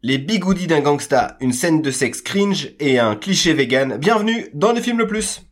Les bigoudis d'un gangsta, une scène de sexe cringe et un cliché vegan. Bienvenue dans le film le plus.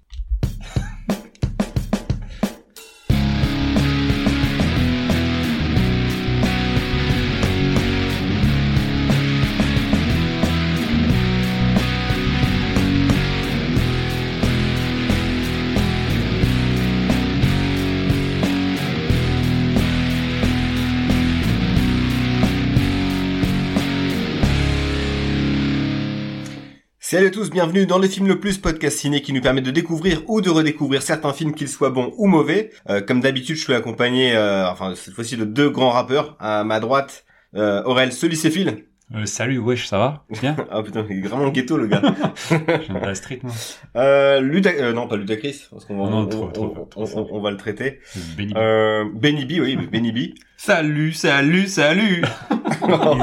Salut à tous, bienvenue dans le film le plus podcast ciné qui nous permet de découvrir ou de redécouvrir certains films qu'ils soient bons ou mauvais. Euh, comme d'habitude, je suis accompagné, euh, enfin cette fois-ci de deux grands rappeurs. À ma droite, euh, Aurel, ce lycéphile. Euh, salut, wesh, ça va Bien Ah putain, il est vraiment le ghetto le gars. J'aime pas la street, moi. Euh, Luda, euh, non pas Ludacris, parce qu'on va, Oh non, on, trop, on- trop, trop, trop, on- trop. on- on va le traiter. Benny. Euh, Benny B, oui, Benny B. Salut, salut, salut Il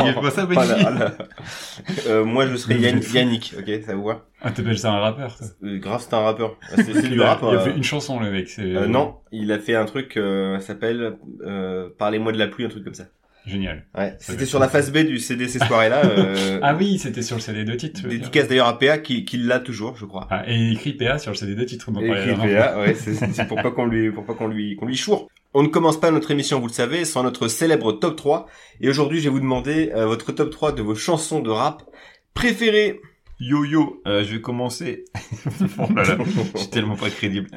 dit pas ça, Benny Ah là, ah là. Euh, moi je serais Yann- Yannick, ok, ça vous voit Ah, t'appelles ça un rappeur, toi Euh, Grave, c'est un rappeur. C'est c'est du Il a- rap. Il a euh, fait une chanson, le mec. c'est- Euh, non, il a fait un truc euh, ça s'appelle euh, Parlez-moi de la pluie, un truc comme ça. euh, Génial. Ouais, Ça c'était doit sur être la face B du CD ces soirées-là. Euh, Ah oui, c'était sur le CD de titre. tu veux dire. dédicace d'ailleurs à PA qui, qui l'a toujours, je crois. Ah, et écrit PA sur le CD de titre. on en Et parlait écrit avant. PA, ouais, c'est c'est pour pas qu'on lui, pour pas qu'on lui, qu'on lui choure. On ne commence pas notre émission, vous le savez, sans notre célèbre top 3. Et aujourd'hui, je vais vous demander euh, votre top 3 de vos chansons de rap préférées. Yo yo, euh, je vais commencer. oh là là, je suis tellement pas crédible.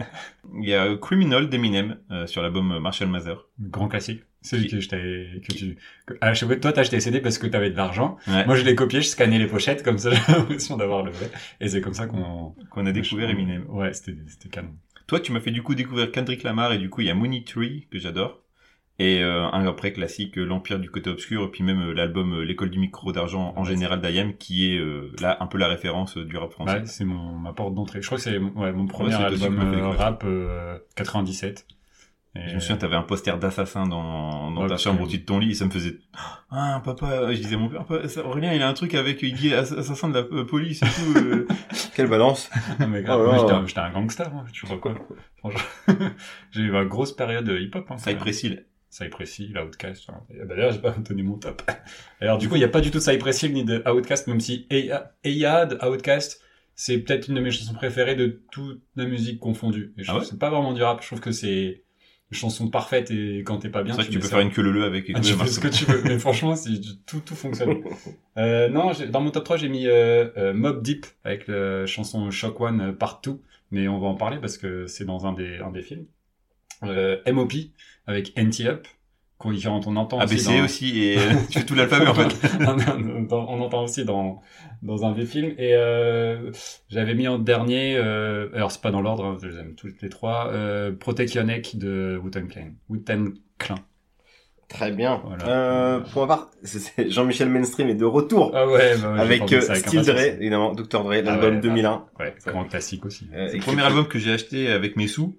Il y a euh, Criminal d'Eminem euh, sur l'album euh, Marshall Mather. Grand classique. Celui que je t'avais, que tu, que- ah, à chaque fois, toi, t'as acheté les CD parce que t'avais de l'argent. Ouais. Moi, je l'ai copié, je scannais les pochettes, comme ça, j'ai l'impression d'avoir le vrai. Et c'est comme ça qu'on... Qu'on a découvert Eminem. Ouais, c'était, c'était canon. Toi, tu m'as fait du coup découvrir Kendrick Lamar et du coup il y a Money Tree que j'adore et euh, un après classique euh, L'Empire du côté obscur et puis même euh, l'album euh, L'école du micro d'argent en Ouais. général d'IAM qui est euh, là un peu la référence euh, du rap français. Ouais, c'est mon ma porte d'entrée. Je crois que c'est mon- ouais, mon premier c'est toi qui album m'as fait euh, découvrir ça. rap euh, 97. Et, Je me souviens, t'avais un poster d'assassin dans, dans Ouais, ta parce chambre que- au-dessus de ton lit, et ça me faisait, ah, papa, je disais à mon père, Pa- ça- Aurélien, il a un truc avec, il dit ass- assassin de la euh, police et tout, euh. Quelle balance. mais Ah grave, Oh là moi, là. j'étais un- j'étais un gangster, moi, tu crois quoi Franchement, j'ai eu ma grosse période euh, hip-hop. Hein, Cypress Hill. Cypress Hill, Outcast. hein. Et, bah, D'ailleurs, j'ai pas donné mon top. Alors du coup, il n'y a pas du tout de Cypress Hill ni de Outcast, même si Eya Eya de Outcast, c'est peut-être une de mes chansons préférées de toute la musique confondue. Et je Ah trouve ouais que c'est pas vraiment du rap. Je trouve que c'est une chanson parfaite et quand t'es pas bien, C'est vrai que tu mets peux ça. faire une queue le avec et Ah, tout, tu ça fais marche. ce que tu veux, mais franchement, c'est- tout, tout fonctionne. Euh, non, j'ai- dans mon top 3, j'ai mis euh, euh, Mob Deep avec la chanson Shock One euh, partout, mais on va en parler parce que c'est dans un des, un des films. Euh, MOP avec NT Up, qu'on y- quand on entend aussi. ABC dans- aussi, et euh, tu fais tout l'alphabet, en fait. Dans- on entend aussi dans, dans un des films. Et euh, j'avais mis en dernier, euh, alors c'est pas dans l'ordre, hein, je les aime toutes les trois, euh, Protect Your Neck de Wu-Tang Clan. Wu-Tang Clan. Très bien. Voilà. Euh, pour ma part, c'est- c'est Jean-Michel Mainstream est de retour. Ah ouais, bah ouais, j'ai avec entendu euh, ça Still Dre, impatience. évidemment, Dr. Dre, l'album ouais, 2001. Ouais, grand classique aussi. Euh, Ah C'est et le premier album que j'ai acheté avec mes sous.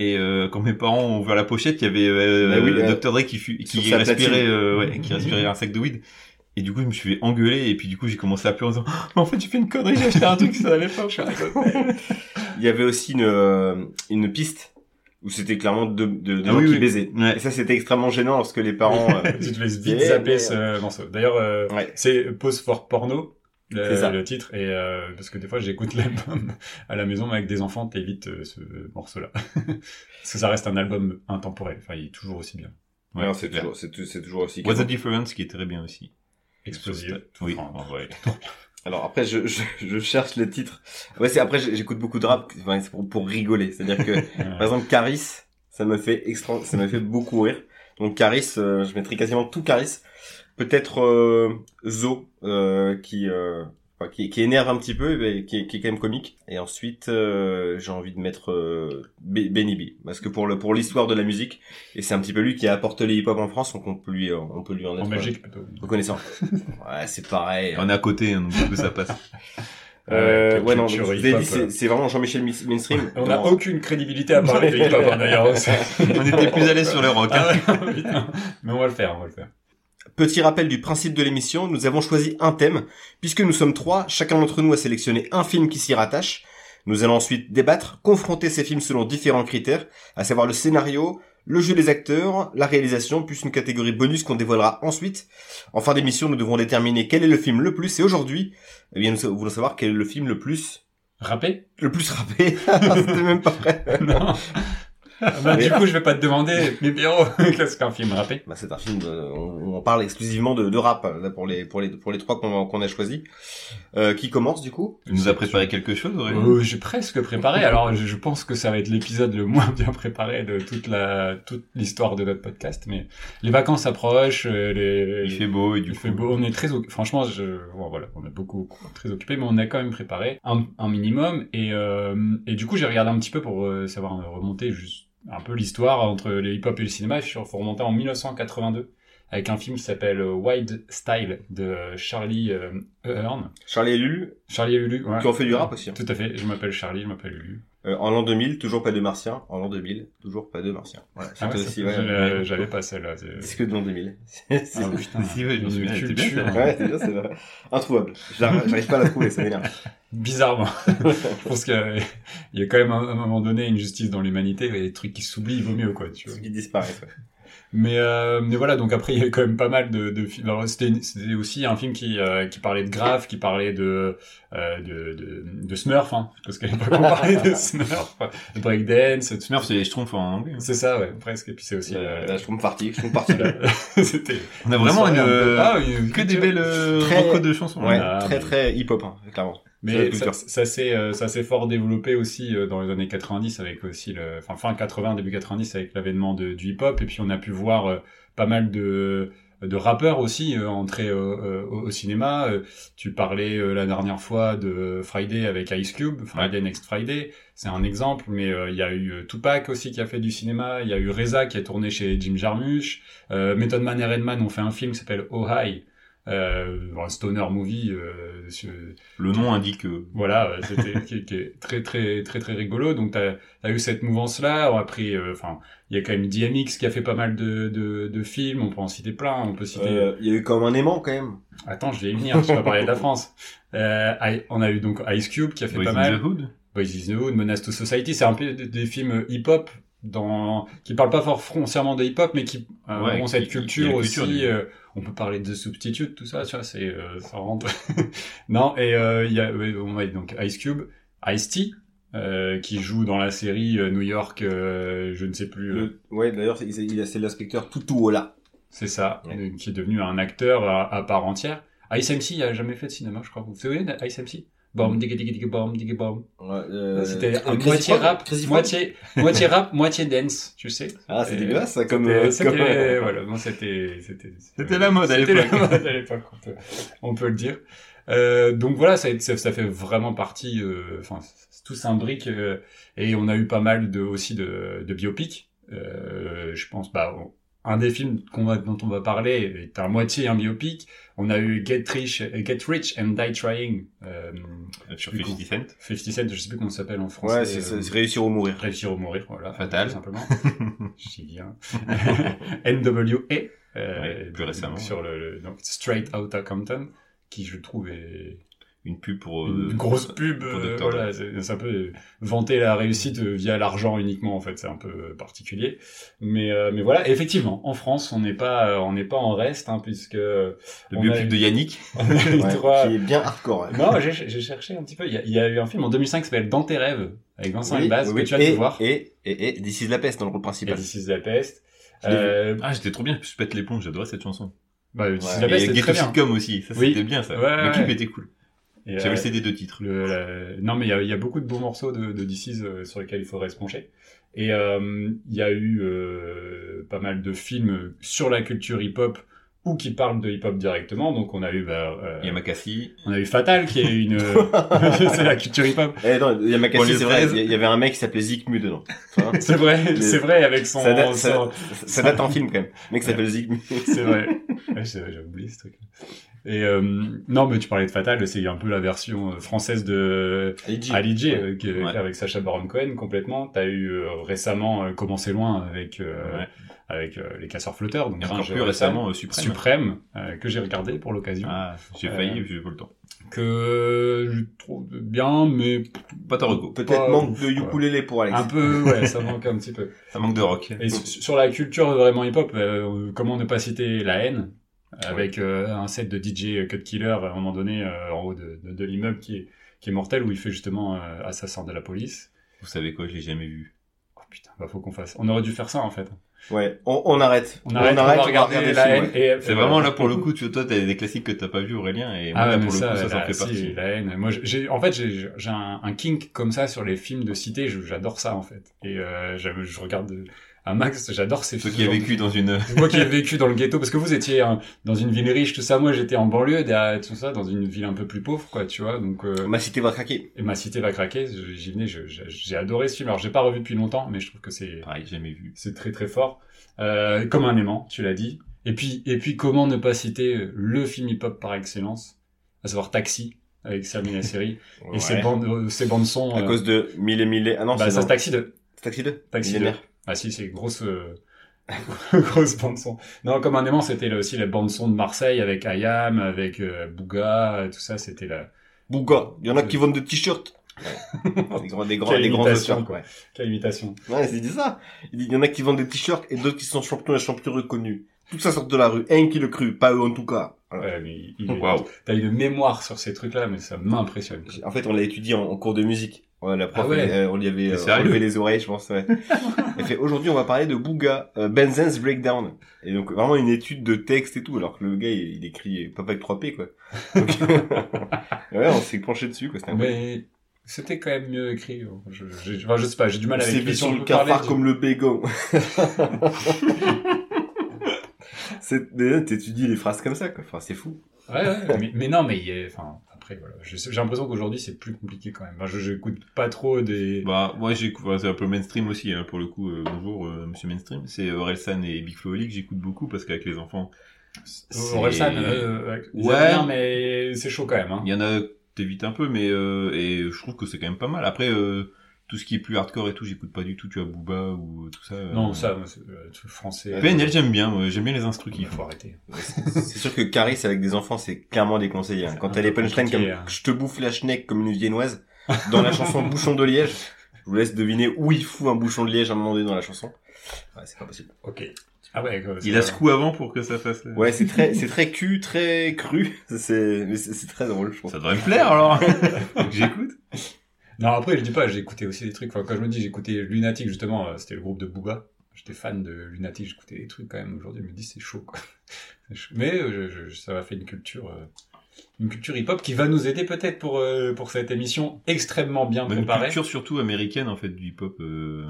Et euh, quand mes parents ont ouvert la pochette, il y avait euh, Bah oui, euh, Dr. Dre qui, fu- sur qui sa respirait, platine. euh, ouais, qui respirait un sac de weed. Et du coup, je me suis fait engueuler. Et puis du coup, j'ai commencé à pleurer en disant, Ah, mais en fait, j'ai fait une connerie, j'ai acheté un truc, ça n'allait pas. Il y avait aussi une, euh, une piste où c'était clairement deux de, Ah gens oui, qui oui. baisaient. Ouais. Et ça, c'était extrêmement gênant lorsque les parents... euh, tu te fais vite Yeah, zapper yeah. ce morceau. D'ailleurs, euh, ouais. c'est Pause for Porno, C'est le, ça. le titre, et euh, parce que des fois j'écoute l'album à la maison mais avec des enfants, t'évites euh, ce morceau-là. parce que ça reste un album intemporel, enfin il est toujours aussi bien. Ouais, Alors, c'est c'est clair. toujours, c'est tout- c'est toujours aussi... What's the canon. Difference qui est très bien aussi. Explosif. Oui, Enfin, en vrai. Alors après, je, je, je cherche les titres. Ouais, c'est après, j'ai- j'écoute beaucoup de rap enfin, c'est pour, pour rigoler. C'est-à-dire que, par euh, exemple, Caris, ça me fait extra... ça me fait beaucoup rire. Donc Caris, euh, je mettrai quasiment tout Caris. Peut-être euh, Zo, euh, qui, euh, enfin, qui qui énerve un petit peu, mais qui, est- qui est quand même comique. Et ensuite, euh, j'ai envie de mettre euh, Be- Benny B, parce que pour le pour l'histoire de la musique, et c'est un petit peu lui qui apporte le hip-hop en France, donc on peut lui euh, on peut lui en être en Belgique plutôt. euh, reconnaissant. ouais, c'est pareil. Et on est à côté, hein, donc du coup, ça passe. Euh, Ouais, ouais, non, culture donc, hip-hop, Daddy, c'est ouais. c'est vraiment Jean-Michel Mi- Mainstream. On n'a Dans- aucune crédibilité à parler de hip-hop hein, d'ailleurs. on était plus à l'aise sur le rock. hein. Ah ouais, putain. mais on va le faire, on va le faire. Petit rappel du principe de l'émission, nous avons choisi un thème, puisque nous sommes trois, chacun d'entre nous a sélectionné un film qui s'y rattache. Nous allons ensuite débattre, confronter ces films selon différents critères, à savoir le scénario, le jeu des acteurs, la réalisation, plus une catégorie bonus qu'on dévoilera ensuite. En fin d'émission, nous devrons déterminer quel est le film le plus, et aujourd'hui, eh bien, nous voulons savoir quel est le film le plus, Rappé le plus rappé. C'était même pas vrai. Non. Ah, bah, du coup, je vais pas te demander, mais Pierrot, qu'est-ce qu'un film rappé Bah, c'est un film de- on, on parle exclusivement de, de rap, hein, là, pour les, pour les, pour les trois qu'on qu'on a choisis. Euh, qui commence, du coup? Tu nous as préparé quelque chose, Aurélien Euh, J'ai presque préparé, alors je, je pense que ça va être l'épisode le moins bien préparé de toute la toute l'histoire de notre podcast, mais les vacances approchent, euh, les, Il fait beau et du Il coup. fait beau, on est très oc- franchement, je, bon, voilà, on est beaucoup très occupé, mais on a quand même préparé un, un minimum et, euh, et du coup j'ai regardé un petit peu pour euh, savoir euh, remonter juste un peu l'histoire entre le hip-hop et le cinéma. Il faut remonter en 1982 avec un film qui s'appelle euh, Wild Style de Charlie euh, Hearn. Charlie et Lulu, Charlie et Lulu. ouais. qui ont fait du rap aussi. hein. Tout à fait. Je m'appelle Charlie, je m'appelle Lulu. Euh, en l'an 2000, toujours pas de martiens. En l'an 2000, toujours pas de martiens. Voilà, Ah ouais, c'était ça- aussi, ouais. j'avais- J'avais pas celle-là. c'est- Disque de l'an 2000. C'est- c'est- Ah, putain, Si, ouais, je me une souviens, elle était bien, culture. celle-là. Ouais, c'est bien, c'est vrai. Introuvable. J'arrive j'arrive pas à la trouver, ça m'énerve. Bizarrement. je pense qu'il y a- il y a quand même à un moment donné une justice dans l'humanité, il y a des trucs qui s'oublient, il vaut mieux quoi, tu vois. Ceux qui disparaissent, ouais. Mais, euh, mais voilà, donc après il y avait quand même pas mal de, de films. Alors, C'était c'était aussi un film qui, euh, qui parlait de graphes, qui parlait de, euh, de, de, de Smurf, hein, parce qu'à l'époque on parlait de Smurf, de breakdance, de Smurf. Smurf, c'est les schtroumpfs en anglais. C'est ça, ouais, presque. Et puis c'est aussi... Euh, euh, là, je tombe parti, je tombe parti. C'était On a vraiment une, euh, Ah, une que des belles euh, Très- recos de chansons. Ouais, Ah, là. très mais- très hip-hop, hein, clairement. Sur la Mais ça, culture. ça s'est euh, ça s'est fort développé aussi euh, dans les années 90 avec aussi le enfin fin 80 début 90 avec l'avènement de- du hip hop et puis on a pu voir euh, pas mal de de rappeurs aussi euh, entrer euh, euh, au, au cinéma Euh, tu parlais euh, la dernière fois de Friday avec Ice Cube Friday Next Friday c'est un exemple mais euh, il y a eu euh, Tupac aussi qui a fait du cinéma il y a eu Reza qui a tourné chez Jim Jarmusch euh, Method Man et Redman ont fait un film qui s'appelle Oh Hi euh, un stoner movie euh, sur- Le nom indique. euh, voilà, euh, c'était qui, qui est très très très très rigolo. Donc t'as as eu cette mouvance là. On a pris, euh, enfin, il y a quand même DMX qui a fait pas mal de, de, de films. On peut en citer plein. On peut citer. Euh, Il y a eu comme un aimant, quand même. Attends, je vais y venir. Je vais pas parler de la France. Euh, I- on a eu donc Ice Cube qui a fait Boys pas in mal. the Hood. Boys is the Hood, Menace to Society. C'est un peu des, des films hip hop dans qui parlent pas fort foncièrement de hip hop, mais qui euh, Ouais, ont qui- cette qui- culture qui est la aussi. culture du- euh, on peut parler de substitute, tout ça, tu vois, c'est euh, ça rentre. non, et euh, il y a ouais, on va dire donc Ice Cube, Ice T, euh, qui joue dans la série euh, New York, euh, je ne sais plus. euh, Le- Ouais, d'ailleurs, c'est il- il- c'est l'inspecteur Tutuola. c'est ça, Ouais. euh, qui est devenu un acteur à, à part entière. Ice MC a jamais fait de cinéma, je crois. Vous vous souvenez d'Ice MC? Mm. Bom, digga, digga, digga, bom, digga, bom. Ouais, euh, C'était euh, un Crazy moitié Frog, rap, Crazy Frog. moitié, moitié rap, moitié dance, tu sais. Ah, c'est Euh, dégueulasse, ça, comme. C'était- euh, comme- C'était voilà, bon, c'était- c'était- C'était la mode à c'était l'époque. la mode à l'époque, on peut, on peut le dire. Euh, donc voilà, ça, ça, ça fait vraiment partie, euh, enfin, c'est tout s'imbrique. euh, et on a eu pas mal de, aussi de, de biopics. Euh, je pense, bah, on- un des films qu'on va, dont on va parler est à moitié un biopic. On a eu Get Rich, Get Rich and Die Trying, euh, Sur plus 50 Cent. 50 Cent, je sais plus comment ça s'appelle en français. Ouais, c'est- c'est euh, c'est réussir ou mourir. Réussir ou mourir, voilà. Fatal. Tout simplement. J'y viens. NWA. euh, Ouais, plus récemment. donc Sur le, le- donc Straight Outta Compton, qui je trouve est Une pub pour. euh, une grosse pub. pour euh, Dr. Dre. voilà, c'est c'est un peu euh, vanter la réussite euh, via l'argent uniquement, en fait. C'est un peu euh, particulier. Mais, euh, mais voilà, effectivement, en France, on n'est pas, euh, on n'est pas en reste, hein, puisque Le on biopic a- de Yannick. on a les Ouais, trois- Qui est bien hardcore. ouais. Non, j'ai j'ai cherché un petit peu. Il y, a, il y a eu un film en 2005 qui s'appelle Dans tes rêves, avec Vincent Oui, Elbaz, oui, que oui. tu as et, dû voir. Et, et, et This is la peste dans le rôle principal. Et This is la peste. Je l'ai vu. Euh, Ah, j'étais trop bien. Je pète l'éponge, j'adorais cette chanson. bah, This is Ouais. la peste, Et c'est très Ghetto bien. Sitcom aussi. Ça, Oui. c'était bien, ça. Ouais, Le clip ouais. était cool. Et, J'avais euh, le CD de titres. le- la- Non, mais il y a- il y, a beaucoup de bons morceaux de, de This Is, euh, sur lesquels il faudrait se pencher. Et euh, il y a eu euh, pas mal de films sur la culture hip-hop ou qui parlent de hip-hop directement. Donc on a eu, bah, euh, Yamakasi. on a eu Fatal, qui est une... c'est la culture hip-hop. Eh non, il y a Macassi, Pour les c'est vrai, fraises. il y- il y avait un mec qui s'appelait Zikmu dedans. Ça, va C'est vrai, Les- c'est vrai, avec son... ça, date, son- ça, ça date en film quand même. Le mec qui s'appelle Zikmu. C'est vrai. Ouais, c'est vrai, j'ai oublié ce truc. Et euh, non, mais tu parlais de Fatal, c'est un peu la version euh, française de Et Jim. Ali G, Ouais. euh, qui- Ouais. avec Sacha Baron Cohen complètement. T'as eu euh, récemment euh, Commencé loin avec euh, Ouais. avec euh, les casseurs flotteurs, donc Et encore Gringe plus récemment, euh, Suprême. Suprême euh, que j'ai regardé pour l'occasion, Ah, j'ai Euh, failli, j'ai pas le temps. que je trouve bien, mais Pas ta reco. Peut-être pas manque ouf, de quoi. ukulélé pour Alex. un peu, ouais, ça manque un petit peu. Ça manque de rock. Et su- sur la culture vraiment hip-hop, euh, comment ne pas citer la haine avec euh, un set de DJ Cut Killer à un moment donné euh, en haut de, de- de l'immeuble qui est, qui est mortel où il fait justement euh, assassin de la police. Vous savez quoi, je l'ai jamais vu. Oh putain, bah faut qu'on fasse. On aurait dû faire ça en fait. Ouais, on, on arrête. On arrête, on va regarder regarder la les films, haine. ouais. et- C'est vraiment là pour le coup, tu toi, t'as des classiques que t'as pas vu, Aurélien, et Ah moi, ouais, là, mais pour le ça, coup, ça, ça en la- fait si, partie. la haine. Moi, j'ai, en fait, j'ai, j'ai un, un kink comme ça sur les films de cité. Je- J'adore ça en fait. Et euh, je, je regarde un max. J'adore ces Ceux films. qui ont vécu dans une. euh, Moi qui ai vécu dans le ghetto, parce que vous étiez hein, dans une ville riche, tout ça. Moi, j'étais en banlieue, derrière tout ça, dans une ville un peu plus pauvre, quoi, tu vois. Donc, euh, Ma cité va craquer. et ma cité va craquer. J'y venais, je- je- j'ai adoré ce film. Alors, j'ai pas revu depuis longtemps, mais je trouve que c'est Pareil, jamais vu. c'est très très fort, Euh, comme un aimant, tu l'as dit. Et puis et puis comment ne pas citer euh, le film hip-hop par excellence, à savoir Taxi avec Sami Nasseri et Ouais. ses bandes euh, ses bandes son. À euh, cause de mille et mille. et- Ah non, bah, c'est ça dans- c'est Taxi 2. Taxi 2. Taxi Millionnaire. 2. Ah si, c'est grosse, euh, grosse bande son. Non, comme un aimant, c'était le- aussi la bande son de Marseille avec Ayam, avec euh, Bouga, euh, tout ça, c'était la Bouga. Il y en a qui vendent des t-shirts. Des grands, des grands, Quelle des grands imitation, auteurs, quoi. ouais. quelle imitation. Ouais, c'est dit ça. Il dit, il y en a qui vendent des t-shirts et d'autres qui sont champions et champions reconnus. Tout ça sort de la rue. Un qui le crut, pas eux en tout cas. Voilà. Ouais, mais il- il est- Waouh. T'as une mémoire sur ces trucs-là, mais ça m'impressionne. En fait, on l'a étudié en, en cours de musique. Ouais, la prof, Ah ouais. elle- elle- on lui avait T'es euh, sérieux enlevé les oreilles, je pense. Ouais. Elle fait aujourd'hui, on va parler de Bouga, euh, Benzen's Breakdown. Et donc vraiment une étude de texte et tout, alors que le gars, il, il écrit euh, pas avec 3P quoi. Donc, ouais, on s'est penché dessus Ah quoi. C'était un peu- Mais c'était quand même mieux écrit. Je, je, enfin, je sais pas, j'ai du mal On avec s'est mis les sur sons le que vous parlez, cafard je- comme le bégon. C'est- déjà, T'étudies les phrases comme ça quoi. Enfin, c'est fou. Ouais, ouais, mais, mais non, mais il est. Enfin, après, voilà. Je sais- J'ai l'impression qu'aujourd'hui, c'est plus compliqué quand même. Enfin, je j'écoute pas trop des. Bah, moi, j'écoute, ouais, c'est un peu mainstream aussi, hein, pour le coup, euh, bonjour, euh, monsieur mainstream. C'est Orelsan et Big Flo Oli que j'écoute beaucoup parce qu'avec les enfants. c'est- Orelsan, euh, ils Ouais. aiment bien, mais c'est chaud quand même. Hein. Il y en a, que t'évites un peu, mais, euh, et je trouve que c'est quand même pas mal. Après, euh, tout ce qui est plus hardcore et tout, j'écoute pas du tout, tu vois, Booba ou tout ça. euh, Non, ça, moi, c'est, euh, tout le français. PNL, j'aime bien, moi, j'aime bien les instrus il qu'il faut faut. arrêter. C'est sûr que Caris avec des enfants, c'est clairement déconseillé. hein. Quand C'est t'as un les peu punchlines comme compliqué, hein. je te bouffe la schneck comme une viennoise dans la chanson Bouchon de Liège, je vous laisse deviner où il fout un bouchon de Liège à un moment donné dans la chanson. Ouais, c'est pas possible. Ok. Ah ouais, quoi, c'est Il a pas- ce coup avant pour que ça fasse. Ouais, c'est très, c'est très cul, très cru. C'est, mais c'est c'est très drôle, je trouve. Ça devrait me plaire alors. Faut que J'écoute. Non, après, je dis pas, j'ai écouté aussi des trucs. Enfin, quand je me dis, j'écoutais Lunatic, justement, euh, c'était le groupe de Booba. J'étais fan de Lunatic, j'écoutais des trucs quand même. Aujourd'hui, je me dis, c'est chaud, quoi. C'est chaud. Mais euh, je- je- ça m'a fait une culture, euh, une culture hip-hop qui va nous aider peut-être pour, euh, pour cette émission extrêmement bien Bah, une préparée. culture surtout américaine en fait du hip-hop. euh,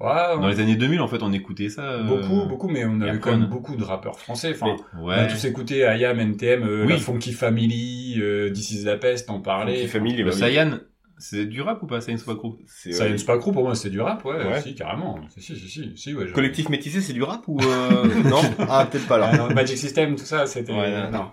Ah Ouais, on- Dans les années 2000 en fait, on écoutait ça. euh, Beaucoup, Bah, beaucoup, mais on y a avait plein quand même de- beaucoup de rappeurs français. Enfin, on a Ouais. tous écouté IAM, NTM, euh, Oui. la Funky Family, euh, This is la Peste, en Funky parler. Family, Le bah oui. Sayan, c'est du rap ou pas Sayan Swakro C'est, euh, Science Pacro, pour moi, c'est du rap, ouais, Ouais. si, carrément. Si, si, si, si, si, ouais, je- Collectif métissé, c'est du rap ou euh... non Ah, peut-être pas alors. Ah non, Magic System, tout ça, c'était. Ouais, non.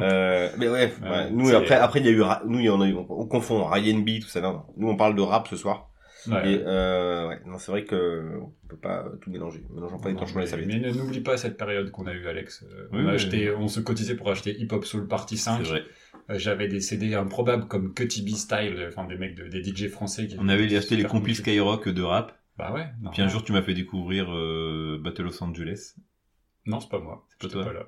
Euh, mais ouais, ouais. Ouais, nous c'est- après après il y a eu ra- nous il y en a eu on, on confond Ryan B tout ça non, non. nous on parle de rap ce soir Ouais. et euh, ouais non c'est vrai que on peut pas euh, tout mélanger mélangeons pas les Non, torchons et les mais, serviettes mais ne- n'oublie pas cette période qu'on a eu, Alex. Euh, Oui, on, a oui. acheté, on se cotisait pour acheter Hip Hop Soul Party C'est 5. vrai. Euh, J'avais des CD improbables comme Cutty B Style, euh, enfin des mecs, de, des DJ français. Qui On avait qui- acheté les super compiles compliqués. Skyrock de rap. Bah ouais. Non, Puis un jour, tu m'as fait découvrir euh, Battle Los Angeles, Non, c'est pas moi. pas J'étais toi. pas là.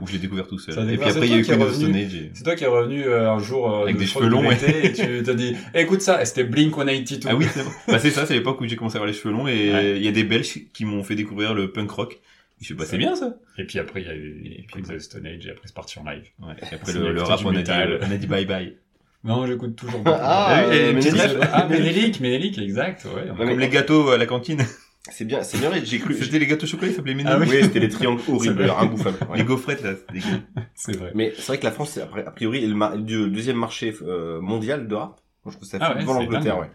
où j'ai découvert tout Ça seul. Et découvre- Ah, puis après, il y a eu c'est toi Queen qui of est Stone Age. et- C'est toi qui est revenu euh, un jour. euh, Avec de- des je crois cheveux que longs, l'été, Et tu t'as dit, Eh, écoute ça, c'était Blink 182. Ah oui, c'est vrai. bah, c'est ça, c'est l'époque où j'ai commencé à avoir les cheveux longs et il Ouais. y a des Belges qui m'ont fait découvrir le punk rock. Je me suis dit, bah, c'est bien ça. Et puis après, il y a eu Et puis, Queen of ouais. Stone Age et après, c'est parti en live. Ouais. Et après C'est le, bien, le c'était rap, du on a, dit, euh, métal. on a dit bye bye. Non, j'écoute toujours. Ah, beaucoup. euh, oui, petite Ménélique. rêve. Ah, Ménélique, Ménélique, exact, ouais. Ouais, mais- Comme les gâteaux à la cantine. c'est bien c'est bien j'ai cru C'était les gâteaux chocolat, ils s'appelaient Ménélique. Ah oui, oui. c'était les triangles horribles C'est vrai. inbouffables ouais. Les gaufrettes là. c'était dégueu. C'est vrai. mais c'est vrai que la France c'est après- a priori est le, mar- le deuxième marché euh, mondial de rap Moi, je trouve ça Ah fait ouais, devant c'est l'Angleterre dingue. bah, ouais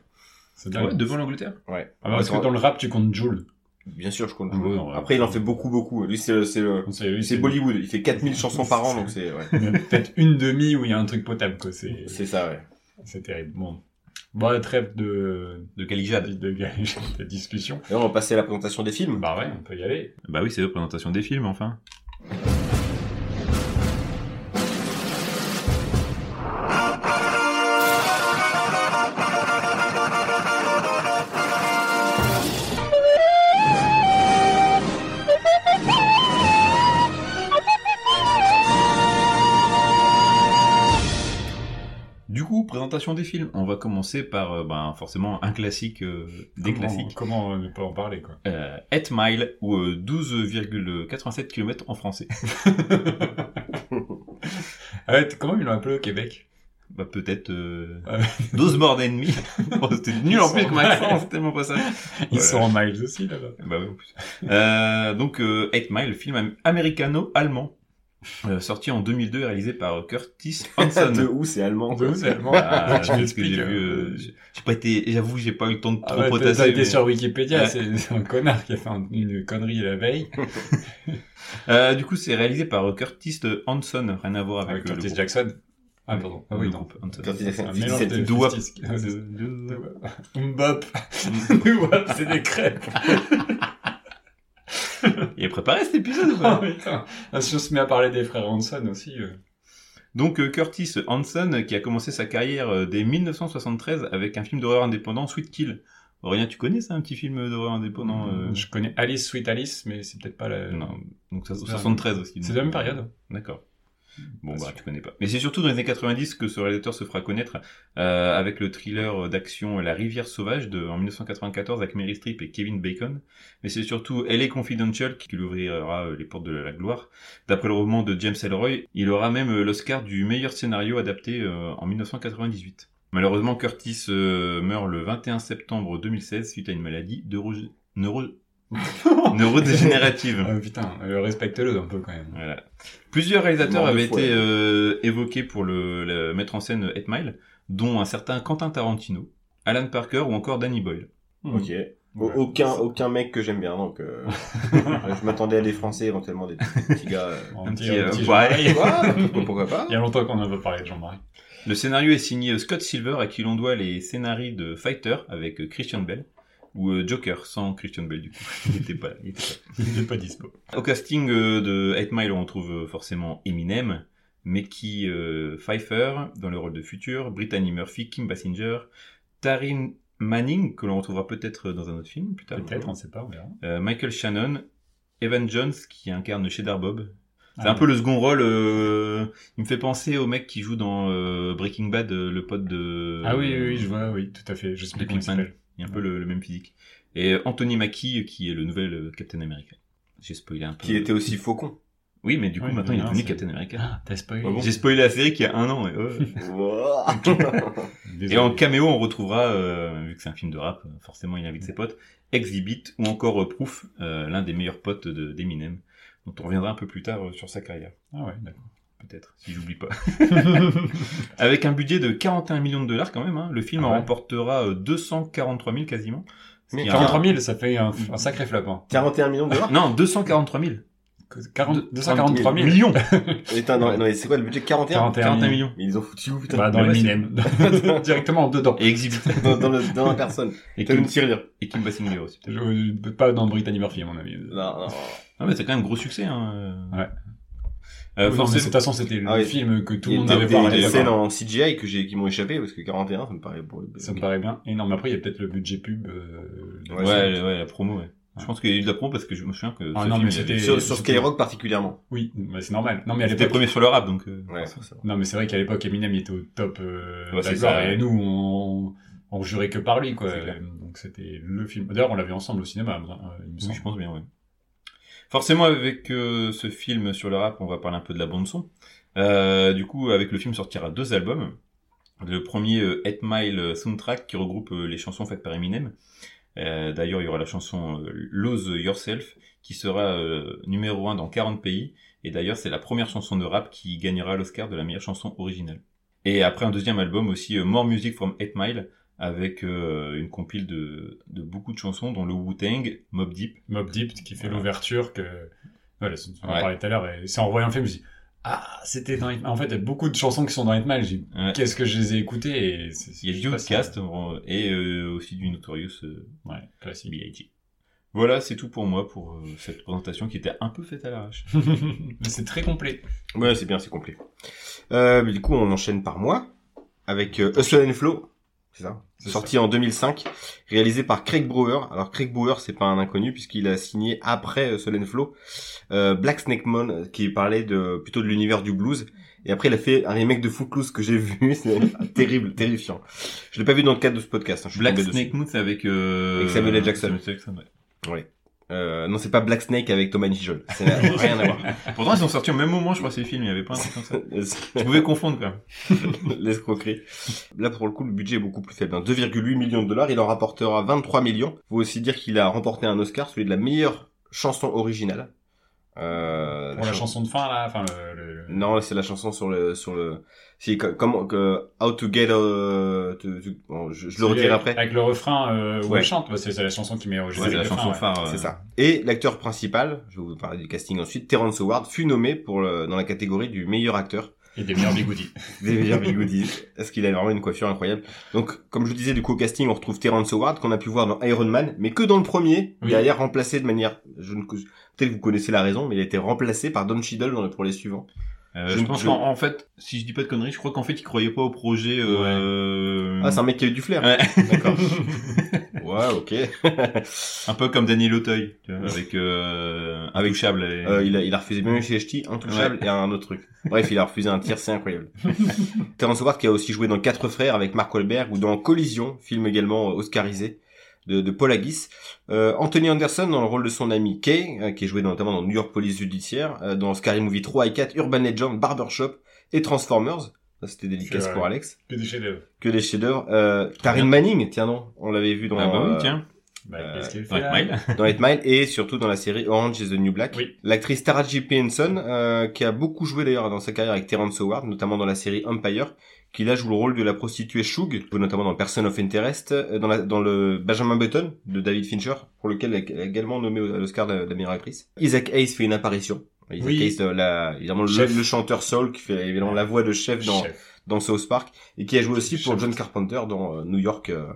C'est Ah dingue. ouais, devant l'Angleterre. ouais Ah, parce que dans le rap, tu comptes Joule. Bien sûr, je connais. Ah ouais, non, ouais. Après, il en fait beaucoup, beaucoup. Lui, c'est le- c'est le- On sait, lui, c'est Bollywood. Il fait 4000 chansons par an, donc c'est, ouais. Il y en a peut-être une demi où il y a un truc potable, quoi. C'est C'est ça, ouais. c'est terrible. Bon. Bon, trêve de, de Calijade. de, de, de discussion. Et on va passer à la présentation des films. Bah ouais, on peut y aller. Bah oui, c'est la présentation des films, enfin. Du coup, présentation des films. On va commencer par, euh, ben, forcément, un classique euh, des Comment- classiques. Comment ne pas en parler, quoi. Euh, 8 Mile ou euh, 12,87 km en français. Ah ouais, t- comment ils l'ont appelé au Québec Bah peut-être euh, Ah 12 morts d'ennemis. Oh, C'était nul en plus que ma accent, c'est tellement pas ça. Ils Voilà. sont en miles aussi, là-bas. Bah ouais, en plus. Euh, donc euh, 8 Mile, film am- américano-allemand, euh, sorti en 2002 et réalisé par euh, Curtis De Hanson. où c'est allemand. De quoi. où c'est allemand Ah, Tu c'est ce que m'expliques, j'ai vu. euh, euh, j'ai- j'ai pas été, j'avoue, j'ai pas eu le temps de Ah trop ouais, t'as- potasser. t'as été mais- sur Wikipédia, Ouais. c'est c'est un connard qui a fait un- une connerie la veille. Euh, du coup, c'est réalisé par euh, Curtis euh, Hanson, rien à voir Avec avec, euh, le Ah Curtis groupe. Jackson. Ah, pardon. Ah oui, Le non. groupe Hanson. Curtis C'est un Jackson, mélange 57. de Doo-wop. Mbop. Mbop, c'est des crêpes. Il est préparé cet épisode ou Oh pas putain. Ah, Si on se met à parler des frères Hanson aussi. euh. Donc euh, Curtis Hanson euh, qui a commencé sa carrière euh, dès 1973 avec un film d'horreur indépendant, Sweet Kill. Aurélien, tu connais ça, un petit film d'horreur indépendant euh, Je connais Alice, Sweet Alice, mais c'est peut-être pas la. Non, donc ça, C'est 73 aussi. C'est de la même période. D'accord. Bon Pas bah sûr. tu connais pas. Mais c'est surtout dans les années 90 que ce réalisateur se fera connaître euh, avec le thriller d'action La Rivière Sauvage de, en 1994 avec Mary Streep et Kevin Bacon. Mais c'est surtout LA Confidential qui lui ouvrira euh, les portes de la gloire. D'après le roman de James Ellroy, il aura même euh, l'Oscar du meilleur scénario adapté euh, en 1998. Malheureusement, Curtis euh, meurt le 21 septembre 2016 suite à une maladie neuro... neuro... neurodégénérative. Ah, putain, euh, respecte-le un peu quand même. Voilà. Plusieurs réalisateurs Mort de avaient fouet. été euh, évoqués pour le, le mettre en scène 8 Mile, dont un certain Quentin Tarantino, Alan Parker ou encore Danny Boyle. Ok. Au- Ouais. Aucun, aucun mec que j'aime bien, donc euh, je m'attendais à des Français, éventuellement des petits, petits gars. euh, Un petit, petit, un petit euh, Jean-Marie. tu vois, pourquoi pas Il y a longtemps qu'on en veut parler de Jean-Marie. Le scénario est signé Scott Silver à qui l'on doit les scénarios de Fighter avec euh, Christian Bell ou euh, Joker sans Christian Bell du coup. Il était pas, il était pas là. Il est pas dispo. Au casting euh, de 8 Mile, on trouve euh, forcément Eminem, Mickey euh, Pfeiffer dans le rôle de Future, Brittany Murphy, Kim Basinger, Taryn Manning, que l'on retrouvera peut-être euh, dans un autre film plus tard, Peut-être, on sait pas, on verra. euh, Michael Shannon, Evan Jones qui incarne Cheddar Bob. C'est Ah, un peu le second rôle. euh, il me fait penser au mec qui joue dans euh, Breaking Bad, euh, le pote de. Ah oui, oui, oui, je vois, oui, tout à fait. Je sais plus Les comment il Pinkman. s'appelle. Il a un peu le, le même physique. Et Anthony Mackie qui est le nouvel euh, Captain America. J'ai spoilé un peu. Qui était aussi faucon. Oui, mais du coup Oui, maintenant il est non, devenu c'est- Captain America. Ah, t'as spoilé. Ah bon J'ai spoilé la série qu'il y a un an. Et, ouais. Désolé. Et en caméo, on retrouvera, euh, vu que c'est un film de rap, euh, forcément il invite ses potes, Exhibit ou encore euh, Proof, euh, l'un des meilleurs potes de- d'Eminem, dont on reviendra un peu plus tard euh, sur sa carrière, Ah ouais, d'accord. peut-être, si j'oublie pas. Avec un budget de 41 millions de dollars quand même, hein, le film Ah en ouais. remportera euh, 243 000 quasiment. Ce Mais qui est un- 43 000, ça fait un, un sacré flop. Hein. 41 millions de dollars Non, 243 000. 40 243 000. Millions Putain, non, non, mais c'est quoi le budget 41 41 41 000. millions. Mais ils ont foutu où, putain Bah, dans Mais ouais, Eminem. Directement dedans. Et Exhibit. dans, dans le- dans la personne. Et T'as Kim, une tirelire. et Kim Basinger aussi. peut-être. Je- je- Pas dans Brittany Murphy, à mon avis. Non, non. Non mais c'est quand même gros succès. Hein. euh. Ouais. Euh, Oui, non, mais de forcément- toute façon, c'était le Ah oui. film que tout Il y le a monde des- avait des, parlé. des là-bas. scènes en CGI que j'ai, qui m'ont échappé parce que 41, ça me paraît pour Ça me paraît bien. Et non, mais après, il y a peut-être le budget pub. euh, de- Ouais, Ouais, c'est- ouais, la promo, ouais. Je pense qu'il y a eu de la promo parce que je me souviens que Ah ce non, film, mais il c'était- avait- Sur, sur Skyrock particulièrement. Oui, mais c'est normal. Non, mais à c'était l'époque, premier sur le rap, donc. euh, Ouais, forcément. Non, mais c'est vrai qu'à l'époque, Eminem il était au top. Euh, Ouais, de la c'est gloire, ça, ouais. Et nous, on, on jurait que par lui, quoi. C'est clair. Donc c'était le film. D'ailleurs, on l'a vu ensemble au cinéma, euh, il me Oui, semble. je pense bien, ouais. Forcément, avec euh, ce film sur le rap, on va parler un peu de la bande son. Euh, du coup, avec le film sortira deux albums. Le premier, euh, 8 Mile Soundtrack, qui regroupe euh, les chansons faites par Eminem. Euh, D'ailleurs, il y aura la chanson euh, Lose Yourself, qui sera euh, numéro un dans 40 pays. Et d'ailleurs, c'est la première chanson de rap qui gagnera l'Oscar de la meilleure chanson originale. Et après un deuxième album aussi, euh, More Music from 8 Mile, avec euh, une compile de, de beaucoup de chansons, dont le Wu-Tang, Mob Deep. Mob Deep qui fait Voilà. l'ouverture que voilà, c'est- on en Ouais. parlait tout à l'heure et c'est en voyant le film, je me dis ah, c'était dans Hitman. En fait, il y a beaucoup de chansons qui sont dans Hitman. J'ai dit, Ouais. qu'est-ce que je les ai écoutées et c'est- c'est- Il y a je du sais pas, Outcast euh, et euh, aussi du Notorious euh, ça- Ouais, classique. B.I.G. Voilà, c'est tout pour moi pour euh, cette présentation qui était un peu faite à l'arrache. Mais c'est très complet. Ouais, c'est bien, c'est complet. Euh, mais du coup, on enchaîne par mois avec euh, Hustle and Flow, c'est ça C'est Sorti en 2005, réalisé par Craig Brewer. Alors Craig Brewer, c'est pas un inconnu puisqu'il a signé après Hustle and Flow euh, Black Snake Moon, euh, qui parlait de plutôt de l'univers du blues. Et après, il a fait un remake de Footloose que j'ai vu, c'est terrible, terrifiant. Je l'ai pas vu dans le cadre de ce podcast. hein, je suis Black tombé dessus. Snake Moon c'est avec, euh, Avec Samuel L. Jackson. Samuel Jackson, ouais. Euh, non, c'est pas Black Snake avec Thomas Nigel. C'est rien à voir. Pourtant, ils ont sorti au même moment, je crois, ces films. Il y avait pas un truc comme ça. Tu pouvais confondre, quand même. l'escroquerie. Là, pour le coup, le budget est beaucoup plus faible. hein. 2,8 millions de dollars, il en rapportera 23 millions. Faut aussi dire qu'il a remporté un Oscar, celui de la meilleure chanson originale. Euh, Pour la chan- chanson de fin là, enfin le, le- le- Non, c'est la chanson sur le sur le. Si co- comment que How to Get. euh, to- to- bon, je, je le avec- retire après. Avec le refrain euh, où Ouais. elle chante, ouais, c'est c'est la chanson qui met au Ouais, c'est la chanson phare. euh, C'est ça. Et l'acteur principal, je vais vous parler du casting ensuite, Terrence Howard, fut nommé pour le- dans la catégorie du meilleur acteur. Et des meilleurs bigoudis. des meilleurs bigoudis. Parce qu'il a vraiment une coiffure incroyable. Donc, comme je vous disais, du coup, au casting, on retrouve Terrence Howard, qu'on a pu voir dans Iron Man, mais que dans le premier, Oui. derrière remplacé de manière, je ne, peut-être que vous connaissez la raison, mais il a été remplacé par Don Cheadle dans le- pour les suivants. Euh, Je je, ne- pense je- qu'en en fait, si je dis pas de conneries, je crois qu'en fait, ils croyaient pas au projet. Euh... Ah, c'est un mec qui a eu du flair. Ouais. D'accord. ouais, ok. Un peu comme Daniel Auteuil, tu vois, avec euh, avec Chable. Et... Euh, il, a, il a refusé même chez HT, intouchable et un autre truc. Bref, il a refusé un tir, c'est incroyable. Terrence Howard qui a aussi joué dans Quatre frères avec Mark Wahlberg ou dans Collision, film également euh, oscarisé de, de Paul Haggis. Euh, Anthony Anderson dans le rôle de son ami Kay, euh, qui est joué notamment dans New York Police Judiciaire, euh, dans Scary Movie 3 et 4, Urban Legend, Barbershop et Transformers. Ça, C'était délicat C'est vrai. pour Alex. Que des chefs-d'œuvre. Que des chefs-d'œuvre. Euh, Taryn Manning, tiens non, on l'avait vu dans, ah bah oui, euh, tiens. Bah, Euh, qu'est-ce qu'elle fait, Frank là Mile. dans Eight Mile et surtout dans la série Orange is the New Black. Oui. L'actrice Tara J. P. Henson, euh, qui a beaucoup joué d'ailleurs dans sa carrière avec Terrence Howard, notamment dans la série Empire, qui là joue le rôle de la prostituée Shug, notamment dans Person of Interest, euh, dans, la- dans le Benjamin Button de David Fincher, pour lequel elle est également nommée au- à l'Oscar de, de la meilleure actrice. Isaac Hayes fait une apparition. Isaac Oui. Hayes, euh, la- évidemment le, Chef. le chanteur soul qui fait évidemment la voix de chef dans Chef. dans South Park et qui a joué aussi pour Chef. John Carpenter dans euh, New York euh,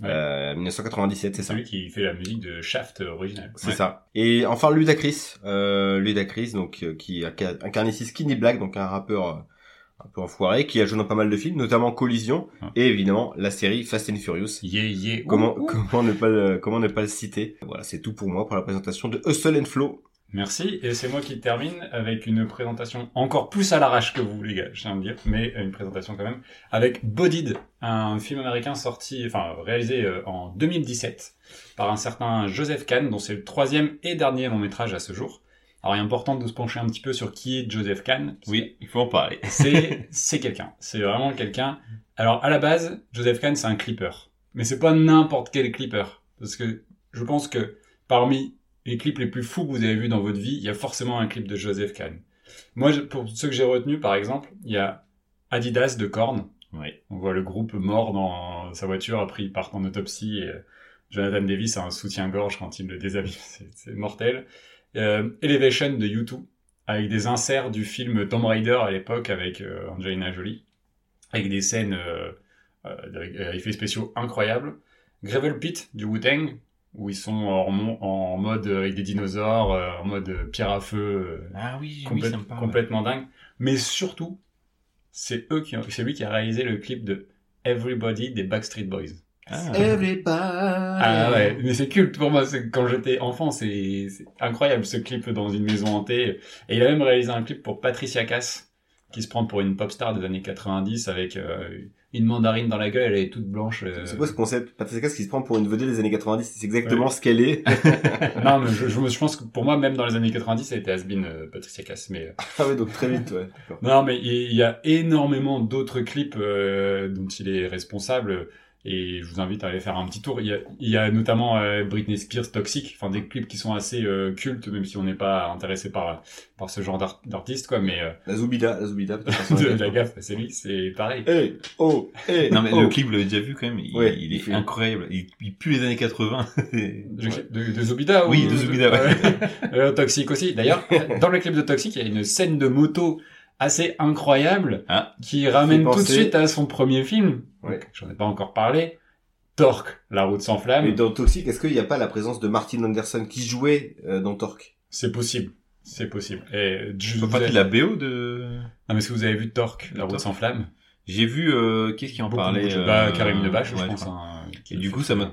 Ouais. euh, 1997, c'est ça. Celui qui fait la musique de Shaft euh, originale. C'est ça. Et enfin Ludacris, euh, Ludacris donc euh, qui a qui a incarné ici Skinny Black, donc un rappeur euh, un peu enfoiré, qui a joué dans pas mal de films, notamment Collision Ah. et évidemment la série Fast and Furious. Yeah, yeah. Ouh, Comment ouh. comment ne pas le, comment ne pas le citer Voilà, c'est tout pour moi pour la présentation de Hustle and Flow. Merci, et c'est moi qui termine avec une présentation encore plus à l'arrache que vous, les gars, je tiens à le dire, mais une présentation quand même, avec Bodied, un film américain sorti, enfin réalisé euh, en 2017 par un certain Joseph Kahn, dont c'est le troisième et dernier long métrage à ce jour. Alors il est important de se pencher un petit peu sur qui est Joseph Kahn. parce que Oui, il faut en parler. c'est c'est quelqu'un. C'est vraiment quelqu'un. Alors à la base, Joseph Kahn, c'est un clipper. Mais c'est pas n'importe quel clipper. Parce que je pense que parmi les clips les plus fous que vous avez vus dans votre vie, il y a forcément un clip de Joseph Kahn. Moi, je- pour ceux que j'ai retenus, par exemple, il y a Adidas de Korn. Oui. On voit le groupe mort dans sa voiture, après ils partent en autopsie. Et euh, Jonathan Davis a un soutien-gorge quand il le déshabille. C'est c'est mortel. Euh, Elevation de U2 avec des inserts du film Tomb Raider à l'époque avec euh, Angelina Jolie, avec des scènes euh, euh, avec- euh, effets spéciaux incroyables. Gravel Pit du Wu-Tang, où ils sont en, mon- en mode euh, avec des dinosaures, euh, en mode euh, pierre à feu, euh, Ah oui, complète- complètement dingue. Mais surtout, c'est eux qui ont- c'est lui qui a réalisé le clip de Everybody des Backstreet Boys. Euh, Ah ouais, mais c'est culte pour moi. c'est- Quand j'étais enfant, c'est c'est incroyable ce clip dans une maison hantée. Et il a même réalisé un clip pour Patricia Cass, qui se prend pour une pop star des années 90 avec euh, une mandarine dans la gueule, elle est toute blanche. euh. C'est quoi ce concept Patricia Cass qui se prend pour une vedette des années 90, c'est exactement ce qu'elle est. non, mais je, je, me- je pense que pour moi, même dans les années 90, elle était has-been euh, Patricia Cass. Mais euh, ah ouais, donc très vite, ouais. d'accord. Non, mais il il y a énormément d'autres clips euh, dont il est responsable. Et je vous invite à aller faire un petit tour. Il y a, il y a notamment euh, Britney Spears, Toxic, enfin des clips qui sont assez euh, cultes, même si on n'est pas intéressé par par ce genre d'art- d'artiste, quoi. Mais euh, La Zoubida, la Zoubida. peut-être de la gaffe, c'est lui, c'est pareil. Eh, oh, eh, Non mais oh. le clip, vous l'avez déjà vu quand même, il, Ouais, il il est fait- incroyable, il, il pue les années 80. C'est- Le clip De, de Zobida Oui, ou- de Zobida, ouais. Euh, Toxic aussi. D'ailleurs, dans le clip de Toxic, il y a une scène de moto assez incroyable Ah. qui ramène Fait tout de penser- suite à son premier film. Ouais. Donc, J'en ai pas encore parlé. Torque, la route sans flamme. Mais dans Toxic, est-ce qu'il n'y a pas la présence de Martin Anderson qui jouait euh, dans Torque C'est possible. C'est possible. Et je Il vous faut partie ai- de la BO de... Non, mais est-ce que vous avez vu Torque, la Torque. route sans flamme J'ai vu, euh, qu'est-ce qui en Beaucoup, parlait beaucoup de- bah, euh, Karim Debache, je ouais, pense. d'accord. hein, qui Et le du fait. coup, ça me...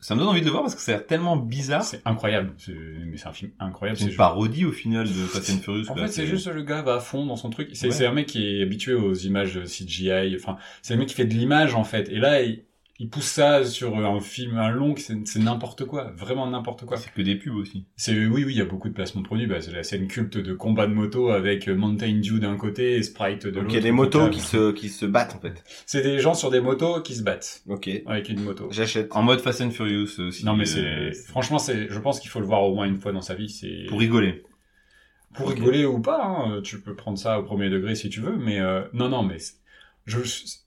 ça me donne envie de le voir parce que ça a l'air tellement bizarre. C'est incroyable. C'est mais c'est un film incroyable. C'est C'est une parodie au final de Fast and Furious. En quoi. fait, c'est juste le gars va à fond dans son truc. C'est Ouais. c'est un mec qui est habitué aux images CGI. Enfin, c'est un mec qui fait de l'image en fait. Et là, il, il pousse ça sur un film, un long, que c'est c'est n'importe quoi, vraiment n'importe quoi. C'est que des pubs aussi. C'est oui, oui, il y a beaucoup de placements de produits. Bah, c'est la scène culte de combat de moto avec Mountain Dew d'un côté et Sprite de l'autre. Donc il y a des motos Donc, qui euh, se, qui se battent en fait. C'est des gens sur des motos qui se battent Ok, avec une moto. j'achète. En mode Fast and Furious aussi. Non mais euh, c'est franchement, c'est je pense qu'il faut le voir au moins une fois dans sa vie. C'est Pour rigoler. pour Ok. rigoler ou pas, hein, tu peux prendre ça au premier degré si tu veux, mais euh, non, non, mais c'est- je,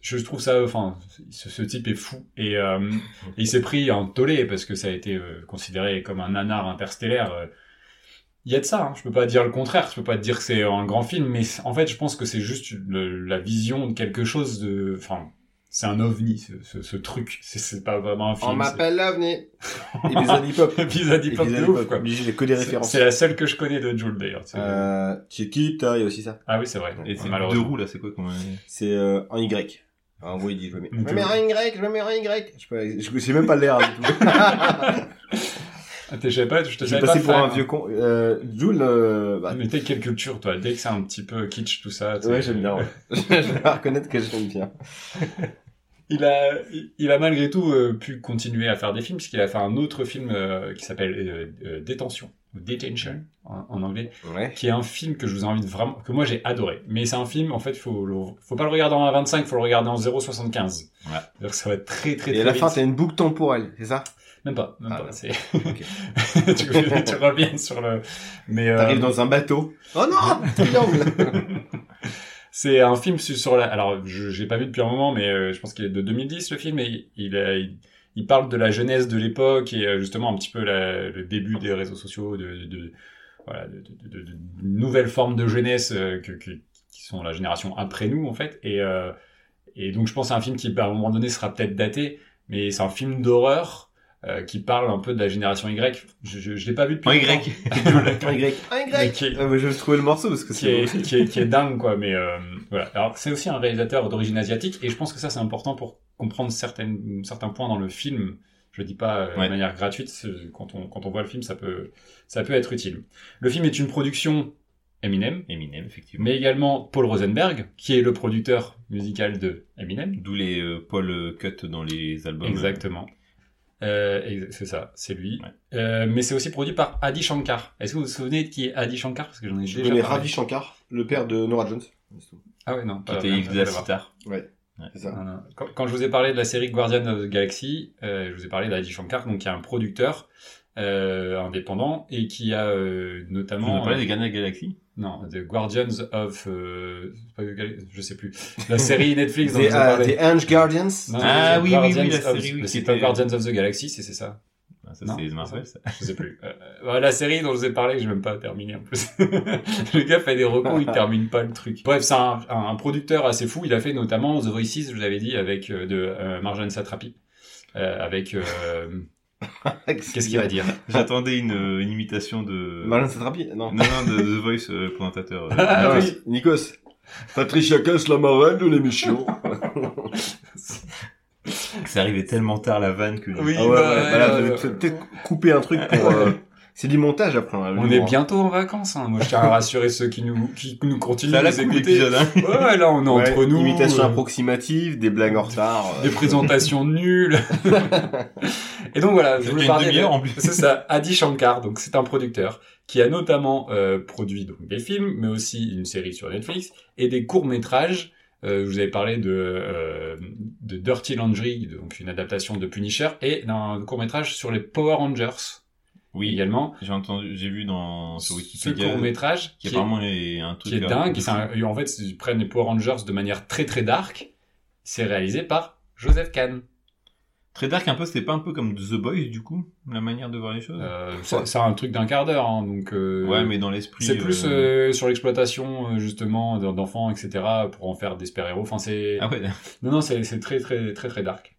je trouve ça, enfin, ce, ce type est fou et euh, il s'est pris un tollé parce que ça a été euh, considéré comme un nanar interstellaire. euh. Il y a de ça, hein, je peux pas dire le contraire, je peux pas te dire que c'est un grand film, mais c'est- en fait, je pense que c'est juste le- la vision de quelque chose de, enfin, c'est un ovni, ce, ce- ce truc, c'est- c'est pas vraiment un film. On m'appelle l'avni. Et des Annie Pop. c'est- Pisa Et Deep des Pop de Annie ouf, Pop. quoi. Obligé, j'ai que des C'est références. c'est la seule que je connais de Jules d'ailleurs. c'est- Euh, Chiquita, il y a aussi ça. Ah oui, c'est vrai. Et c'est deux malheureusement. roues là, c'est quoi qu'on a- C'est euh, en Y. En gros, il dit je me mets. Ok. Je me mets en Y, je me mets en Y. Je peux, je, je sais même pas l'air du tout. Ah, t'es- je savais pas, je te J'ai savais pas. passé pour fan, un hein. vieux con. Euh, Jules, euh, bah, Mais t'es quelle culture, toi Dès que c'est un petit peu kitsch, tout ça. t'es- ouais, j'aime bien. Ouais. je vais reconnaître que j'aime bien. Il a, il- il a malgré tout euh, pu continuer à faire des films, puisqu'il a fait un autre film euh, qui s'appelle euh, euh, Détention, ou Detention en, en anglais, Ouais. qui est un film que je vous invite vraiment, que moi j'ai adoré. Mais c'est un film, en fait, faut, le- faut pas le regarder en 1,25, faut le regarder en 0,75. Ouais. C'est-à-dire que ça va être très, très, Et très à la vite. fin, t'as une boucle temporelle, c'est ça Même pas, même Ah, pas. non. c'est- tu, tu reviens sur le. Mais euh, T'arrives dans un bateau. Oh non Triangle C'est un film su- sur la. Alors, je j'ai pas vu depuis un moment, mais euh, je pense qu'il est de 2010 le film. Et il, il, a- il- il parle de la jeunesse de l'époque et euh, justement un petit peu la- le début des réseaux sociaux, de, de, de- voilà, de, de- de- de- de nouvelles formes de jeunesse euh, que, que- qui sont la génération après nous en fait. Et, euh, et donc, je pense que c'est un film qui, bah, à un moment donné, sera peut-être daté, mais c'est un film d'horreur euh, qui parle un peu de la génération Y. Je, je, je l'ai pas vu depuis. En longtemps. Y. En Y. En Y Ok. Ah, mais Je vais trouver le morceau parce que qui c'est. est, qui est, qui est dingue, quoi. Mais euh, voilà. Alors, c'est aussi un réalisateur d'origine asiatique, et je pense que ça, c'est important pour comprendre certaines, certains points dans le film. Je dis pas euh, Ouais. de manière gratuite. c'est- Quand on, quand on voit le film, ça peut, ça peut être utile. Le film est une production Eminem, Eminem, effectivement. mais également Paul Rosenberg, qui est le producteur musical de Eminem. D'où les euh, Paul euh, Cut dans les albums. Exactement. Euh, ex- c'est ça, c'est lui. Ouais. Euh, mais c'est aussi produit par Adi Shankar. Est-ce que vous vous souvenez de qui est Adi Shankar Parce que j'en ai Je déjà connais parlé. Ravi Shankar, le père de Nora Jones. C'est tout. Ah ouais, non. Qui pas- était pas- Yves de pas- la pas- Citar. C'est ça. Non, non. Quand, quand je vous ai parlé de la série Guardian of the Galaxy, euh, je vous ai parlé d'Adi Shankar, donc qui est un producteur euh, indépendant et qui a euh, On a notamment parlé des Gardiens de la euh, Galaxie. non The Guardians of euh, c'est pas The Gal- je sais plus la série Netflix dont je Des vous ai parlé. euh, des Ange Guardians. Non, Ah The oui, oui, oui, la Guardians of- série, oui, mais c'est qui pas était- Guardians of the Galaxy, c'est c'est ça. Ah, Ça, Non, c'est c'est Marvel, ça. Je sais plus. Euh, euh, la série dont je vous ai parlé, j'ai même pas terminé en plus. le gars fait des recours, il termine pas le truc. Bref, c'est un, un- un producteur assez fou. Il a fait notamment The Voices, je vous l'avais dit, avec euh, de euh, Marjane Satrapi. Euh, avec euh, qu'est-ce qu'il va dire J'attendais une, euh, une imitation de. Marlon Satrapi Non. Non, non, de The Voice euh, présentateur. euh, Ah oui. Nikos. Patricia casse la marraine de l'émission. Ah C'est arrivé tellement tard la vanne que. Oui. Ah ouais, bah, ouais, bah là, euh, vous avez peut- peut-être couper un truc pour. euh, C'est du montage après. hein, On le est moment. bientôt en vacances. Hein. Moi, je tiens à rassurer ceux qui nous qui nous continuent Ça a à la nous coupe écouter. l'épisode, hein. Ouais, ouais, là, on est Ouais, entre nous. Imitation euh, approximative, des blagues en retard. euh, des présentations nulles. Et donc voilà, je Ça voulais fait une parler. de- demi-heure en plus. C'est ça, Adi Shankar, donc c'est un producteur qui a notamment euh, produit donc des films, mais aussi une série sur Netflix et des courts métrages Euh, je vous avais parlé de, euh, de Dirty Landry, donc une adaptation de Punisher, et d'un court métrage sur les Power Rangers Oui, également. j'ai entendu, j'ai vu dans sur Ce Wikipédia court métrage qui apparemment est un truc qui est à- dingue. C'est un- en fait, ils prennent les Power Rangers de manière très très dark. C'est réalisé par Joseph Kahn. très dark un peu. C'est pas un peu comme The Boys du coup, la manière de voir les choses. Euh, c'est c'est un truc d'un quart d'heure, hein, donc. euh, ouais, mais dans l'esprit. C'est plus euh, euh, sur l'exploitation euh, justement d'en- d'enfants, etc., pour en faire des super-héros. Enfin, c'est Ah ouais. non, non, c'est c'est très, très, très, très dark.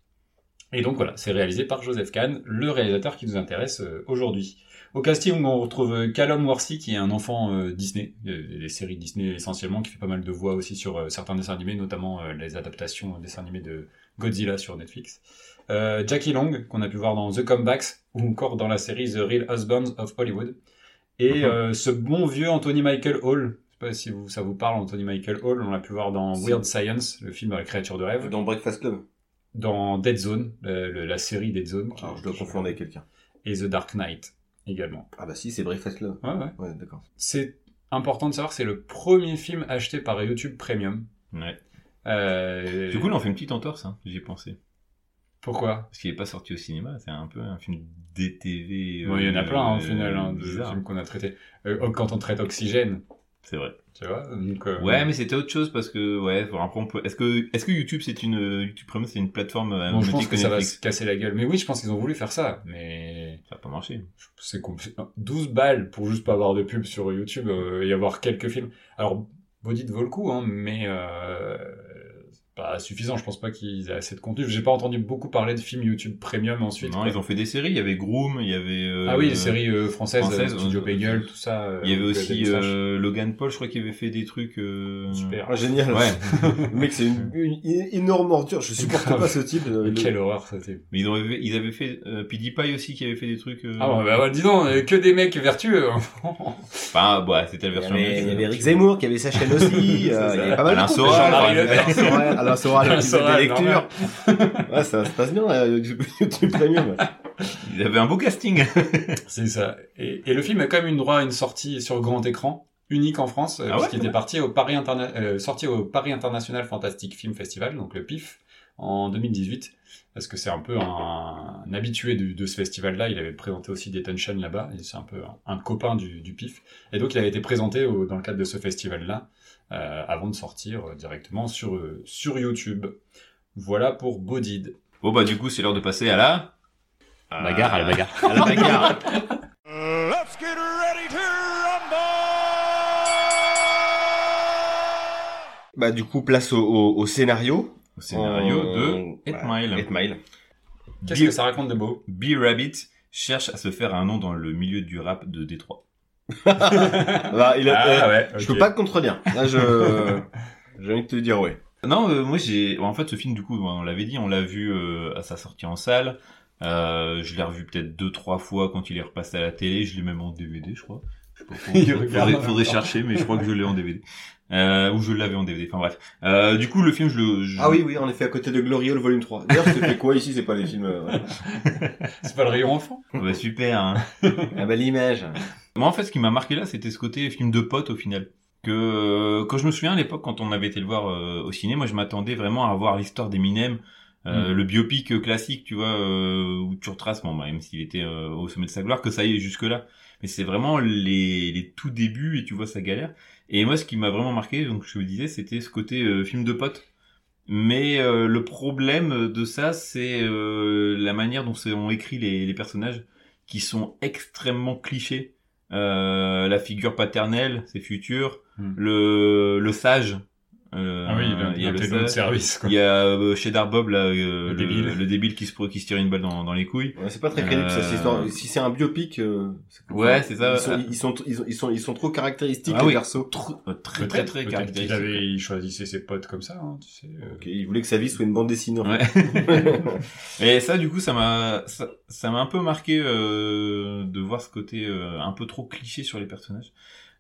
Et donc voilà, c'est réalisé par Joseph Kahn, le réalisateur qui nous intéresse euh, aujourd'hui. Au casting, on retrouve euh, Callum Worthy, qui est un enfant euh, Disney, euh, des séries Disney essentiellement, qui fait pas mal de voix aussi sur euh, certains dessins animés, notamment euh, les adaptations des dessins animés de Godzilla sur Netflix. Euh, Jackie Long, qu'on a pu voir dans The Comebacks, ou encore dans la série The Real Husbands of Hollywood. Et Mhm. euh, ce bon vieux Anthony Michael Hall, je sais pas si vous, ça vous parle, Anthony Michael Hall, on l'a pu voir dans Si. Weird Science, le film avec créature de rêve Dans Breakfast Club. dans Dead Zone, euh, le- la série Dead Zone, qui- Ah, Alors, je dois confondre avec quelqu'un. et The Dark Knight également. Ah bah si, c'est Breakfast Club. Ouais, ouais. Ouais, d'accord. C'est important de savoir, c'est le premier film acheté par YouTube Premium. ouais. Euh, Du coup, là, on fait une petite entorse. Hein, J'y ai pensé. pourquoi Parce qu'il est pas sorti au cinéma. C'est un peu un film DTV. euh, Bon, Il y en a plein hein, au euh, final hein, de bizarre. films qu'on a traités. Euh, quand on traite Oxygène, C'est vrai. tu vois. donc, euh, Ouais, mais c'était autre chose parce que ouais, faut- après on peut. Est-ce que est-ce que YouTube c'est une euh, YouTube Premium c'est une plateforme euh, bon, je pense mythique que ça va Netflix se casser la gueule. Mais oui, je pense qu'ils ont voulu faire ça. Mais Ça a pas marché. c'est compliqué. 12 balles pour juste pas avoir de pub sur YouTube euh, et avoir quelques films. Alors, Body vaut le coup, hein, mais euh, c'est pas suffisant. Je pense pas qu'ils aient assez de contenu. J'ai pas entendu beaucoup parler de films YouTube Premium ensuite. non, quoi. ils ont fait des séries. Il y avait Groom, il y avait. euh, Ah oui, les séries euh, françaises, françaises, euh, Studio euh, Bagel, tout ça. euh, Il y avait avec, euh, des aussi moustaches. euh, Logan Paul, je crois qu'il avait fait des trucs. euh, Super. Ah, génial. Ouais, Le mec, c'est une, une- une énorme ordure. Je supporte Grave. pas ce type. euh, le- Quelle horreur c'était. mais ils, ont, ils avaient fait euh, PewDiePie aussi qui avait fait des trucs. euh, Ah bon, bah, bah, dis donc, euh, que des mecs vertueux. hein. Enfin, bah, c'était la Il y version. avait, il y américaine. avait Rick Zemmour qui avait sa chaîne aussi. C'est euh, ça. il y avait pas mal Alain de gens. Soral, Alain par exemple. Soral, Alain Soral, Alain Alain Soral, Soral, des lectures. Ouais, ça se passe bien, euh, là, YouTube YouTube Premium. Ils avaient un beau casting. C'est ça. Et, et le film a quand même une droit à une sortie sur grand écran, unique en France, euh, Ah ouais, puisqu'il était parti au Paris Interna- euh, sorti au Paris International Fantastic Film Festival, donc le PIF, en 2018. Parce que c'est un peu un, un habitué du- de, ce festival-là. Il avait présenté aussi Deton Shan là-bas. et C'est un peu un, un copain du, du PIF. Et donc, il avait été présenté au- dans le cadre de ce festival-là, euh, avant de sortir euh, directement sur, euh, sur YouTube. Voilà pour Bodid. Bon bah du coup c'est l'heure de passer à la à- Bagarre, à la bagarre. À la bagarre. Let's get ready to rumble! Bah, du coup, place au, au- au scénario. Au scénario Euh, de bah, Eight Eight Mile. Mile. Qu'est-ce que ça raconte de beau B-Rabbit cherche à se faire un nom dans le milieu du rap de Détroit. Bah, il a- euh, ouais. Je Ah, ok. peux pas te contredire. Là, je, j'ai envie de te dire ouais. Non, euh, moi j'ai... En fait ce film du coup, on l'avait dit, on l'a vu euh, à sa sortie en salle. Euh, je l'ai revu peut-être deux trois fois quand il est repassé à la télé. Je l'ai même en DVD, je crois. Je sais pas, faut- Il faut- regarde en faudrait, même faudrait temps. chercher, mais je crois que je l'ai en DVD. Euh, ou je l'avais en DVD. Enfin bref. Euh, du coup le film, je le. je- Ah oui, oui, on est fait à côté de Gloriole volume 3. D'ailleurs, tu fais quoi ici C'est pas les films. euh, ouais. C'est pas le rayon enfant. Ah bah, super. Hein. Ah bah, l'image. Moi, en fait, ce qui m'a marqué là, c'était ce côté film de pote au final. Que euh, quand je me souviens à l'époque, quand on avait été le voir euh, au ciné, moi, je m'attendais vraiment à voir l'histoire d'Eminem, euh, Mm. le biopic classique, tu vois, euh, où tu retraces, bon, bah, même s'il était euh, au sommet de sa gloire, que ça y est jusque là. Mais c'est vraiment les, les tout débuts et tu vois sa galère. Et moi, ce qui m'a vraiment marqué, donc je vous disais, c'était ce côté euh, film de pote. Mais euh, le problème de ça, c'est euh, la manière dont sont écrits les, les personnages, qui sont extrêmement clichés. Euh, la figure paternelle, c'est futur. Hmm. Le, le sage. euh, Ah oui, il a, il y a le télo de sage. service, quoi. Il y a euh, Cheddar Bob, là, euh, le, Le débile. le débile qui se, pro- qui se tire une balle dans, dans les couilles. Ouais, c'est pas très crédible, ça, Euh, cette histoire. Si c'est un biopic. euh, c'est cool. Ouais, c'est ça. Ils sont, ils sont, ils sont, ils sont, ils sont trop caractéristiques, Ah les oui. persos. Tr- euh, très, très, Peut-être très qu'il caractéristique. avait- il choisissait ses potes comme ça, hein, tu sais. euh. Ok, ils voulaient que sa vie soit une bande dessinée. en fait. Et ça, du coup, ça m'a, ça, ça m'a un peu marqué euh, de voir ce côté euh, un peu trop cliché sur les personnages.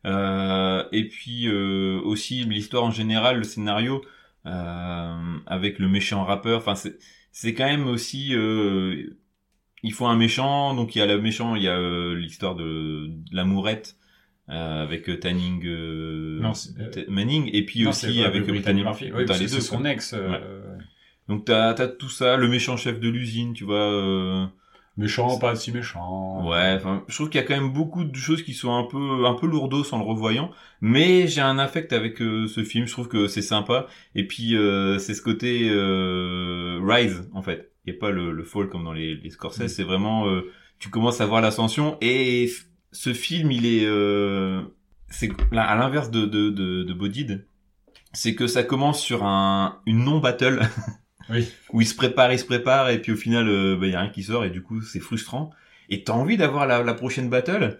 Euh, et puis euh, aussi l'histoire en général, le scénario euh, avec le méchant rappeur. Enfin, c'est, c'est quand même aussi, euh, il faut un méchant. Donc il y a le méchant, il y a euh, l'histoire de, de l'amourette. euh, avec euh, Tanning, euh, Non, c'est- euh, T- Manning, et puis non, c'est, aussi ouais, avec Brittany Brittany Murphy. Murphy. Ouais, T'as parce les que deux, c'est son quoi. ex. euh, Ouais. Donc t'as t'as tout ça, le méchant chef de l'usine, tu vois. euh, Méchant, pas si méchant. Ouais, enfin, je trouve qu'il y a quand même beaucoup de choses qui sont un peu un peu lourdeaux en le revoyant, mais j'ai un affect avec euh, ce film. Je trouve que c'est sympa. Et puis euh, c'est ce côté euh, rise en fait. Il n'y a pas le, le fall comme dans les, les Scorsese. Mm. C'est vraiment euh, tu commences à voir l'ascension et f- ce film il est euh, c'est là, à l'inverse de de de, de Bodied, c'est que ça commence sur un une non battle Oui. où il se prépare, il se prépare, et puis au final, euh, bah, il y a rien qui sort, et du coup, c'est frustrant. Et t'as envie d'avoir la, la prochaine battle.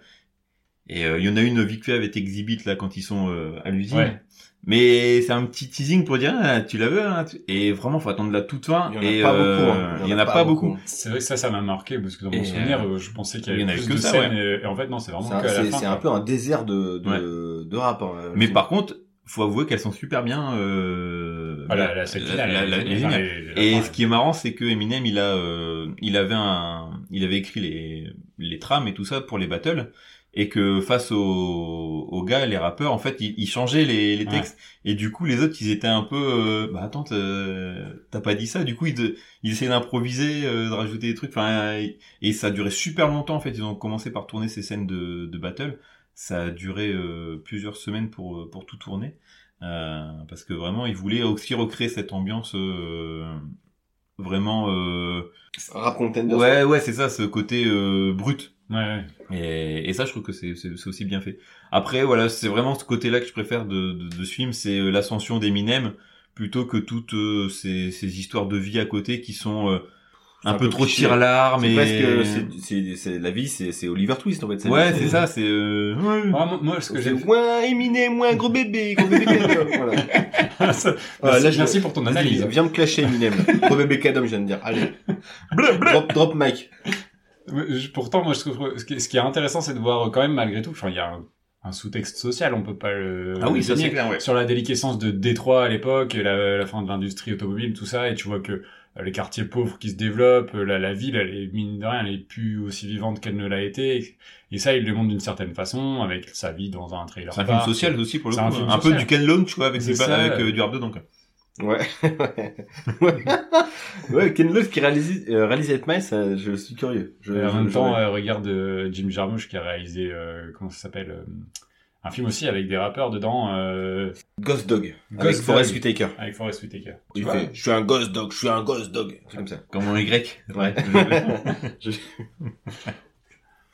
Et euh, il y en a une vite fait avec Exhibit, là, quand ils sont euh, à l'usine. Ouais. Mais c'est un petit teasing pour dire, ah, tu la veux, hein, tu- Et vraiment, faut attendre la toute fin. Il y en a et, pas euh, beaucoup. hein. Il y en a pas beaucoup. C'est vrai que ça, ça m'a marqué parce que dans mon Et, souvenir, euh, je pensais qu'il y il y en avait avait plus que de ça, scènes et- et en fait non, c'est C'est vraiment un- que à la C'est fin. c'est un quoi. peu un désert de, de, de rap. hein, le Mais film. par contre, faut avouer qu'elles sont super bien. Euh, Ah, la- la scène la- finale, la- elle la- est elle est géniale. géniale. Enfin, elle est- elle Et est- ce qui est marrant, c'est que Eminem, il a, euh, il avait un, il avait écrit les, les trames et tout ça pour les battles, et que face aux, aux gars, les rappeurs, en fait, ils, ils changeaient les, les Ouais. textes, et du coup, les autres, ils étaient un peu, euh, bah attends, t'as t'as pas dit ça, du coup, ils, de- ils essayaient d'improviser, euh, de rajouter des trucs, enfin, et- et ça a duré super longtemps, en fait, ils ont commencé par tourner ces scènes de, de battle, ça a duré euh, plusieurs semaines pour, euh, pour tout tourner. Euh, parce que vraiment, ils voulaient aussi recréer cette ambiance euh, vraiment euh, Rap contender. ouais ouais c'est ça ce côté euh, brut Ouais, ouais. et, et ça je trouve que c'est c'est c'est aussi bien fait après voilà c'est vraiment ce côté là que je préfère de, de, de ce film c'est euh, l'ascension d'Eminem plutôt que toutes euh, ces, ces histoires de vie à côté qui sont euh, C'est un, peu, trop cliché. tir l'arme C'est et presque, c'est- c'est- c'est- la vie, c'est c'est Oliver Twist en fait. ouais c'est ça c'est euh, ouais. Ah, moi- Moi, ce que C'est j'ai moins Eminem, moins gros bébé, gros bébé cadom. voilà. Ça- Euh, Voilà, merci, là, je- merci pour ton analyse. Vas-y, Viens me clasher Eminem. là. Gros bébé cadom, je viens de dire. Allez. Drop, drop mic. Ouais, je- Pourtant, moi, je trouve ce qui, ce qui est intéressant, c'est de voir euh, quand même malgré tout. Enfin, il y a un, un sous-texte social, on peut pas le. ah oui le ça nier. c'est clair ouais Sur la déliquescence de Détroit à l'époque, et la, la fin de l'industrie automobile, tout ça, et tu vois que euh, les quartiers pauvres qui se développent, euh, la, la ville, elle est mine de rien, elle est plus aussi vivante qu'elle ne l'a été. Et ça, il le montre d'une certaine façon, avec sa vie dans un trailer. c'est un film park. social aussi pour le C'est coup hein. un un, film social. peu du Ken Loach quoi avec, C'est des ba- ça. avec euh, du rap dedans quoi. Ouais. ouais. ouais, Ken Love qui réalise, euh, réalise Eight Mile, ça, je suis curieux. Je, Et en je- même je- temps, euh, regarde euh, Jim Jarmusch qui a réalisé, euh, comment ça s'appelle euh, Un film aussi avec des rappeurs dedans, euh, Ghost Dog. avec Ghost Forest Dog, Whitaker. avec Forest Whitaker. Tu Il vois fait, je suis un ghost dog, je suis un ghost dog. C'est comme ça. Comme en Y. Ouais.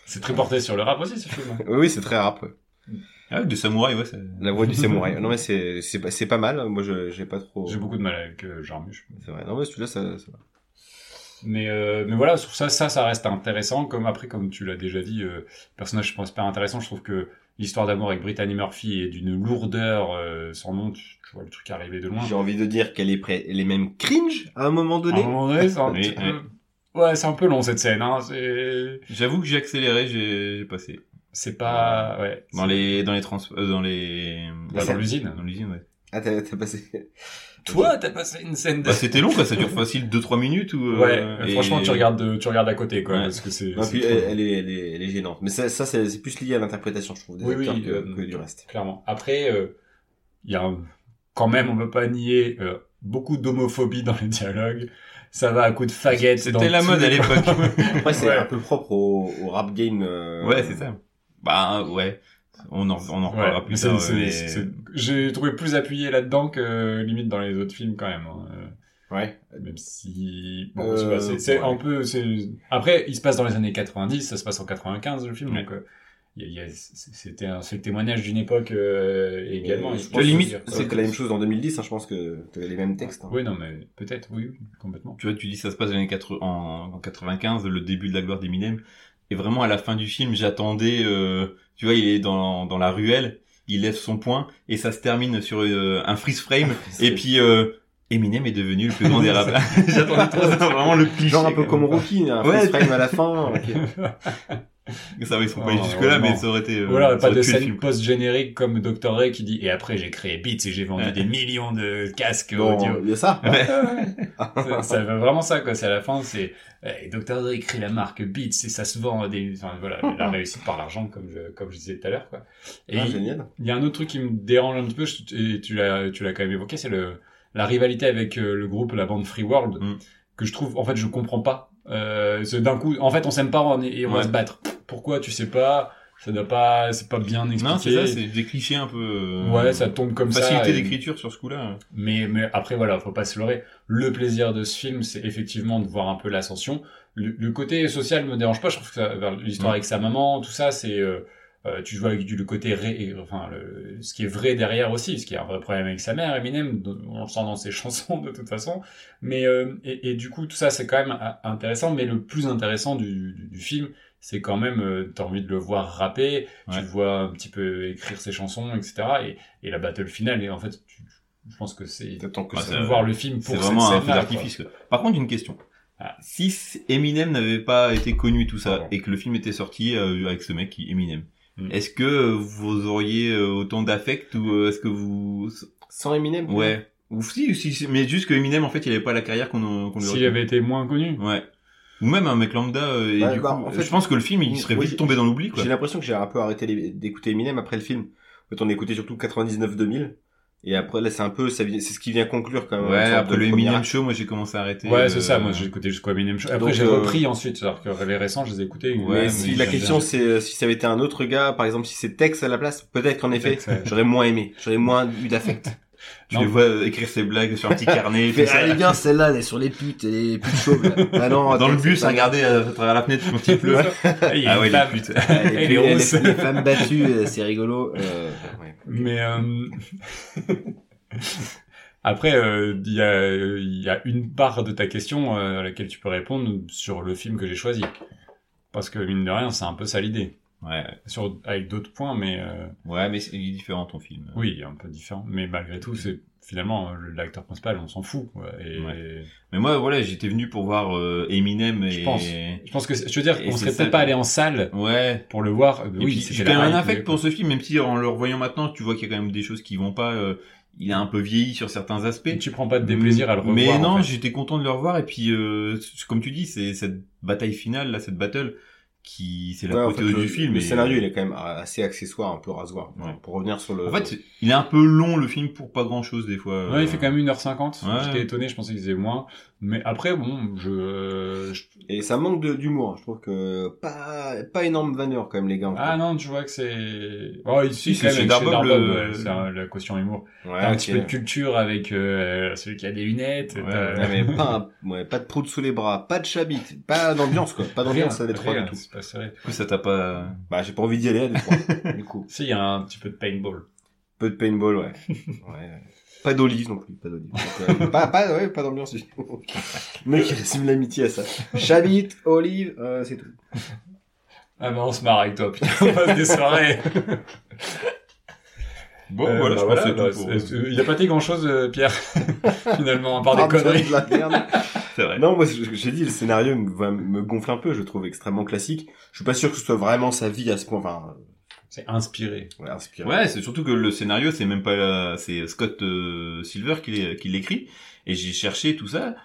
C'est très porté sur le rap aussi, ce film. hein. Oui, oui, c'est très rap. ouais. ah, de samouraï, ouais. c'est- La voix du samouraï. Non, mais c'est, c'est, pas- c'est pas mal. Moi, je, j'ai pas trop. J'ai beaucoup de mal avec euh, Jarmusch. C'est vrai. Non, mais celui-là, ça, ça va. Mais, euh, mais voilà, sur ça, ça, ça reste intéressant. Comme après, comme tu l'as déjà dit, euh, personnage, je pense, pas intéressant. Je trouve que l'histoire d'amour avec Brittany Murphy est d'une lourdeur euh, sans nom. Tu, tu vois le truc arriver de loin. J'ai envie de dire qu'elle est prête. Elle est même cringe à un moment À un donné. moment donné, c'est un Oui, petit peu- Ouais, c'est un peu long cette scène. Hein. C'est... J'avoue que j'ai accéléré, j'ai j'ai passé. c'est pas. Ouais. Dans les, dans les trans, euh, dans les, Bah, dans l'usine. Dans l'usine, ouais. Ah, t'as, t'as passé. Toi, t'as passé une scène de. Bah, c'était long, quoi. Ça dure facile 2-3 minutes ou, euh, ouais, et- franchement, tu regardes, de- tu regardes à côté, quoi, Ouais. parce que c'est. Non, Bah, c'est puis, euh, trop elle, long. elle est, elle est, elle est gênante. Mais ça, ça c'est, c'est plus lié à l'interprétation, je trouve, des Oui, oui, acteurs que, euh, que du reste. clairement. Après, euh, il y a un- quand même, on peut pas nier euh, beaucoup d'homophobie dans les dialogues. Ça va à coups de faguette. C'était dans la tous mode les- à l'époque. Après, c'est Ouais. un peu propre au, au rap game. euh, ouais, c'est ça. Bah, ouais. On en, on en Ouais, reparlera mais plus c'est- tard. c'est- mais- c'est- J'ai trouvé plus appuyé là-dedans que euh, limite dans les autres films quand même. hein. Ouais. Euh, Même si bon, Euh, c'est pas- c'est- c'est ouais. un peu. c'est- Après, il se passe dans les années 90, ça se passe en 95 le film, Ouais. donc euh, il y a- il y a- c'est- c'était un- c'est le témoignage d'une époque euh, également. Et et je je pense pense que limite, dire- C'est que la même chose en 2010, hein, je pense que t'as les mêmes textes. hein. Oui, non, mais peut-être, oui, oui, complètement. Tu vois, tu dis ça se passe dans les années 80 en, en 95, le début de la gloire d'Eminem. Et vraiment, à la fin du film, j'attendais... euh, tu vois, il est dans, dans la ruelle, il lève son poing, et ça se termine sur euh, un freeze frame. et puis, euh, Eminem est devenu le plus grand des rappeurs. j'attendais trop ça, vraiment le cliché. Genre un peu hein, quoi. comme Rocky, un Ouais. freeze frame à la fin. ok. Ça va, ils sont pas Oh, allés jusque-là, mais heureusement. ça aurait été. euh, Voilà, ça pas aurait de tué le scène film. post-générique comme Dr. Ray qui dit Et après, j'ai créé Beats et j'ai vendu Ouais. des millions de casques Bon, audio. il y a ça. hein, ça, ça va vraiment ça, quoi. C'est à la fin, c'est eh, Dr. Dre crée la marque Beats et ça se vend. à Des... Enfin, voilà, la réussite par l'argent, comme je, comme je disais tout à l'heure, quoi. Et Ah, il génial. il y a un autre truc qui me dérange un petit peu, je- et tu l'as, tu l'as quand même évoqué, c'est le, la rivalité avec euh, le groupe, la bande Free World, Mm. que je trouve, en fait, je comprends pas. Euh, c'est d'un coup, en fait, on s'aime pas on est- et on va Ouais. se battre. Pourquoi, tu sais pas, ça doit pas, c'est pas bien expliqué. Non, c'est ça, c'est des clichés un peu. euh, Ouais, ça tombe comme ça. euh, Facilité et- d'écriture sur ce coup-là. mais, mais après, voilà, faut pas se leurrer. Le plaisir de ce film, c'est effectivement de voir un peu l'ascension. Le, le côté social me dérange pas. Je trouve que ça- vers l'histoire Mm. avec sa maman, tout ça, c'est euh, euh, tu vois avec du, le côté ré- enfin le- ce qui est vrai derrière aussi, ce qui est un vrai problème avec sa mère, Eminem. On le sent dans ses chansons de toute façon. Mais euh, et, et du coup, tout ça, c'est quand même a- intéressant. Mais le plus intéressant du, du- du film, c'est quand même euh, t'as envie de le voir rapper. Tu Ouais. le vois un petit peu écrire ses chansons, etc. Et, et la battle finale, et en fait, tu- je pense que c'est T'attends que Ouais, ça. faut c'est- Euh, voir le film pour C'est vraiment un cette feu scène-là, d'artifice. quoi. Par contre, une question. Ah. Si Eminem n'avait pas été connu tout ça Pardon. et que le film était sorti euh, avec ce mec qui Eminem, Mm. est-ce que euh, vous auriez euh, autant d'affect ou euh, est-ce que vous Sans Eminem. ouais ou si, si si- mais juste que Eminem en fait il avait pas la carrière qu'on euh, qu'on quoi. lui S'il aurait avait été moins connu. ouais ou même un mec lambda euh, et Bah, du bah, coup, en fait, je pense que le film il serait oui, vite tombé dans l'oubli quoi J'ai l'impression que j'ai un peu arrêté les- d'écouter Eminem après le film. En fait, on écoutait surtout 99-2000. Et après, là, c'est un peu, ça vi- c'est ce qui vient conclure quand même. ouais Euh, une sorte après de le premier Eminem acte. show moi j'ai commencé à arrêter Ouais, euh, c'est ça. Moi, j'ai écouté jusqu'au Eminem Show. Après, Donc, j'ai euh, repris ensuite, alors que les récents, je les ai écoutés. Ouais, mais mais si j'aime la bien. question c'est euh, si ça avait été un autre gars, par exemple si c'est Tex à la place, peut-être qu'en effet Tex, ouais. j'aurais moins aimé, j'aurais moins eu d'affect. je Non. les vois euh, écrire ses blagues sur un petit carnet tout Mais ça. elle est bien celle-là, elle est sur les putes, elle est pute chauve. là. Ah non, dans le Tex, bus hein. c'est pas mal. regarder euh, à travers la fenêtre quand il pleut Et il y a ah une ouais les femme. putes Et Elle puis, est les- rousse. les femmes battues, euh, c'est rigolo. euh, ouais. Mais euh, après, euh, il y, a, euh, il y a une part de ta question euh, à laquelle tu peux répondre sur le film que j'ai choisi. Parce que mine de rien, c'est un peu ça l'idée. ouais Sur avec d'autres points, mais euh, Ouais, mais c'est- il est différent ton film. oui, il est un peu différent. Mais malgré tout, c'est finalement euh, l'acteur principal, on s'en fout. quoi. Et- Ouais. Mais moi, voilà, j'étais venu pour voir euh, Eminem et. Je pense. Je pense que c'est- je veux dire, Et on c'est serait ça, peut-être pas quoi. allé en salle Ouais. pour le voir. Et Oui, puis, c'était j'ai la quand même hype, un mais- affect pour ce film, même si en le revoyant maintenant, tu vois qu'il y a quand même des choses qui vont pas. euh, il a un peu vieilli sur certains aspects. Et tu prends pas de déplaisir à le revoir. Mais non, en fait. j'étais content de le revoir. Et puis, euh, c- comme tu dis, c'est cette bataille finale, là, cette battle, qui c'est la Ouais, en fait, apothéose le, du film. le et- scénario il est quand même euh, assez accessoire, un peu rasoir. Enfin, Ouais. Pour revenir sur le. En fait, c'est- il est un peu long le film pour pas grand chose des fois. Ouais, il fait quand même 1h50. euh, Ouais. J'étais étonné, je pensais qu'il faisait moins. Mais après, bon, je. euh, je- et ça manque de- d'humour. hein. Je trouve que pas pas énorme vanneur quand même les gars. en Ah fait. non, tu vois que c'est. Oh, ici, quand Si, c'est même, chez avec chez Darbob, Darbob, le- ouais, c'est un- la caution humour. Ouais, T'as un ok. petit peu de culture avec euh, celui qui a des lunettes. Ouais, t'as- Ouais, mais pas, un- ouais, pas de prout sous les bras, pas de chabit, pas d'ambiance quoi, pas Rien, d'ambiance à Détroit rien, du tout. c'est pas serré. Du coup, ça t'a pas. Bah j'ai pas envie d'y aller à Détroit, du coup. Si, il y a un petit peu de paintball. Peu de paintball, ouais. ouais. Pas d'olive non plus, pas d'olive. Donc, euh, pas pas, ouais, pas d'ambiance du tout. Le Mec, il résume l'amitié à ça. Chabit, olive, euh, c'est tout. Ah, mais on se marre avec toi, putain, on passe des soirées. Bon, Euh, voilà, bah je voilà, pensais bah, tout pour. c'est- euh, Il n'y a pas été grand chose, Pierre, finalement, à part des Ah, conneries. de la merde. C'est vrai. Non, moi, je- j'ai dit, le scénario me, va- me gonfle un peu, je le trouve extrêmement classique. Je suis pas sûr que ce soit vraiment sa vie à ce point, enfin, C'est inspiré. ouais, inspiré. Ouais, c'est surtout que le scénario, c'est même pas la- c'est Scott euh, Silver qui l'é- qui l'écrit. Et j'ai cherché tout ça.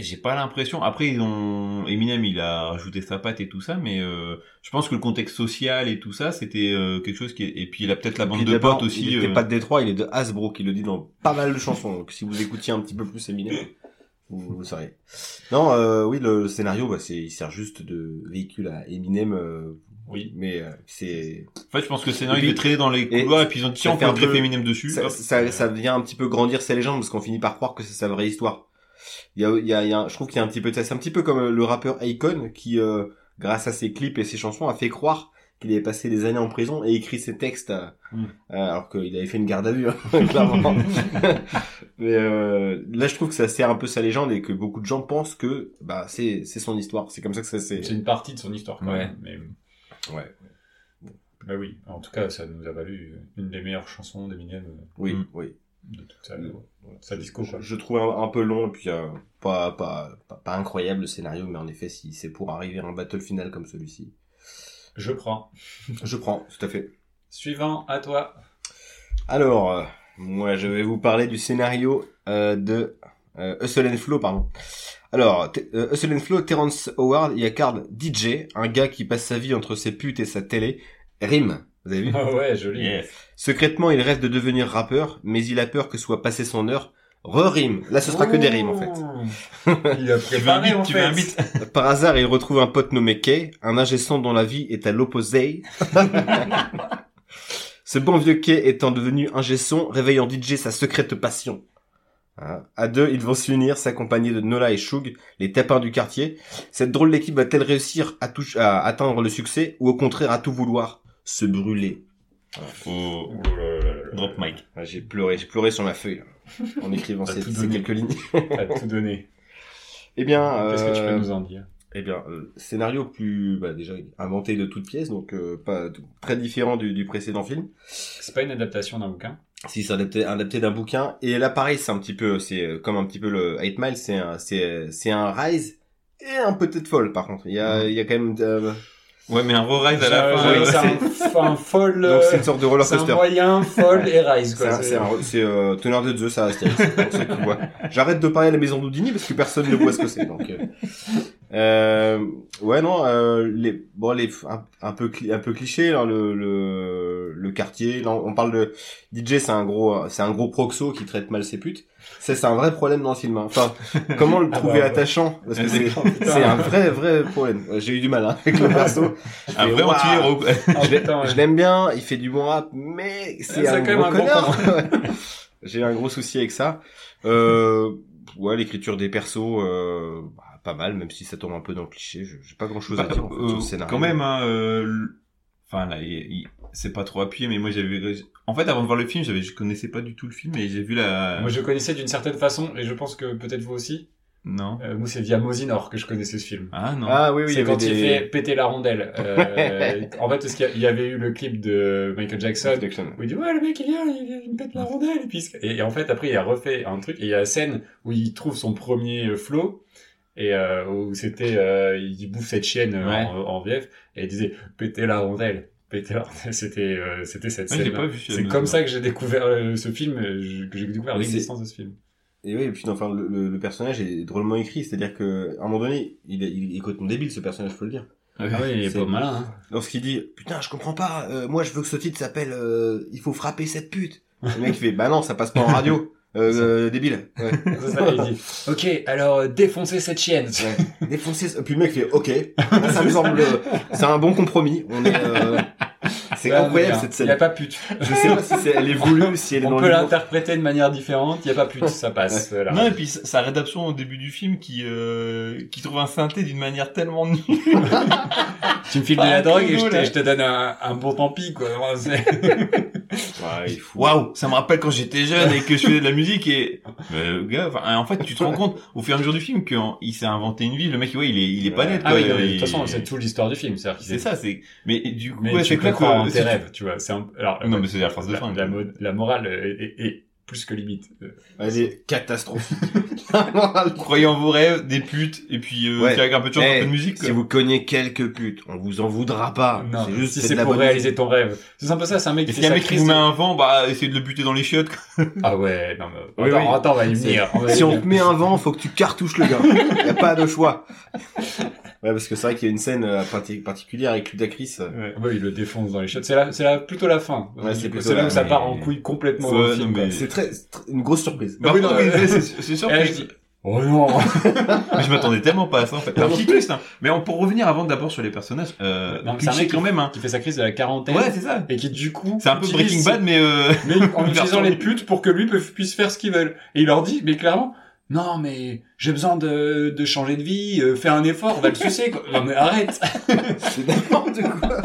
et J'ai pas l'impression. Après, ils ont Eminem, il a rajouté sa patte et tout ça, mais euh, je pense que le contexte social et tout ça, c'était euh, quelque chose qui. est- Et puis il a peut-être la bande Puis de d'abord, potes aussi. Il était euh, pas de Détroit, il est de Hasbrook, il le dit dans pas mal de chansons. Donc si vous écoutiez un petit peu plus Eminem, vous, vous saurez. Non, euh, oui, le, le scénario, bah, c'est, il sert juste de véhicule à Eminem. euh, Oui. Mais euh, c'est En fait, je pense que le scénario Et il est puis- traîné dans les couloirs et, puis ils ont dit tiens, ça on fait peut un greffer peu- Eminem dessus. ça, hop. euh, ça, ça vient un petit peu grandir ses légendes parce qu'on finit par croire que c'est sa vraie histoire. Il y a, il y a, il y a un- je trouve qu'il y a un petit peu de ça. C'est un petit peu comme euh, le rappeur Akon qui, euh, grâce à ses clips et ses chansons, a fait croire qu'il avait passé des années en prison et écrit ses textes euh, Mm. euh, alors qu'il avait fait une garde à vue, hein, clairement. Mais euh, là, je trouve que ça sert un peu sa légende et que beaucoup de gens pensent que bah c'est c'est son histoire. C'est comme ça que ça c'est. C'est une partie de son histoire, quand Ouais. même. Mais... Ouais. Bah oui, en tout cas, ça nous a valu une des meilleures chansons d'Eminem euh, Oui, Mm. oui. de toute sa, Mm. sa disco. Je, quoi. je trouve un, un peu long et puis euh, pas, pas, pas, pas incroyable le scénario, mais en effet, si c'est pour arriver à un battle final comme celui-ci, Je prends. Je prends, tout à fait. Suivant, à toi. Alors, euh, moi, je vais vous parler du scénario euh, de euh, Hustle and Flow, pardon. Alors, T- euh, Hustle and Flow, Terrence Howard il incarne DJ, un gars qui passe sa vie entre ses putes et sa télé. Rime, vous avez vu Ah ouais, joli. Yes. Secrètement, il rêve de devenir rappeur, mais il a peur que soit passé son heure. Re-rime. Là, ce sera que des rimes, en fait. fait. Il a Tu veux un préparé, en beat, tu veux fait. un beat. Par hasard, il retrouve un pote nommé Kay, un ingé son dont la vie est à l'opposé. Ce bon vieux Kay étant devenu ingé son, réveille en DJ sa secrète passion. Hein. À deux, ils vont s'unir, s'accompagner de Nola et Shug, les tapins du quartier. Cette drôle d'équipe va-t-elle réussir à, touche- à atteindre le succès ou au contraire à tout vouloir se brûler Oh, Ouh là là là là. drop mic. Ah, J'ai pleuré, j'ai pleuré sur ma feuille là, en écrivant T'as ces, tout ces donné. quelques lignes. T'as tout donné. Eh bien, Qu'est-ce que tu euh, peux nous en dire Eh bien, euh, scénario plus bah, déjà inventé de toutes pièces, donc euh, pas t- très différent du, du précédent film. C'est pas une adaptation d'un bouquin. Si c'est adapté, adapté d'un bouquin, et là pareil, c'est un petit peu, c'est euh, comme un petit peu le 8 Mile, c'est un, c'est, euh, c'est un rise et un peu tête folle par contre. Il y a, il y a quand même, euh, Ouais, mais un re-rise à la Euh, fin. ouais, euh, c'est c'est- un, c'est un folle. donc c'est euh, une sorte de roller C'est un coaster. moyen folle et rise C'est quoi. un, c'est un- c'est, euh, teneur de Zeus à Astérix. pour ceux qui voient. J'arrête de parler à la maison d'Houdini parce que personne ne voit ce que c'est. Donc, euh, euh, ouais, non, euh, les, bon, les, un, un peu, cli- un peu cliché, là, le, le, le quartier. Là, on parle de DJ, c'est un gros, c'est un gros proxo qui traite mal ses putes. C'est, c'est un vrai problème dans le film. hein. Enfin, comment le Ah bah, trouver ouais. attachant Parce que c'est, Oh, putain. c'est un vrai, vrai problème. Euh, J'ai eu du mal hein, avec le perso. Un Mais vrai waouh. anti-héros. quoi. Ah, Je l'ai- putain, ouais. je l'aime bien, il fait du bon rap, mais c'est C'est un, quand gros même un gros connard. Ouais. J'ai un gros souci avec ça. Euh, ouais, l'écriture des persos, euh, bah, pas mal, même si ça tombe un peu dans le cliché. je- J'ai pas grand chose à Bah, dire en fait, euh, sur le scénario. Quand même, hein, euh, l- enfin là, il- il- c'est pas trop appuyé, mais moi j'avais. En fait, avant de voir le film, j'avais, je connaissais pas du tout le film et j'ai vu la. Moi je connaissais d'une certaine façon et je pense que peut-être vous aussi. Non. Euh, moi c'est via Mosinor que je connaissais ce film. Ah non. Ah oui, oui, il y c'est avait quand des... il fait péter la rondelle. Euh, en fait, parce qu'il y a- il y avait eu le clip de Michael Jackson Jackson. où il dit ouais le mec il vient, il, vient, il me pète la rondelle et puis il se- et, et en fait après il a refait un truc et il y a la scène où il trouve son premier euh, flow et euh, où c'était euh, il bouffe cette chienne euh, Ouais. en, en VF et il disait péter la rondelle, péter la rondelle. C'était euh, c'était cette Ouais, scène. j'ai pas vu. ce C'est film, comme non. ça que j'ai découvert euh, ce film, euh, je- que j'ai découvert Mais l'existence de ce film. Et oui, et puis enfin, le, le- le personnage est drôlement écrit, c'est-à-dire que à un moment donné, il, est- il est complètement débile ce personnage, faut le dire. Ah oui, il est C'est- pas malin. Hein. Lorsqu'il dit putain, je comprends pas, euh, moi je veux que ce titre s'appelle euh, il faut frapper cette pute. Le mec il fait bah non, ça passe pas en radio, euh, euh, débile. Ouais. C'est ça, il dit. Ok, alors euh, défoncez cette chienne. Ouais. Défoncer. ce- Puis le mec fait OK. Là, ça me semble. euh, C'est un bon compromis. On est. euh, C'est Là, incroyable il y a- cette Il n'y a scène. pas pute. Je sais pas si c'est- elle est voulue ou si elle est On dans peut le livre. l'interpréter de manière différente, il n'y a pas pute, ça passe. voilà. Non, et puis sa sa rédemption au début du film qui, euh, qui trouve un synthé d'une manière tellement nulle. tu me files de pas la un drogue et kilo, je te, là. je te donne un, un bon tant pis, quoi. Vraiment, c'est- Ouais, il faut- Waouh, ça me rappelle quand j'étais jeune et que je faisais de la musique et Mais, le gars, enfin, en fait, tu te rends compte au fur et à mesure du film qu'il s'est inventé une vie. Le mec, ouais, il est, il est pas net. Ah quoi. oui, non, Il- mais de toute façon, c'est toute l'histoire du film. C'est-à-dire qu'il C'est ça, c'est. Mais du coup, Mais ouais, tu c'est peux clair croire en que tes rêves, tu vois. c'est Un... Alors, euh, Non, mais c'est la phrase de la, fin. la mo- la morale est, est- est plus que limite. Euh, Elle est catastrophique. Croyez en vos rêves, des putes, et puis euh, Ouais. tiens, avec un peu de chance, Eh, un peu de musique. si vous cognez quelques putes, on vous en voudra pas. non, Ah, C'est juste si faites c'est de la pour bonne réaliser ton rêve. C'est un peu ça, c'est un mec Et qui si y a un mec qui sacrifie- vous met un vent, bah essayez de le buter dans les chiottes. quoi. Ah ouais, non, mais Oui, attends, oui. attends, on va y C'est- venir. on va y Si on venir. te met un vent, faut que tu cartouches le gars. Y a pas de choix. Ouais, parce que c'est vrai qu'il y a une scène euh, parti- particulière avec Ludacris. euh, Ah bah, il le défonce dans les shots. C'est là, c'est là plutôt la fin. Ouais, c'est Du coup, plutôt c'est là la- où ça mais- part en couille complètement dans Ouais, le film. non, quoi. mais- C'est très, c'est tr- une grosse surprise. Bah oui, oui, non, non, mais- c'est c'est sûr. Et là, que- je dis, Oh non Mais je m'attendais tellement pas à ça en fait. Un petit twist. Hein. Mais on, pour revenir avant d'abord sur les personnages, euh, Non, mais c'est un cliché mec quand même. Hein. qui fait sa crise de la quarantaine Ouais, c'est ça. et qui du coup C'est un peu Breaking utilise- Bad, mais euh... mais en utilisant version- les putes pour que lui peut- puisse faire ce qu'il veut. Et il leur dit, mais clairement, non mais j'ai besoin de, de changer de vie, euh, fais un effort, va le sucer. Quoi. Non mais arrête C'est n'importe quoi.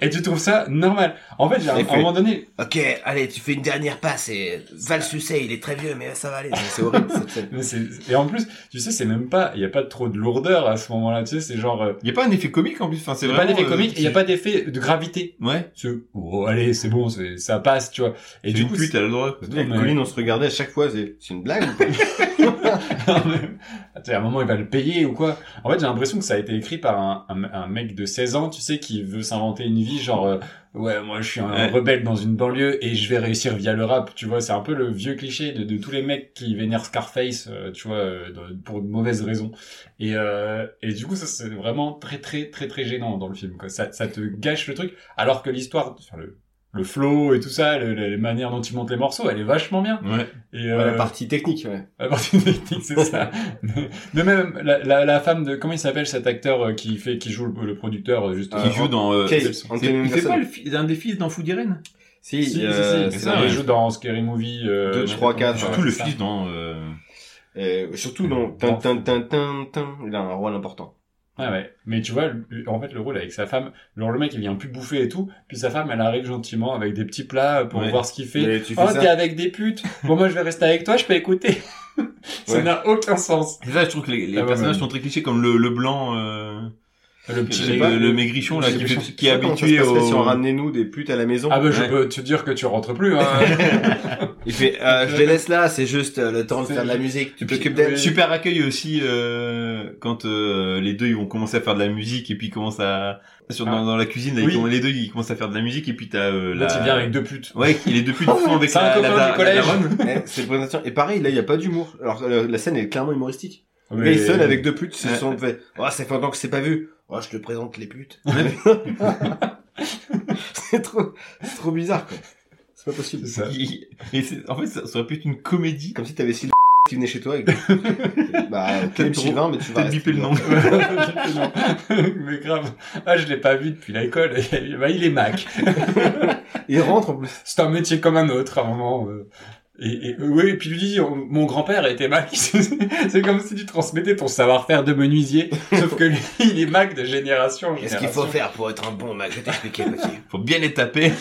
Et tu trouves ça normal. En fait, à un, Et à un fait. moment donné, Ok, allez, tu fais une dernière passe et va le sucer, il est très vieux, mais ça va aller. C'est horrible cette scène. mais c'est- et en plus, tu sais, c'est même pas, il n'y a pas trop de lourdeur à ce moment-là. Tu sais, c'est genre, euh, y a pas un effet comique en plus. Enfin, c'est il n'y a pas vraiment, d'effet euh, comique, il n'y a c'est- pas d'effet de gravité. Ouais. Tu- oh, allez, c'est bon, c'est- ça passe, tu vois. Et Et du d'une coup, pute, elle a le droit. Non, mais- Colline, on se regardait à chaque fois, c'est c'est une blague ou pas Non, mais- Ah, tu sais, à un moment, il va le payer ou quoi. En fait, j'ai l'impression que ça a été écrit par un, un, un mec de 16 ans, tu sais, qui veut s'inventer une vie, genre, euh, ouais, moi, je suis un Ouais. rebelle dans une banlieue et je vais réussir via le rap, tu vois. C'est un peu le vieux cliché de, de tous les mecs qui vénèrent Scarface, euh, tu vois, euh, dans- pour de mauvaises raisons. Et, euh, et du coup, ça, c'est vraiment très, très, très, très gênant dans le film, quoi. Ça, ça te gâche le truc, alors que l'histoire, enfin, le, le flow et tout ça, le- le- les manières dont tu montes les morceaux, elle est vachement bien. Ouais. Et, Ouais, euh, La partie technique, ouais. la partie technique, Euh, c'est ça. De même, la, la, la femme de comment il s'appelle cet acteur euh, qui fait, qui joue le, le producteur euh, juste. Qui Euh, joue dans. euh, Case, c'est- c'est- Anthony il fait Anderson. pas le fi- un des fils dans Food Irene Si, Si, si, si, euh, c'est c'est ça. vrai. Il joue dans Scary Movie. Euh, Deux, je sais trois, pas quatre, comment, ouais, Surtout le c'est ça. fils dans. euh, Et surtout dans tin, tin, tin, tin, tin, il a un rôle important. Ah ouais. Mais tu vois, le- en fait, le rôle avec sa femme, genre le mec il vient plus bouffer et tout, puis sa femme elle arrive gentiment avec des petits plats pour Ouais. voir ce qu'il fait. Mais tu fais Oh, ça. t'es avec des putes. Bon, moi, je vais rester avec toi, je peux écouter. ça Ouais. n'a aucun sens. C'est ça, je trouve que les, les Ah ouais, personnages ouais. sont très clichés, comme le, le blanc, euh, Le le, petit sais pas, le le- maigrichon là, Je qui, sais pas fait- qui est comment ça se habitué passerait au. Si on ramenait nous des putes à la maison, Ah bah, je Ouais. peux te dire que tu rentres plus, hein. il fait euh, je les laisse là, c'est juste euh, le temps de C'est- faire de la musique. Tu Tu peux- t'occupes tu- d'elle. Super accueil aussi euh, quand euh, les deux ils vont commencer à faire de la musique et puis ils commencent à sur, dans, dans la cuisine là, ils Ah. Oui. commencent- les deux ils commencent à faire de la musique et puis t'as euh, Là, la tu viens avec deux putes. ouais il est depuis le fond avec C'est un la, la, copain da- du collège. daronne. Eh, C'est une présentation. Et pareil, là, il n'y a pas d'humour. Alors, euh, la, la scène est clairement humoristique. Mais- Mais seul avec deux putes, c'est Ouais. son fait. Oh, ça fait longtemps que c'est pas vu. Oh, je te présente les putes. c'est trop, c'est trop bizarre, quoi. C'est pas possible. C'est ça. Il- et c'est- en fait ça, ça aurait pu être une comédie Comme si t'avais Sylvain qui venait chez toi et que- bah, t'aimes trop- Sylvain, mais tu vas. peut-être rester bipper le nom dedans. Non. Mais grave. Ah, je l'ai pas vu depuis l'école. bah, il est Mac. Il rentre en plus. C'est un métier comme un autre, à un moment. euh. Et, et- oui, et puis lui dit, on- mon grand-père était Mac. C'est comme si tu transmettais ton savoir-faire de menuisier. Sauf que lui, il est Mac de génération en Qu'est-ce qu'il faut génération. faire pour être un bon mec Je vais t'expliquer, petit. faut bien les taper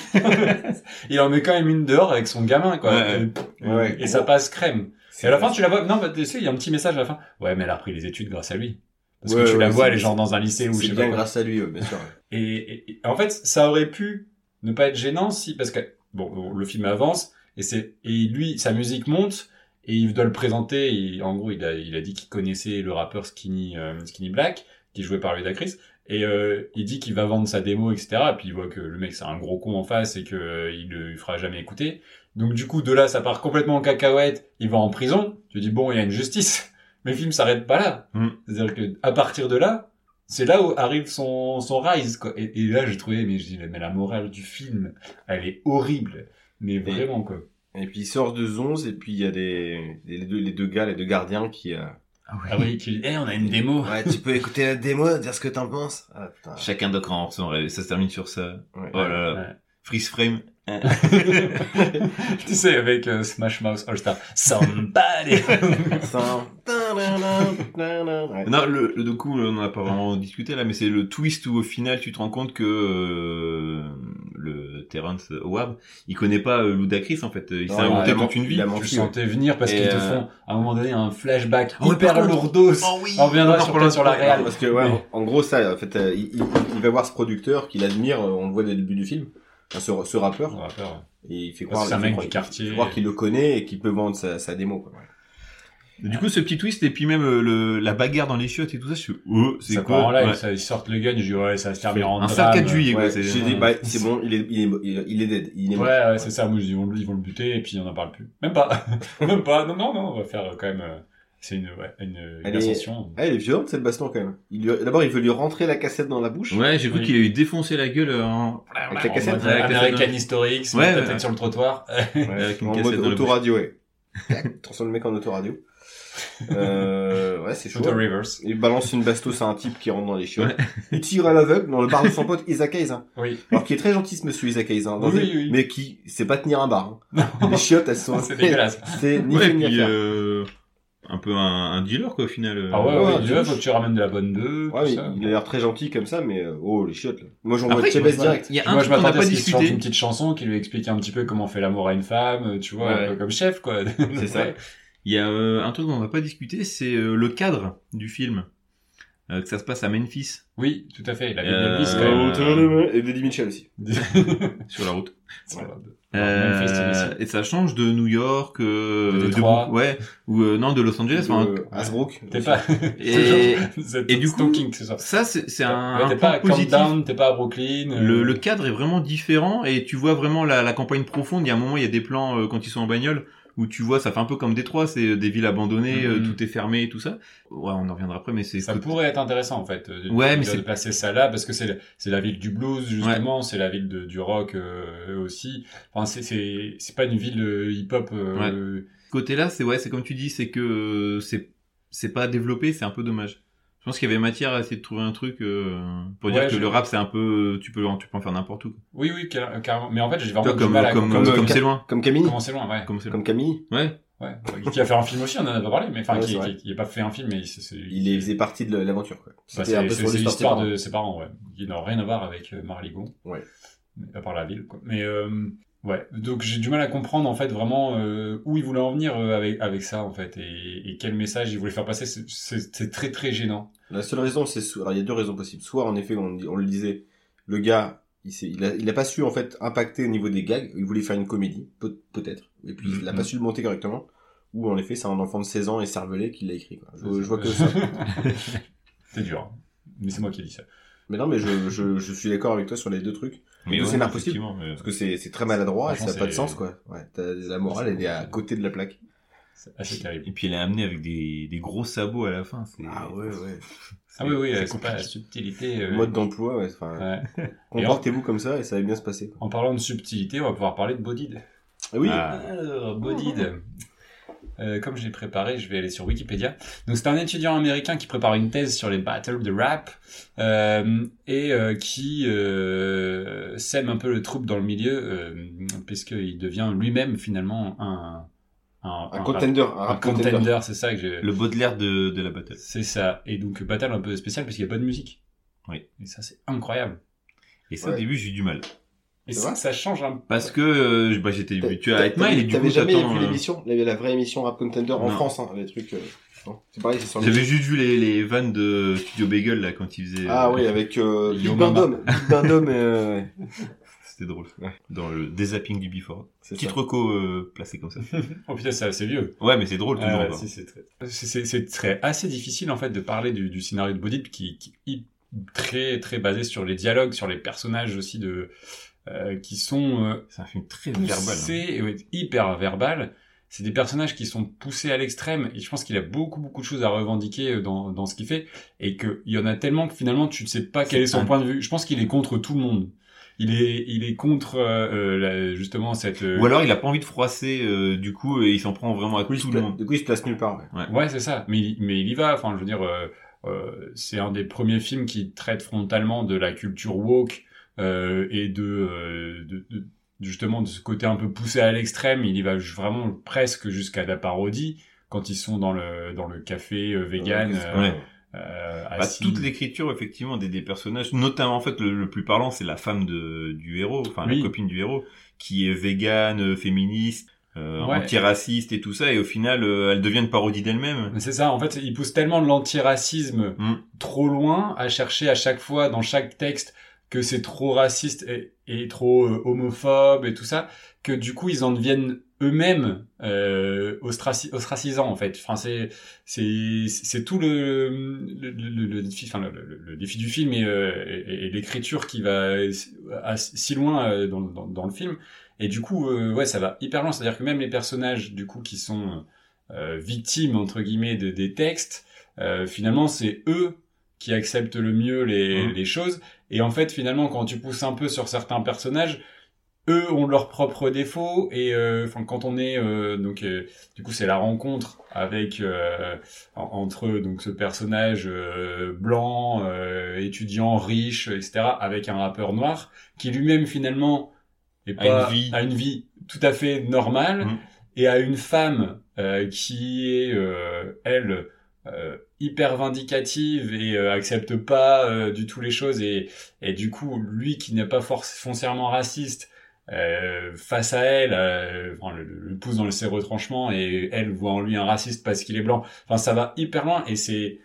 Il en met quand même une dehors avec son gamin, quoi. Ouais. Et, Ouais. et ça passe crème. Et à la fin, tu la vois. Non, bah, tu sais, il y a un petit message à la fin. Ouais, mais elle a repris les études grâce à lui. Parce Ouais, que tu la ouais, vois, c'est- elle est genre dans un lycée ou je C'est sais pas bien quoi. grâce à lui, euh, bien sûr. Et, et- et en fait, ça aurait pu ne pas être gênant si, parce que bon, bon, le film avance et c'est et lui, sa musique monte et il doit le présenter. Et en gros, il a, il a dit qu'il connaissait le rappeur Skinny euh, Skinny Black, qui est joué par Ludacris. Et euh, il dit qu'il va vendre sa démo, etc. Et puis il voit que le mec c'est un gros con en face et que euh, il le fera jamais écouter. Donc du coup, de là, ça part complètement en cacahuète. Il va en prison. Tu dis bon, il y a une justice. Mais le film s'arrête pas là. Mm. C'est-à-dire que à partir de là, c'est là où arrive son, son rise, quoi. Et, et là, j'ai trouvé, mais je dis, mais la morale du film, elle est horrible. Mais vraiment, quoi. Et puis il sort de Zonze, et puis il y a des, les, deux, les deux gars, les deux gardiens qui. euh, Ah oui, qu'il- eh, on a une démo. Ouais, tu peux écouter la démo, dire ce que t'en penses. Ah putain. chacun d'autre en son rêve ça se termine sur ça Ouais. oh là là Ouais. freeze frame tu sais, avec euh, Smash Mouth All-Star. Somebody! Ça- Ouais. Non, le, le- du coup, on n'en a pas vraiment discuté là, mais c'est le twist où au final, tu te rends compte que euh, le Terrence Howard, il connaît pas euh, Ludacris en fait, il s'est Non, inventé il a toute une vie. Il a tu le menti. ouais. sentais venir parce Et, qu'ils te euh, font, à un moment donné, un flashback Ah ouais, hyper par contre- lourdos. oui On reviendra en sur- parlera sur la après. réal. Parce que ouais, Oui. en en gros ça, en fait, euh, il, il- il va voir ce producteur qu'il admire, euh, on le voit dès le début du film, enfin, ce, ce On rappeur, aura peur. et il fait Parce croire, que c'est un il fait mec croire- du quartier. il fait croire qu'il le connaît et qu'il peut vendre sa, sa démo. Quoi. Du coup, ce petit twist et puis même euh, le, la bagarre dans les chiottes et tout ça, je suis oh, c'est Ça quoi part en live, Ouais. ça, ils sortent le gun, je dis, ouais, ça va se termine en Un sale 4 drame. juillet, quoi. Ouais, c'est- j'ai dit bah, c'est bon, il est, il est, il est- il est dead, il est mort. Ouais, ouais, c'est ça. Moi, je dis, ils vont, le- ils vont le buter et puis on n'en parle plus. Même pas. même pas. Non, non, non, on va faire euh, quand même. euh, C'est une, ouais, une, une Allez. ascension. Ah, il est violente cette baston quand même. Il lui- D'abord, il veut lui rentrer la cassette dans la bouche. Ouais, j'ai cru Oui. qu'il a eu défoncé la gueule euh, en... Avec la cassette. En mode, euh, Ouais, la cassette, American ouais. Historic, se Ouais, mettre la ouais, tête ouais. sur le trottoir. avec une en mode cassette dans la bouche. autoradio, ouais. Tac, Transforme le mec en autoradio. Euh, ouais, c'est chaud. Photo reverse. Il balance une bastos à un type qui rentre dans les chiottes. Il tire à l'aveugle dans le bar de son pote Isaac Hayes. hein. Oui. Alors qui est très gentil ce monsieur Isaac Hayes, hein, dans Oui, une- oui. mais qui sait pas tenir un bar. hein. Non. Les chiottes elles sont C'est dégueulasse. C'est ni Ouais, fait ni à puis, faire. euh, un peu un, un dealer, quoi, au final. euh. Ah ouais, ouais, ouais, il dit, tu ouais, vois. faut que tu ramènes de la bonne bœuf. Ouais, tout il, ça. il a l'air très gentil comme ça, mais euh, oh les chiottes. Là. Moi j'en vois Après, Chebes direct. Il y a un Moi, je truc qu'on n'a m'attendais à pas ce qu'il se chante discuté. une petite chanson qui lui explique un petit peu comment on fait l'amour à une femme, euh, tu vois, Ouais. un peu comme chef, quoi. C'est ça. Ouais. Il y a euh, un truc dont on va pas discuter, c'est euh, le cadre du film. euh, que ça se passe à Memphis, Oui, tout à fait. La ville Euh, de Memphis, euh, Et Eddie Mitchell aussi. quand même. sur la route. Voilà. Euh, Memphis, Tennessee. et ça change de New York, euh, De Détroit. Bou- ouais, ou euh, non de Los Angeles. enfin, De Hasbrook. T'es pas. Et- c'est et du coup, stalking, c'est ça. ça c'est c'est un, Ouais, un t'es point pas à positif. Countdown, t'es pas à Brooklyn. euh, Le, le cadre est vraiment différent et tu vois vraiment la, la campagne profonde. Il y a un moment, il y a des plans euh, quand ils sont en bagnole où tu vois, ça fait un peu comme Détroit, c'est des villes abandonnées, euh, Mhm. tout est fermé et tout ça. Ouais, on en reviendra après, mais c'est Ça pourrait être intéressant en fait. De, Ouais, de- mais de c'est- placer ça là parce que c'est c'est la ville du blues justement, c'est la ville de- du rock euh, aussi. Enfin c'est c'est c'est pas une ville euh, hip-hop. euh, ce côté-là, c'est ouais, c'est comme tu dis, c'est que euh, c'est c'est pas développé, c'est un peu dommage. Je pense qu'il y avait matière à essayer de trouver un truc euh, pour dire Ouais, que je- le rap, c'est un peu, euh, tu peux hein, tu peux en faire n'importe où. Oui oui car- carrément. Mais en fait j'ai Tu vraiment vois, du comme mal à comme comme, comme, euh, comme Ca- c'est loin, Comme Camille. comment c'est loin ouais. comme c'est loin. Comme Camille. Ouais. ouais. Qui a fait un film aussi on en a pas parlé mais enfin Ouais, qui, c'est vrai. qui, qui a pas fait un film mais c'est c'est- Il est- faisait partie de l'aventure, quoi. Bah, C'était un c'est peu hein. c'est- sur c'est l'histoire de... de ses parents, ouais. Qui n'a rien à voir avec euh, Marligon. Ouais. Mais À part la ville, quoi. Mais, euh, ouais. Donc, j'ai du mal à comprendre, en fait, vraiment euh, où il voulait en venir euh, avec, avec ça, en fait. Et, et quel message il voulait faire passer. C'est- C'est c'est très, très gênant. La seule raison, c'est soit... Alors, il y a deux raisons possibles. Soit, en effet, on, on le disait, le gars, il, s'est- il, a... il a pas su, en fait, impacter au niveau des gags. Il voulait faire une comédie, peut- peut-être. Et puis, il a pas su le monter correctement. Ou, en effet, c'est un enfant de 16 ans et cervelé qui l'a écrit, quoi. Je, je vois que ça. c'est dur. hein. Mais c'est moi qui ai dit ça. Mais non, mais je, je, je suis d'accord avec toi sur les deux trucs. Mais Tout ouais, scénar possible. effectivement, euh, Parce que c'est c'est très maladroit et ça Franchement, n'a pas de c'est- sens, quoi. Ouais, t'as- la morale, elle est à côté de la plaque. C'est assez terrible. Et puis elle est amenée avec des, des gros sabots à la fin. c'est- ouais. Ah oui, oui, c'est euh, c'est pas la compliqué. subtilité. euh, Mode d'emploi, ouais. Enfin, ouais. comportez-vous comme ça et ça va bien se passer, quoi. En parlant de subtilité, on va pouvoir parler de Bodid. Ah oui, Ah. Alors, Bodid. Euh, comme je l'ai préparé, je vais aller sur Wikipédia. Donc, c'est un étudiant américain qui prépare une thèse sur les battles de rap euh, et euh, qui euh, sème un peu le trouble dans le milieu, euh, puisqu'il devient lui-même finalement un, un, un contender, un, un rap contender, contender. c'est ça que j'ai. Le Baudelaire de, de la battle. C'est ça. Et donc, battle un peu spécial parce qu'il n'y a pas de musique. Oui. Et ça, c'est incroyable. Et ça, au Ouais. début, j'ai eu du mal. Et C'est ça, vrai ça change un peu. Parce que euh, bah, j'étais T'as- habitué à t'as- Hetma, et du T'avais coup, jamais t'attends, vu euh, l'émission, la, la vraie émission Rap Contender en Non. France, hein, les trucs. euh, non. C'est pareil, c'est sur J'avais les. juste vu les, les vannes de Studio Bagel, là, quand ils faisaient... Ah euh, oui, avec euh, Yo Big Mama. Bandom, Big Bandom, euh, ouais, C'était drôle. Ouais. Dans le dézapping du Before. c'est Petit ça. reco euh, placé comme ça. Oh putain, ça, c'est vieux. Ouais, mais c'est drôle, toujours. Ah Ouais, quoi. si, c'est très- c'est- c'est- c'est très- assez difficile en fait de parler du, du scénario de Bodip qui, qui est très très basé sur les dialogues, sur les personnages aussi de euh, qui sont euh, C'est un film très verbal. hein. poussés, et ouais, hyper verbal. C'est des personnages qui sont poussés à l'extrême et je pense qu'il a beaucoup beaucoup de choses à revendiquer euh, dans, dans ce qu'il fait et qu'il y en a tellement que finalement tu ne sais pas quel est son un- point de vue. Je pense qu'il est contre tout le monde. Il est il est contre euh, euh, la- justement cette euh, Ou alors, il a pas envie de froisser, euh, du coup, et il s'en prend vraiment à Du coup, il se tout le pla- monde. Du coup, il se place nulle part, ouais. Ouais, c'est ça. Mais, il- mais il y va. Enfin, je veux dire, euh, euh, c'est un des premiers films qui traite frontalement de la culture woke euh, et de, euh, de- de- justement de ce côté un peu poussé à l'extrême. Il y va ju- vraiment presque jusqu'à la parodie quand ils sont dans le dans le café euh, vegan. Ouais, euh, Ouais. euh, Bah, assis. toute l'écriture effectivement des, des personnages, notamment en fait le, le plus parlant c'est la femme de, du héros, enfin Oui. la copine du héros, qui est végane, euh, féministe, euh, Ouais. antiraciste et tout ça, et au final euh, elle devient une parodie d'elle-même. Mais C'est ça, en fait, il pousse tellement de l'antiracisme Mm. trop loin à chercher à chaque fois dans chaque texte que c'est trop raciste et, et trop euh, homophobe et tout ça, que du coup ils en deviennent eux-mêmes euh, ostraci- ostracisants en fait. Enfin, c'est c'est c'est tout le le, le, le défi, enfin, le, le- le défi du film et, euh, et- et l'écriture qui va à- si loin euh, dans, dans, dans le film. Et du coup, euh, ouais, ça va hyper loin. C'est-à-dire que même les personnages du coup qui sont euh, euh, victimes entre guillemets de, des textes, euh, finalement c'est eux qui acceptent le mieux les, Mhm. les choses. Et en fait, finalement, quand tu pousses un peu sur certains personnages, eux ont leurs propres défauts. Et euh, enfin, quand on est euh, donc euh, du coup c'est la rencontre avec euh, en- entre donc ce personnage euh, blanc, euh, étudiant, riche, etc. avec un rappeur noir qui lui-même finalement est A une pas- vie. a une vie tout à fait normale Mm. et à une femme euh, qui est euh, elle euh, hyper vindicative et euh, accepte pas euh, du tout les choses et, et du coup lui qui n'est pas forc- foncièrement raciste euh, face à elle euh, enfin, le, le pousse dans ses retranchements et elle voit en lui un raciste parce qu'il est blanc enfin ça va hyper loin et c'est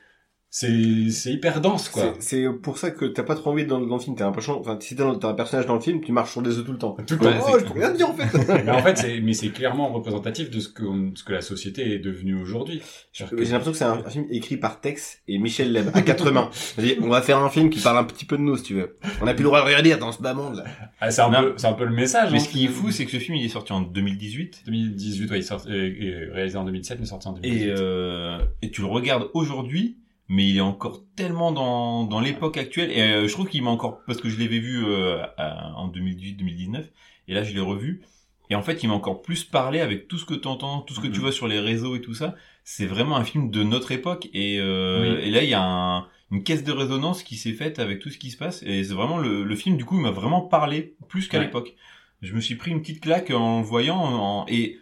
c'est c'est hyper dense quoi. C'est- C'est pour ça que t'as pas trop envie dans, dans le film. T'as l'impression, enfin, si t'as t'as un personnage dans le film, tu marches sur des œufs tout le temps. Tout le temps, Oh, c'est- je peux rien dire en fait. mais en fait, c'est mais c'est clairement représentatif de ce que on- ce que la société est devenue aujourd'hui. Genre que- J'ai l'impression que c'est un, un film écrit par Tex et Michel Leb à quatre mains. Vas-y, on va faire un film qui parle un petit peu de nous, si tu veux. On a plus le droit de rien dire dans ce bas monde là. Ah, c'est un Non. peu c'est un peu le message. Mais hein, ce qui est que- fou, c'est que ce film, il est sorti en 2018. 2018, ouais, il sort, euh, euh, réalisé en 2007, mais sorti en 2018. Et, euh, et tu le regardes aujourd'hui, mais il est encore tellement dans, dans l'époque actuelle. Et euh, je trouve qu'il m'a encore... Parce que je l'avais vu euh, à- en 2018-2019, et là, je l'ai revu. Et en fait, il m'a encore plus parlé avec tout ce que tu entends, tout ce que tu Mhm. vois sur les réseaux et tout ça. C'est vraiment un film de notre époque. Et, euh, et là, il y a un- une caisse de résonance qui s'est faite avec tout ce qui se passe. Et c'est vraiment le, le film, du coup, il m'a vraiment parlé plus qu'à Ouais. l'époque. Je me suis pris une petite claque en le voyant. en- et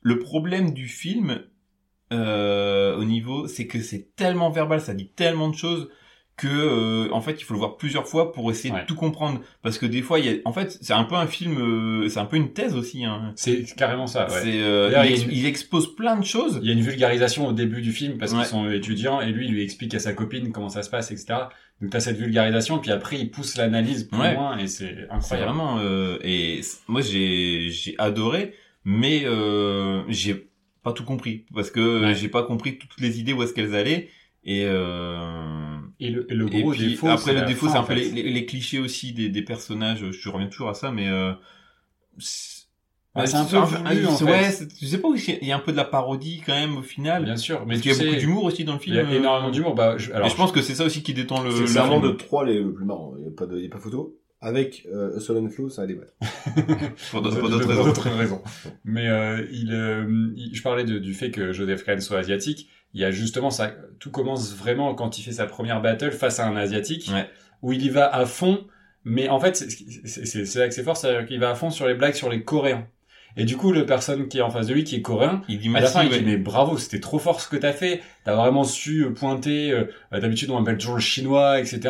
le problème du film, euh, au niveau, c'est que c'est tellement verbal, ça dit tellement de choses que euh, en fait il faut le voir plusieurs fois pour essayer Ouais. de tout comprendre parce que des fois il y a en fait c'est un peu un film euh, c'est un peu une thèse aussi hein. C'est carrément ça. Ah Ouais. C'est, euh, D'ailleurs, il, il- ex- il expose plein de choses. Il y a une vulgarisation au début du film parce Ouais. qu'ils sont étudiants et lui il lui explique à sa copine comment ça se passe, etc. Donc t'as cette vulgarisation, puis après il pousse l'analyse plus Ouais. loin et c'est C'est incroyable. vraiment euh, et c- moi j'ai j'ai adoré, mais euh, j'ai pas tout compris parce que Ouais. j'ai pas compris toutes les idées où est-ce qu'elles allaient et euh, Et le, et le et gros puis, défaut, après la le défaut fin, c'est un en peu fait. les, les- les clichés aussi des, des personnages. Je reviens toujours à ça, mais euh, c'est Ouais, Ouais, Bah, c'est un peu voulu, en fait. Ouais, c'est- je sais pas aussi. Il y a un peu de la parodie quand même au final. Bien sûr, mais Parce tu qu'il y a beaucoup sais, d'humour aussi dans le il film. y a énormément d'humour. Bah, je, alors et je pense que c'est ça aussi qui détend le. C'est le clairement de film. trois les le plus marrants. Il y a pas de, il y a pas photo. Avec euh, Solon Flow, ça va débattre. Pour Pour d'autres pour d'autres d'autres raisons. raisons. Mais euh, il, euh, il- je parlais de- du fait que Joseph Kahn soit asiatique. Il y a justement ça. Tout commence vraiment quand il fait sa première battle face à un asiatique, Ouais. où il y va à fond. Mais en fait, c'est- c'est c'est- c'est là que c'est fort, c'est-à-dire qu'il va à fond sur les blagues sur les Coréens. Et du coup, le personne qui est en face de lui, qui est coréen, Il dit à la fin, merci. il dit, ouais. mais bravo, c'était trop fort ce que t'as fait. T'as vraiment su euh, pointer. euh, euh, D'habitude, on appelle toujours le chinois, etc.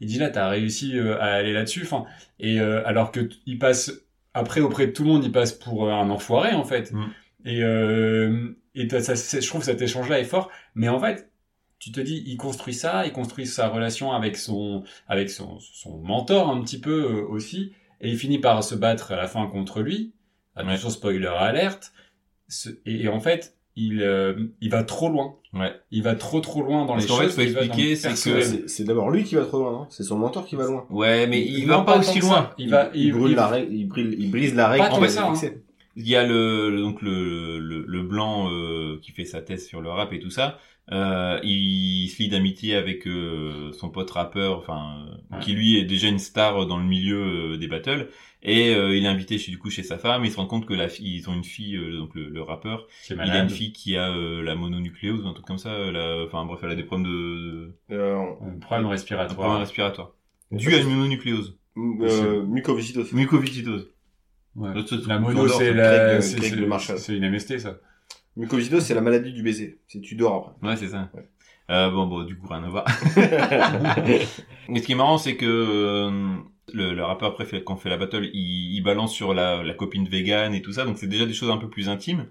Il dit là, t'as réussi euh, à aller là-dessus. Enfin, et euh, alors que t- il passe après auprès de tout le monde, il passe pour euh, un enfoiré en fait. Mm. Et euh, et t'as- ça, c'est- je trouve cet échange-là est fort. Mais en fait, tu te dis, il construit ça, il construit sa relation avec son avec son son mentor un petit peu euh, aussi, et il finit par se battre à la fin contre lui. Attention, spoiler alerte. Ce- et, et en fait, il, euh, il va trop loin. Ouais. Il va trop trop loin dans Parce les qu'en choses. fait, faut il va dans le expliquer, c'est que- Ouais, personnel. C'est c'est d'abord lui qui va trop loin, non C'est son mentor qui va loin. Ouais, mais il, Non, va pas tant aussi que ça. loin. Il va, il, brûle la règle, il, brille- il brise la règle. Pas tant qu'il que ça, avait hein. fixée. Il y a le, le- donc le, le, le blanc euh, qui fait sa thèse sur le rap et tout ça. Euh, il se lie d'amitié avec euh, son pote rappeur, enfin euh, Ouais. qui lui est déjà une star dans le milieu euh, des battles. Et euh, il est invité chez du coup chez sa femme. Il se rend compte que la fille, ils ont une fille, euh, donc le, le rappeur. Qui est Il a une malade. fille qui a euh, la mononucléose ou un truc comme ça. euh, la- Enfin bref, elle a des problèmes de, Euh, Un problème de un respiratoire. problème respiratoire dû à une mononucléose, euh, mucoviscidose. mucoviscidose. Ouais. Ce- ce- La ce- mono, ce- c'est Craig, la, euh, c'est- Craig c'est- le Marshall. c'est une MST, ça. Mucoviscidose, c'est la maladie du baiser. C'est tu dors après. Ouais, c'est ça. Ouais. Euh, bon, bon, du coup, rien à voir. Mais ce qui est marrant, c'est que euh, le, le rappeur, après, fait- quand on fait la battle, il, il balance sur la, la copine vegan et tout ça, donc c'est déjà des choses un peu plus intimes.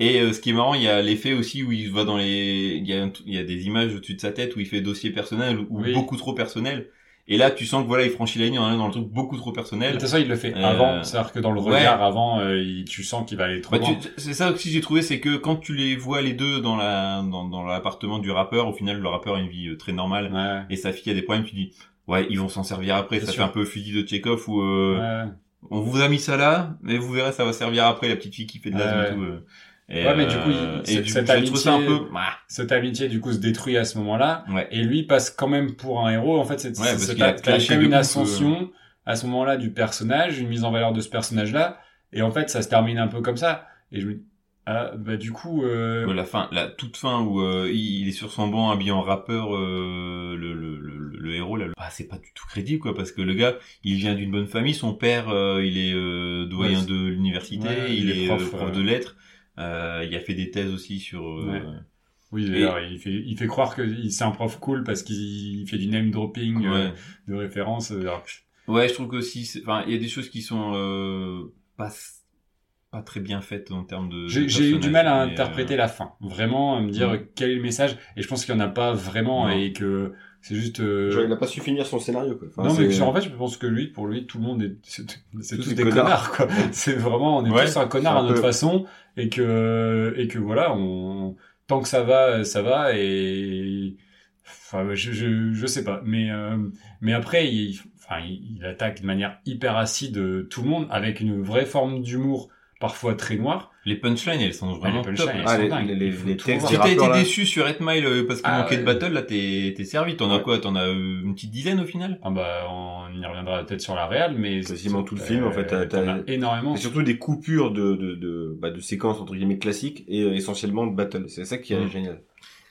Et euh, ce qui est marrant, il y a l'effet aussi où il va dans les... Il y, a, un- il y a des images au-dessus de sa tête où il fait dossier personnel ou Oui. beaucoup trop personnel. Et là, tu sens que voilà, il franchit la ligne en allant dans le truc beaucoup trop De toute personnel. façon, il le fait Euh, avant. C'est-à-dire que dans le ouais. regard, avant, euh, il- tu sens qu'il va aller trop Bah, loin. tu- c'est ça aussi que j'ai trouvé, c'est que quand tu les vois les deux dans la dans, dans l'appartement du rappeur, au final le rappeur a une vie euh, très normale, Ouais. et sa fille a des problèmes, tu dis ouais ils vont s'en servir après, Bien ça sûr. fait un peu fusil de Tchekhov ou euh, Ouais. on vous a mis ça là, mais vous verrez ça va servir après la petite fille qui fait de Ouais, l'asthme et tout. euh. Et, Ouais, mais du coup, il- euh, et cette- du coup, cette je trouve ça un amitié- peu ah, Cette amitié, du coup, se détruit à ce moment-là. ouais. Et lui passe quand même pour un héros. En fait, c'est Ouais, c'est- parce c'est- qu'il a t'as- t'as clashé comme de une ouf, euh. ascension à ce moment-là du personnage, une mise en valeur de ce personnage-là. Et en fait, ça se termine un peu comme ça. Et je me dis, ah, bah, du coup, euh, Ouais, la fin, la toute fin où euh, il il est sur son banc habillé en rappeur, euh, le, le, le, le- le héros là, le- ah, c'est pas du tout crédible quoi, parce que le gars, il vient d'une bonne famille, son père, euh, il est euh, Ouais, doyen c'est- de l'université, ouais, il, est, euh, prof, euh, de lettres, euh, il a fait des thèses aussi sur. euh, Ouais. oui, et- alors, il, fait, il fait croire que il- c'est un prof cool parce qu'il fait du name dropping euh, ouais. de référence. alors que- Ouais, je trouve que aussi, c'est- enfin, il y a des choses qui sont euh, pas euh, pas très bien faite en termes de. de J'ai j'ai eu du mal à personnages, mais, euh, interpréter la fin. Vraiment, à me dire Mm. quel est le message. Et je pense qu'il n'y en a pas vraiment Non. et que c'est juste. euh, Genre, il a pas su finir son scénario, quoi. Enfin, non, mais c'est- genre, en fait, je pense que lui, pour lui, tout le monde est. C'est c'est Tous tous des des connards. connards, quoi. C'est vraiment, on est Ouais, tous un connard c'est un à notre peu- façon et que, et que voilà, on. Tant que ça va, ça va et. Enfin, je, je, je sais pas. Mais, euh, mais après, il, enfin, il, il attaque de manière hyper acide euh, tout le monde avec une vraie forme d'humour, parfois très noire. Les punchlines, elles sont vraiment punchlines, top. elles Ah, sont les, dingues. les, les, Il faut les tout textes voir. des Si t'as été rappeurs, là. déçu sur Etmile euh, parce qu'il Ah, manquait de ouais. battle, là t'es t'es servi. T'en as Ouais. quoi T'en as euh, une petite dizaine au final Ah bah, on y reviendra peut-être sur la réal, mais Quasiment tout le film, en fait, t'as- t'en t'as- as énormément. Et surtout des coupures de, de, de, bah, de séquences entre guillemets classiques et euh, essentiellement de battle. C'est ça qui est Mm. génial.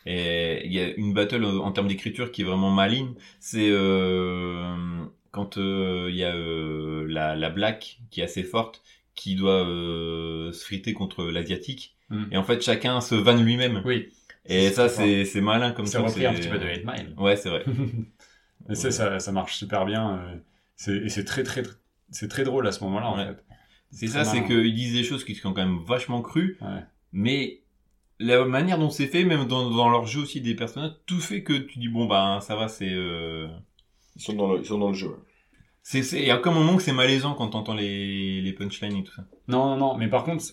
Et il y a une battle euh, en termes d'écriture qui est vraiment maligne. C'est euh, quand euh, il y a euh, la, la black qui est assez forte, qui doit euh, se friter contre l'asiatique. Mm. Et en fait, chacun se vanne lui-même. Oui, Et C'est ça, ça. c'est c'est malin comme c'est truc, repris un c'est- petit peu de 8 Mile. Ouais, c'est vrai. Mais ça, ça, ça marche super bien. euh, c'est- Et c'est très, très, très- c'est très drôle à ce moment-là, en Ouais. fait. C'est Très ça, c'est marrant. qu'ils disent des choses qui sont quand même vachement crues, Ouais. mais la manière dont c'est fait, même dans, dans leur jeu aussi des personnages, tout fait que tu dis bon bah hein, ça va, c'est euh... Ils sont dans le, ils sont dans le jeu. c'est c'est- il y a comme un moment que c'est malaisant quand t'entends les les punchlines et tout ça. Non, non, non, mais par contre,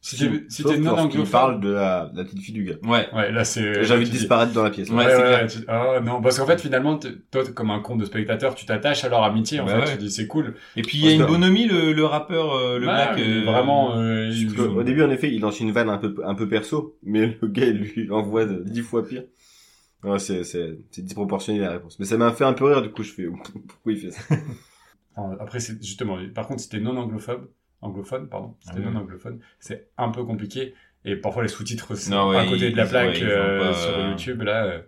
si t'es si Sauf t'es non lorsqu'il anglophone. parle de la, de la petite fille du gars. Ouais. Ouais, là, c'est. J'ai envie de Euh, tu dis- disparaître dans la pièce. Ouais, Ouais, c'est ouais, clair. ouais, tu- Ah, non, parce qu'en fait, finalement, t- toi, t'es comme un con de spectateur, tu t'attaches à leur amitié, en Bah fait. ouais. Tu dis, c'est cool. Et puis il y a une Parce que- bonhomie le, le rappeur euh, le Bah, black mais euh, Vraiment. euh, Parce que, il- Au début, en effet, il lance une vanne un peu, un peu perso, mais le gars il lui envoie de- dix fois pire. Ouais, c'est, c'est, c'est disproportionné la réponse. Mais ça m'a fait un peu rire, du coup, je fais, pourquoi il fait ça? Enfin, après, c'est justement. Par contre, si t'es non anglophobe, anglophone, pardon, si Ah t'es oui. non anglophone, c'est un peu compliqué. Et parfois, les sous-titres, c'est Non, ouais, à côté ils- de la ils- plaque ouais, ils ont euh, pas, sur euh, YouTube. Là, euh,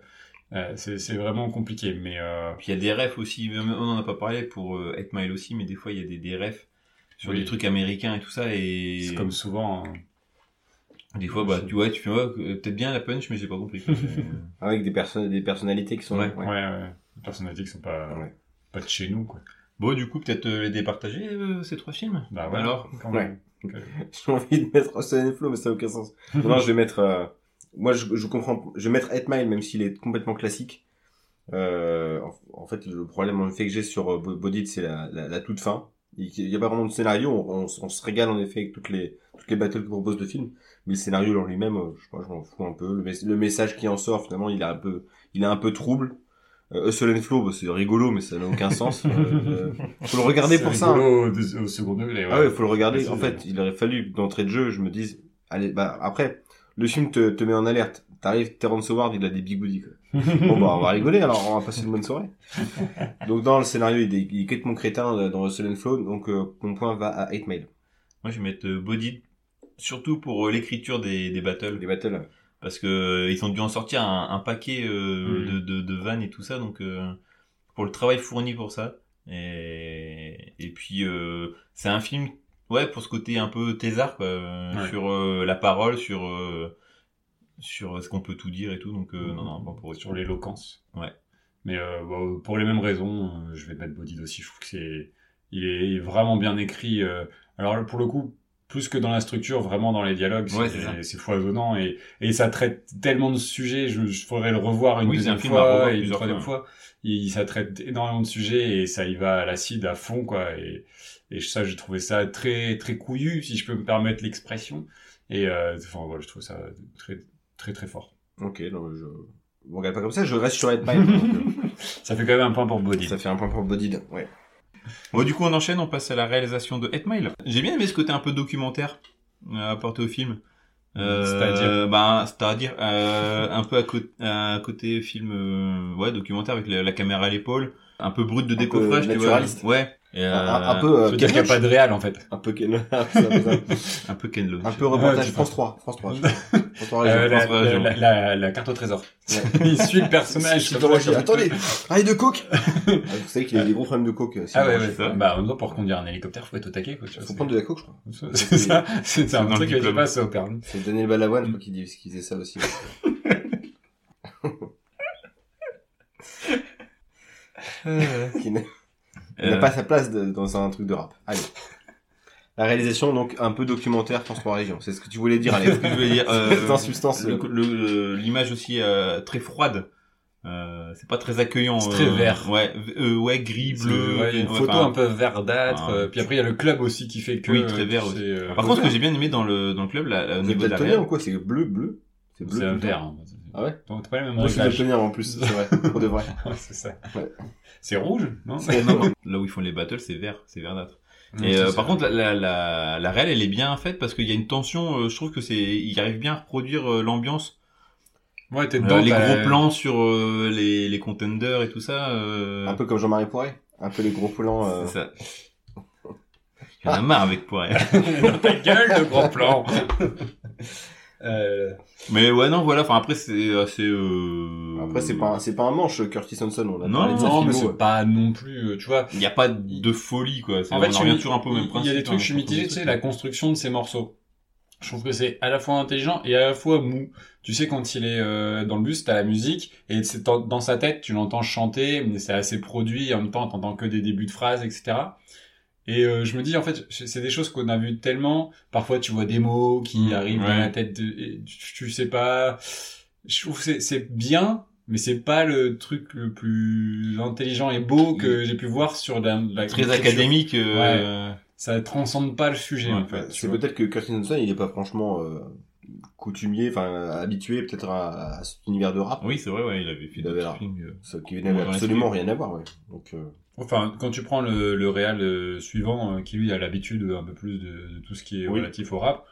euh, c'est c'est vraiment compliqué. Mais euh, Puis il y a des refs aussi, même- on en a pas parlé pour euh, Eight Mile aussi, mais des fois il y a des, des refs sur Oui. des trucs américains et tout ça et c'est comme souvent. hein. des fois bah tu vois tu fais ouais, euh, peut-être bien la punch mais j'ai pas compris. Euh, Avec des personnes, des personnalités qui sont là. Ouais, ouais. Les personnalités qui sont pas, Ouais. pas de chez nous, quoi. Bon, du coup, peut-être euh, les départager, euh, ces trois films Bah ouais. Alors Quand- Ouais. J'ai envie de mettre Austin and Flow, mais ça n'a aucun sens. Non, non, je vais mettre. euh, moi, je, je comprends. Je vais mettre Eight Mile, même s'il est complètement classique. Euh, en, en fait, le problème en effet que j'ai sur euh, Bo- Body, c'est la, la, la toute fin. Il n'y a pas vraiment de scénario. On, on, s- on se régale en effet avec toutes les toutes les battles que propose le film, mais le scénario en lui-même, euh, je, moi, je m'en fous un peu. Le, mes- le message qui en sort, finalement, il est un peu, il est un peu trouble. Euh, Hustle and Flow, bah, c'est rigolo, mais ça n'a aucun sens. Euh, euh, faut le regarder C'est pour ça. hein. rigolo Au, deux- au second degré. Ah ouais, faut le Ouais, regarder. c'est En vrai. fait, il aurait fallu que d'entrée de jeu, je me dise, allez, bah après, le film te, te met en alerte. T'arrives, Terrence Howard, il a des bigoudis. Quoi. Bon bah, on va rigoler, alors on va passer une bonne soirée. Donc dans le scénario, il est, il est quête mon crétin euh, dans Russell and Flow, donc euh, mon point va à 8 Mile. Moi, je vais mettre euh, Body, surtout pour euh, l'écriture des, des battles, Les battles. euh, parce que euh, ils ont dû en sortir un, un paquet euh, Mhm. de, de, de vannes et tout ça, donc euh, pour le travail fourni pour ça. Et, et puis, euh, c'est un film, ouais, pour ce côté un peu thésard, quoi, euh, Ouais. sur euh, la parole, sur... euh, sur euh, ce qu'on peut tout dire et tout, donc euh, non, non, pas pour sur l'éloquence. Ouais. Mais euh, bah, pour les mêmes raisons, euh, je vais mettre Bodid aussi. Je trouve que c'est, il est vraiment bien écrit. euh, alors pour le coup, plus que dans la structure, vraiment dans les dialogues, Ouais, c'est ça. c'est c'est foisonnant et, et ça traite tellement de sujets. Je, je faudrait le revoir une Oui, c'est un deuxième film à revoir fois, et une plusieurs troisième fois, fois. Il, ça traite énormément de sujets et ça y va à l'acide à fond quoi. Et, et ça, j'ai trouvé ça très très couillu, si je peux me permettre l'expression. Et euh, enfin voilà, je trouve ça très très très fort. Ok, donc je on regarde pas comme ça, je reste sur 8 Mile. donc, Ça fait quand même un point pour euh, Bodid. ça fait un point pour Bodied. Ouais. Bon, du coup, on enchaîne, on passe à la réalisation de Eight Mile. J'ai bien aimé ce côté un peu documentaire euh, apporté au film. Euh, C'est-à-dire bah, C'est-à-dire euh, un peu à, côté à côté film euh, ouais, documentaire avec la, la caméra à l'épaule, un peu brut de peu décoffrage. tu vois. naturaliste. Ouais. Et, Un- euh, Un, un peu. Ça Euh, veut dire qu'il n'y a pas de réel en fait. Un peu. c'est un peu ça. un peu Ken Loach. Un peu Ouais, reportage tu France 3. France 3. je crois. France 3 région. Euh, la, pense, ouais, la- je- la- la- la carte au trésor. Ouais. Il suit le personnage. Je comme ça, sur- Attendez, arrêtez de coke Ah, Vous savez qu'il a des gros problèmes de coke. euh, Ah sinon, ouais, je ouais. sais pas. Bah, en même temps, pour conduire un hélicoptère, faut être au taquet, quoi. tu vois, Faut prendre de la coke, je crois. c'est- C'est ça. C'est c'est un dans le truc que je diplôme. passe au permis. C'est Daniel Balavoine, je crois, qui, dis- qui disait ça aussi. qui n'a il n'a Euh, Euh, Euh. pas sa place de- dans un truc de rap. Allez. La réalisation, donc, un peu documentaire France 3 Régions. C'est ce que tu voulais dire, Alex. ce que je voulais dire. euh, C'est en substance. le- le- le- L'image aussi euh, très froide. Euh, c'est pas très accueillant. C'est euh, très vert. Ouais, v- euh, ouais, gris, bleu. Ouais, il y a une ouais, photo enfin, un peu verdâtre. enfin, euh, puis après, il y a le club aussi qui fait que. Oui, très vert c'est, aussi. euh, Par contre, ce que j'ai bien aimé dans le dans le club, là, au C'est niveau de la daltonien réal, ou quoi C'est bleu, bleu. C'est bleu. c'est un tout le vert. temps. hein. Ah ouais Donc, t'as pas le même Moi, je suis réglage. daltonien en plus, c'est vrai, pour de vrai. Ouais, c'est ça. Ouais. C'est rouge, non Non, non, là où ils font les battles, c'est vert, c'est verdâtre. Mmh. Et euh, par contre, la, la, la, la réelle, elle est bien faite parce qu'il y a une tension. euh, je trouve que c'est, ils arrivent bien à reproduire euh, l'ambiance, ouais, t'es Euh, dedans, les t'as- gros plans sur euh, les, les contenders et tout ça. euh, Un peu comme Jean-Marie Poiret. Un peu les gros plans. euh, C'est ça. J'en ai marre avec Poiré. dans ta gueule, le gros plan. Euh, Mais ouais, non, voilà. Enfin, après, c'est assez. euh, Après, c'est pas, un- c'est pas un manche, Curtis Hanson. On a Non, parlé de sa non, mais filmo, c'est pas non plus, euh, tu vois. Il n'y a pas de folie, quoi. C'est- En fait, je on en suis- revient toujours un peu au même principe. Il y a des hein, trucs, je suis quand on dit mitigé, tu sais, ça. la construction de ces morceaux. Je trouve que c'est à la fois intelligent et à la fois mou. Tu sais, quand il est euh, dans le bus, t'as la musique et c'est dans- dans sa tête, tu l'entends chanter, mais c'est assez produit. Et en même temps, t'entends que des débuts de phrases, etc. Et euh, je me dis, en fait, c'est c'est des choses qu'on a vues tellement. Parfois, tu vois des mots qui Mmh, arrivent dans ouais. la tête, de, et tu, tu sais pas. Je trouve que c'est- c'est bien, mais c'est pas le truc le plus intelligent et beau que j'ai pu voir sur la, la Mm. Très l'écriture académique. euh, ça transcende pas le sujet Ouais, bah, en fait. tu Bah, C'est vois. peut-être que Curtis Hanson, il est pas franchement euh, coutumier, enfin euh, habitué peut-être à, à cet univers de rap, Oui, c'est vrai, ouais, il avait fait Il avait d'autres l'air. films. euh. ce qui n'avait Ouais, absolument ouais. rien à voir. Ouais. Donc, euh, Enfin, quand tu prends le, le réal euh, suivant, euh, qui lui a l'habitude un peu plus de, de tout ce qui est Oui. relatif au rap,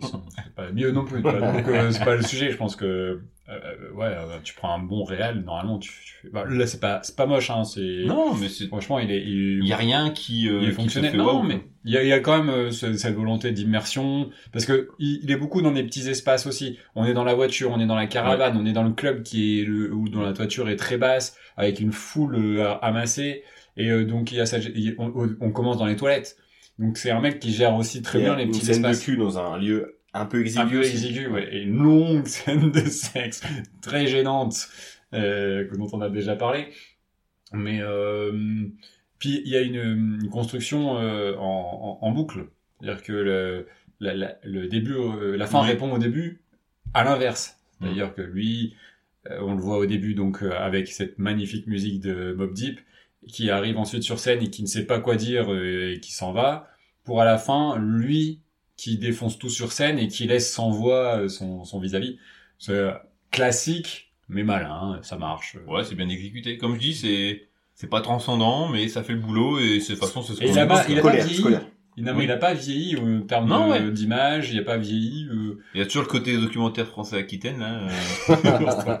ils sont- c'est pas mieux non plus. tu vois. Donc euh, c'est pas le sujet. Je pense que euh, euh, ouais, euh, tu prends un bon réal, normalement tu, tu fais- bah, là c'est pas c'est pas moche hein. C'est Non, mais c'est. franchement il est Il n'y a rien qui. euh, il est qui se fonctionnel. fait Non, waouh, mais il y, a, il y a quand même euh, ce- cette volonté d'immersion parce que il, il est beaucoup dans des petits espaces aussi. On est dans la voiture, on est dans la caravane, on est dans le club qui est le, où dont la toiture est très basse avec une foule euh, amassée et euh, donc il y a ça, il y a- on, on commence dans les toilettes. Donc c'est un mec qui gère aussi très il y a bien les une petits scène de espaces. cul dans un lieu un peu exigu. Un peu aussi. exigu, ouais, et une longue scène de sexe très gênante euh, dont on a déjà parlé. Mais euh, puis il y a une, une construction euh, en, en- en boucle, c'est-à-dire que le, la, la- le début, euh, la fin Oui. répond au début, à l'inverse. D'ailleurs que lui, euh, on le voit au début donc euh, avec cette magnifique musique de Mob Deep, qui arrive ensuite sur scène et qui ne sait pas quoi dire euh, et qui s'en va, pour à la fin lui qui défonce tout sur scène et qui laisse sans voix euh, son son vis-à-vis. C'est euh, classique mais malin, hein, ça marche. Ouais, c'est bien exécuté. Comme je dis, c'est. C'est pas transcendant, mais ça fait le boulot et c'est- de toute façon, c'est ce Et qu'on là-bas, pense, il a quoi. pas Scolaire, vieilli. scolaire. Il n'a Oui. il a pas vieilli euh, en termes Non, de- ouais. d'image, il n'a pas vieilli. euh, Il y a toujours le côté documentaire français Aquitaine, là. euh,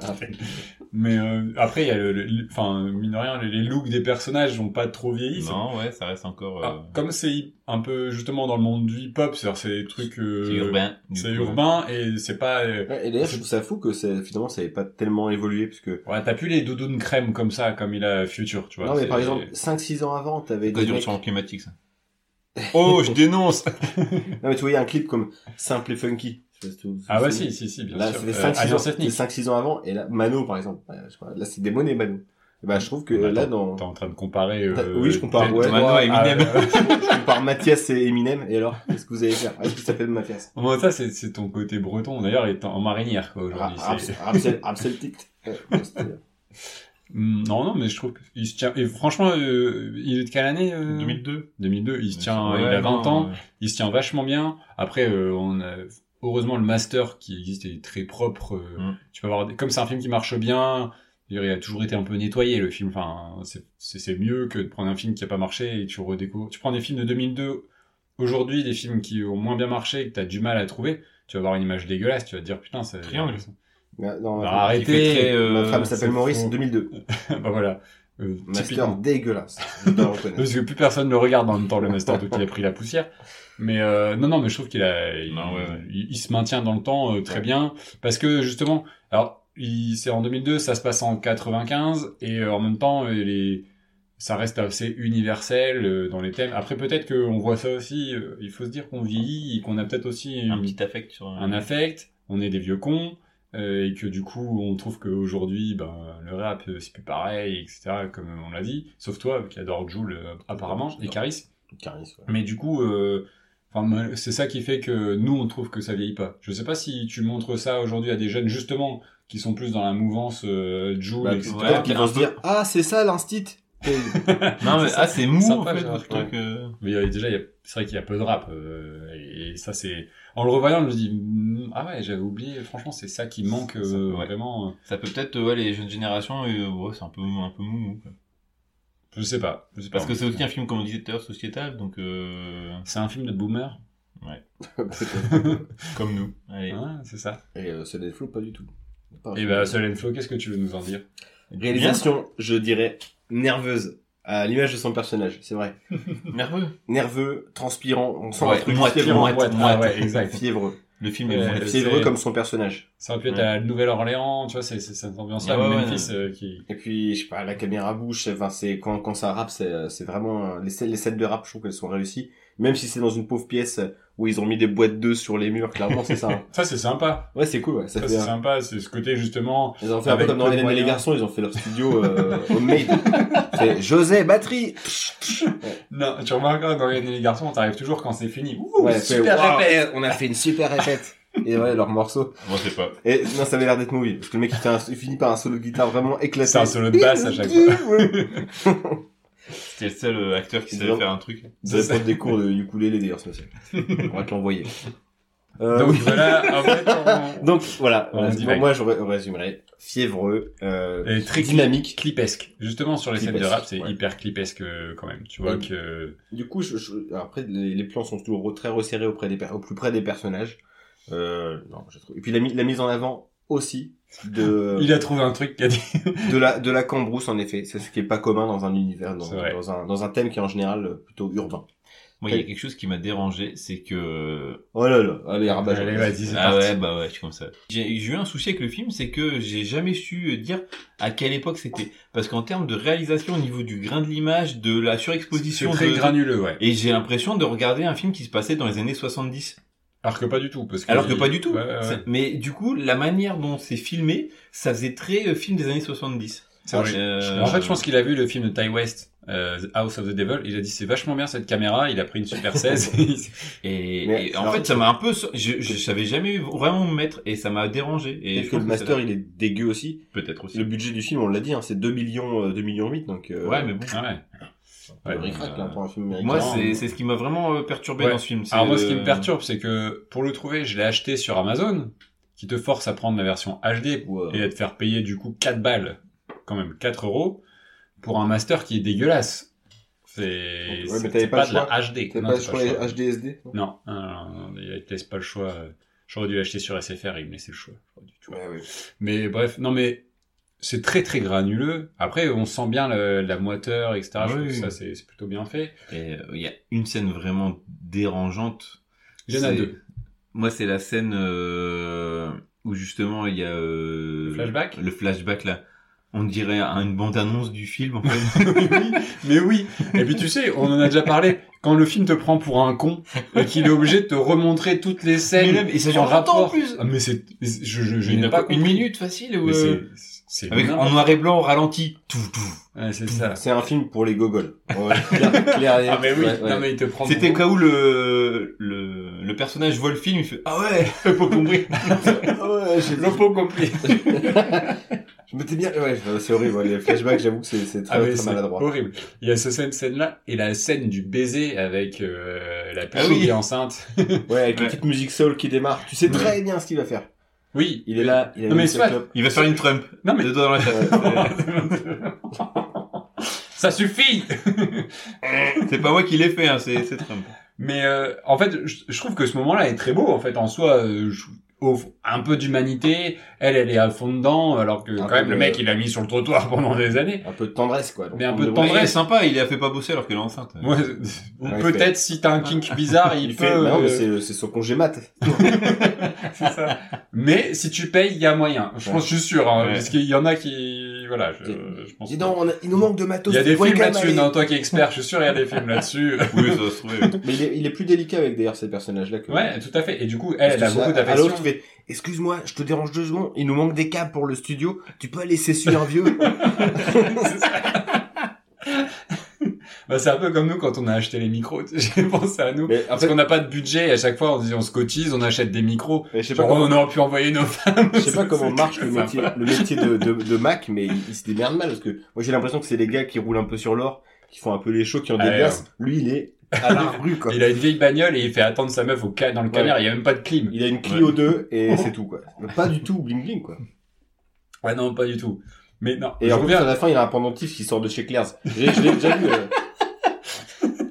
Mais euh, après, il y a le, le- le- enfin, mine de rien, les, les looks des personnages n'ont pas trop vieilli. c'est- non, ouais, ça reste encore. Ah, euh, comme c'est un peu justement dans le monde du hip-hop, c'est-à-dire c'est des trucs. euh, c'est urbain. du C'est coup. hein. urbain et c'est pas. euh, Ouais, et d'ailleurs, je trouve ça fou que ça- finalement, ça n'ait pas tellement évolué, parce que Ouais, t'as plus les doudounes crème comme ça, comme il a Future, tu vois. non, mais c'est- par exemple, 5-6 ans avant, t'avais des Occasion de mecs- changement climatique, ça. Oh, je dénonce Non, mais tu voyais un clip comme Simple et Funky. Je sais pas si vous vous Ah, bah souvenez. si, si, si, bien Là, sûr. ça fait Euh, 5-6 Alliance ans, Ethnique. ça fait 5-6 ans avant, et là, Mano, par exemple, euh, je sais pas, là, c'est des monnaies, Mano. Et bah, je trouve que Bah, là, dans, T'es en train de comparer. T'as- euh, oui, je compare, Ted ouais. Mano Mano à et Eminem. à- je compare Mathias et Eminem, et alors, qu'est-ce que vous allez faire? Est-ce qu'il s'appelle Mathias? Bon, ça, c'est c'est ton côté breton. D'ailleurs, il est en en marinière, Ah, quoi, aujourd'hui. Ra- c'est- Raps- Rapsel- Rapseltic. Ouais, bon, c'était- Hmm, Non, non, mais je trouve qu'il se tient. Et franchement, euh, il est de quelle année euh 2002. 2002, il se tient, Ouais, il a 20 non, ans, euh, il se tient vachement bien. Après, euh, on a, heureusement, le master qui existe est très propre. euh, Mm. Tu peux avoir, des- comme c'est un film qui marche bien, je veux dire, il a toujours été un peu nettoyé le film. Enfin, c'est- c'est c'est mieux que de prendre un film qui a pas marché et tu redécouvres. Tu prends des films de 2002, aujourd'hui, des films qui ont moins bien marché et que t'as du mal à trouver, tu vas avoir une image dégueulasse, tu vas te dire putain, c'est. Triangle. Mais non, Bah, ma- il fait très, arrêtez. euh, ma femme s'appelle c'est Maurice, faux. 2002. bah voilà. Euh, Master typiquement. dégueulasse. Je dois le reconnaître. Parce que plus personne le regarde en même temps, le master, donc il a pris la poussière. Mais euh, non, non, mais je trouve qu'il a, il, Non, ouais, ouais. il- il se maintient dans le temps euh, très Ouais. bien. Parce que justement, alors, il- c'est en 2002, ça se passe en 95, et euh, en même temps, euh, les, ça reste assez universel euh, dans les thèmes. Après, peut-être qu'on voit ça aussi, euh, il faut se dire qu'on vieillit, et qu'on a peut-être aussi hein. Un une- petit affect sur Mm. euh, un affect, on est des vieux cons, euh, et que du coup, on trouve qu'aujourd'hui, ben, le rap, euh, c'est plus pareil, etc., comme on l'a dit, sauf toi, qui adore Jules, euh, apparemment, et Caris. Caris, ouais. Mais du coup, euh, enfin, mal- c'est ça qui fait que nous, on trouve que ça vieillit pas. Je sais pas si tu montres ça aujourd'hui à des jeunes, justement, qui sont plus dans la mouvance euh, Joule, Bah, etc. ouais. Peut-être qu'ils vont se dire, ah, c'est ça l'instit. Et- Non, mais ah, c'est mou sympa, en fait, genre, votre truc. euh. Mais euh, déjà, il y a- c'est vrai qu'il y a peu de rap. euh, et, et ça, c'est. En le revoyant, je me dis, mm, ah ouais, j'avais oublié, franchement, c'est ça qui manque Ça, euh, ouais. vraiment. euh, Ça peut peut-être, euh, ouais, les jeunes générations, euh, ouais, c'est un peu, un peu mou, mou, quoi. Je sais pas. Je sais pas. Parce que c'est aussi un film, comme on disait tout à l'heure, sociétal, donc euh, C'est un film de boomer. comme nous. Allez. Hein, c'est ça. Et euh, ce Dead Flow, pas du tout. Pas Et du bah, tout. Solène Flo, qu'est-ce que tu veux nous en dire Réalisation, je dirais, nerveuse, à l'image de son personnage, c'est vrai. Nerveux. Nerveux, transpirant, on sent Ouais, un truc moite, fiévreux. moite, moite, Ah moite. ouais, exact. Fiévreux. Le film Ouais, est bon. Euh, Fiévreux c'est- comme son personnage. Ça aurait pu être Ouais. à la Nouvelle-Orléans, tu vois, c'est c'est cette ambiance-là, Ouais, le ouais, Memphis euh, qui. Et puis, je sais pas, la caméra bouche, enfin, c'est, quand, quand ça rappe, c'est, euh, c'est vraiment, euh, les scènes, les scènes de rap, je trouve qu'elles sont réussies. Même si c'est dans une pauvre pièce euh, où ils ont mis des boîtes d'œufs sur les murs, clairement, c'est ça. hein. Ça, c'est sympa. Ouais, c'est cool, ouais, ça Ça, fait c'est un- sympa. C'est ce côté, justement. Ils ont fait un peu Avec comme dans peu de Hélène et les moyens. garçons, ils ont fait leur studio, euh, homemade. C'est José, batterie! Non, tu remarqueras, dans les, les garçons, on t'arrive toujours quand c'est fini. Ouh, Ouais, fait, super waouh, répète. On a fait une super répète. Et ouais, leur morceau. Moi, je sais pas. Et non, ça avait l'air d'être movie. Parce que le mec, il, fait un- il finit par un solo de guitare vraiment éclaté. C'est un solo de basse à chaque fois. C'était le seul euh, acteur qui savait Non. faire un truc. Vous allez prendre des cours de ukulélé d'ailleurs, ce monsieur. On va te l'envoyer. Euh, Donc oui. voilà, en fait, on- Donc, voilà. On Voilà, dit pour vague. moi, je ré- résumerais. Fiévreux, euh, Et très dynamique. clipesque. Justement, sur les scènes de Clipesque, rap, c'est ouais. hyper clipesque euh, quand même. Tu vois Ouais. Euh. que. Du coup, je- je- après, les, les plans sont toujours re- très resserrés auprès des, per- au plus près des personnages. Euh, non, je trouve. Et puis la, mi- la mise en avant aussi de Il a trouvé un truc qui a dit. de la de la cambrousse en effet. C'est ce qui est pas commun dans un univers, dans, C'est vrai. dans un dans un thème qui est en général euh, plutôt urbain. Moi, il y a quelque chose qui m'a dérangé, c'est que. Oh là là, allez, rabat. Allez, vas-y, c'est Ah parti. ouais, bah ouais, je suis comme ça. J'ai j'ai eu un souci avec le film, c'est que j'ai jamais su euh, dire à quelle époque c'était. Parce qu'en termes de réalisation, au niveau du grain de l'image, de la C'est surexposition. très de- granuleux, ouais. Et j'ai l'impression de regarder un film qui se passait dans les années 70. Alors que pas du tout, parce que. Alors que pas du tout. Ouais, ouais, ouais. C'est- Mais du coup, la manière dont c'est filmé, ça faisait très euh, film des années 70. C'est vrai. Euh, En fait, je pense qu'il a vu le film de Ty West, euh, The House of the Devil. Il a dit c'est vachement bien cette caméra. Il a pris une Super 16. Et, Mais- et en alors- fait, ça m'a un peu, je, je savais jamais vraiment me mettre et ça m'a dérangé. Et Et que je pense le que ça- master, il est dégueu aussi. peut-être aussi. Le budget du film, on l'a dit, hein, c'est 2 millions, euh, 2 millions 8, donc euh, Ouais, mais bon. ouais. le ouais. ric-rac, euh, là, pour un film américain. Moi, Non, c'est mais- c'est ce qui m'a vraiment euh, perturbé Ouais. dans ce film. c'est Alors moi, ce le- qui me perturbe, c'est que pour le trouver, je l'ai acheté sur Amazon, qui te force à prendre la version HD Ou, euh, et à te faire payer du coup 4 balles, quand même 4 euros, pour un master qui est dégueulasse. C'est Ouais, mais c'est- t'avais c'est pas pas, le de choix. la HD. t'as Non, pas t'as sur le les choix. HDSD non Non, non, non, non, il te laisse pas le choix. J'aurais dû l'acheter sur SFR, il me laissait le choix. J'aurais dû, tu vois. Ouais, ouais. Mais bref, non mais c'est très très granuleux. Après, on sent bien le- la moiteur, etc. Je Oui, trouve que oui. ça c'est c'est plutôt bien fait. Et, euh, Il y a une scène vraiment dérangeante. Il y en a C'est- deux. Moi, c'est la scène euh, où justement il y a euh, Le flashback Le flashback là. On dirait une bande-annonce du film. En fait. Mais oui. Et puis tu sais, on en a déjà parlé. Quand le film te prend pour un con et qu'il est obligé de te remontrer toutes les Mais scènes là, mais ça dure en longtemps, en rapport. plus. Ah, mais c'est, mais c'est- je, je, je Il y en n'ai a pas quoi, une compris. minute facile ou Mais c'est, euh, c'est avec énorme. en noir et blanc au ralenti. Tout, tout. Ouais, c'est ça. C'est un film pour les gogoles. Ouais, clair- clair et- Ah mais oui. ouais, ouais. Non mais il te prend. C'était pour- au cas où le, le, le personnage voit le film, il fait Ah ouais, faut compris. Ouais, j'ai- Le pot complet. Je m'étais bien. Ouais, c'est horrible. ouais, Les flashbacks, j'avoue que c'est c'est très, Ah mais très c'est maladroit. horrible. Il y a ce- cette scène-là et la scène du baiser avec euh, la Ah petite oui. qui est enceinte. Ouais, avec Ouais. une petite musique soul qui démarre. Tu sais Ouais. très bien ce qu'il va faire. Oui. Il est là, il a Non, mais mis c'est sa pas- clope. Il va faire une Trump. Non mais Le doigt dans la chatte. ça suffit. C'est pas moi qui l'ai fait, hein, c'est c'est Trump. Mais euh, en fait, je, je trouve que ce moment-là est très beau. En fait, en soi, euh, je- offre un peu d'humanité. Elle, elle est à fond dedans, alors que Un quand peu euh, même de- le mec, il l'a mis sur le trottoir pendant des années. Un peu de tendresse, quoi. Donc, Mais un on peu de devrait- tendresse. Ouais, il est sympa, il a fait pas bosser alors qu'elle est enceinte. Moi, ou Ouais, peut-être si t'as un kink bizarre, il, Il peut. fait. bah Non, mais euh, c'est c'est son congé mat. c'est ça. Mais si tu payes, il y a moyen. Je Ouais. pense, je suis sûr, hein, Ouais. parce qu'il y en a qui, voilà, je, Dis- je pense. Dis que- donc, on a- il nous manque de matos. Il y a des Ouais, films quand même, là-dessus. allez. Non, toi qui es expert, je suis sûr, il y a des films là-dessus. Oui, ça va se trouver. oui. Mais il est, il est plus délicat avec d'ailleurs ces personnages-là que. Ouais, tout à fait. Et du coup, elle, Parce elle que a ça- beaucoup à l'autre, d'affection. tu fais, excuse-moi, je te dérange deux secondes, il nous manque des câbles pour le studio, tu peux aller s'essuyer un vieux. C'est ça. Bah, c'est un peu comme nous quand on a acheté les micros. tu sais, J'ai pensé à nous. Mais Parce après, qu'on n'a pas de budget, et à chaque fois on dit on se cotise, on achète des micros. mais je sais pas Genre, comment, on aurait pu envoyer nos femmes. je sais pas comment C'est- marche c'est le métier, sympa. le métier de, de, de Mac, mais il, il se démerde mal parce que moi j'ai l'impression que c'est les gars qui roulent un peu sur l'or, qui font un peu les shows, qui en Ah, déplacent. Lui, il est à la rue quoi. Il a une vieille bagnole et il fait attendre sa meuf au ca- dans le Ouais. canard, il y a même pas de clim. Il a une Clio 2 et c'est tout quoi. Pas du tout bling bling quoi. Ouais, non, pas du tout. Mais non, Et je en plus, à reviens. la fin, il a un pendentif qui sort de chez Claire's. J'ai- Je l'ai déjà vu. euh,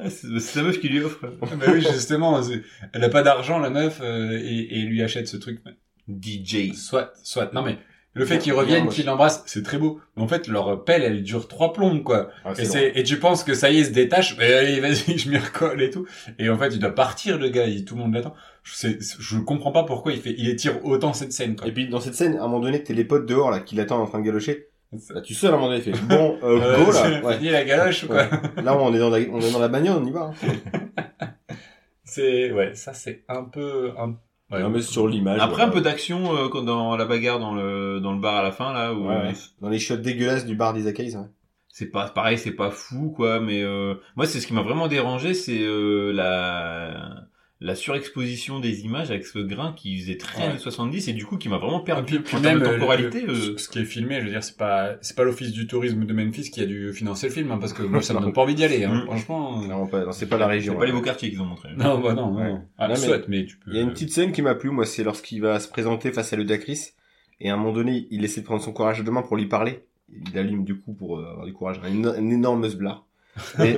Ah, C'est c'est sa meuf qui lui offre. bah oui, justement, c'est- elle a pas d'argent, la meuf, euh, et, et lui achète ce truc. DJ. Soit, soit. Non, mais le fait Bien, qu'ils bien, reviennent, moi, qu'ils je- l'embrassent, c'est très beau. Mais en fait, leur pelle, elle dure trois plombes, quoi. ah, c'est Et, long. c'est- et tu penses que ça y est, il se détache, mais allez, vas-y, je m'y recolle et tout. Et en fait, il doit partir, le gars, il- tout le monde l'attend. Je, sais- je comprends pas pourquoi il fait, il étire autant cette scène, quoi. Et puis, dans cette scène, à un moment donné, t'es les potes dehors, là, qui l'attendent en train de galocher. C'est- Bah, tu sors à un moment donné, il fait, bon, euh, Euh, go, c'est là. Ouais. fini la galoche, ou quoi. Ouais. Là, on est, dans la, on est dans la bagnole, on y va. hein. C'est, ouais, ça, c'est un peu, un, ouais. Non, mais sur l'image. Après, un voilà. peu d'action euh, quand- dans la bagarre dans le, dans le bar à la fin, là, où Ouais, ouais. Dans les shots dégueulasses du bar hein. des Akaïs, ouais. c'est pas pareil, c'est pas fou, quoi, mais euh, moi, c'est ce qui m'a vraiment dérangé, c'est euh, la, la surexposition des images avec ce grain qui faisait très Ouais. années 70 et du coup qui m'a vraiment Et perdu puis, puis en termes même de euh, temporalité. le- euh, ce qui est filmé, je veux dire, c'est pas c'est pas l'office du tourisme de Memphis qui a dû financer le film, hein, parce que moi ça me donne pas envie d'y aller, hein, Mm. franchement. Non, pas, non, c'est pas la région. hein. c'est pas ouais. les beaux quartiers qu'ils ont montré. Non, bah non, non. Ouais. Ah, Non, mais- soit, mais tu peux. Il y a une petite scène qui m'a plu, moi, c'est lorsqu'il va se présenter face à le Dacris, et à un moment donné, il essaie de prendre son courage à deux mains pour lui parler. Il allume du coup pour euh, avoir du courage, un, éno- un énorme sblard. Et,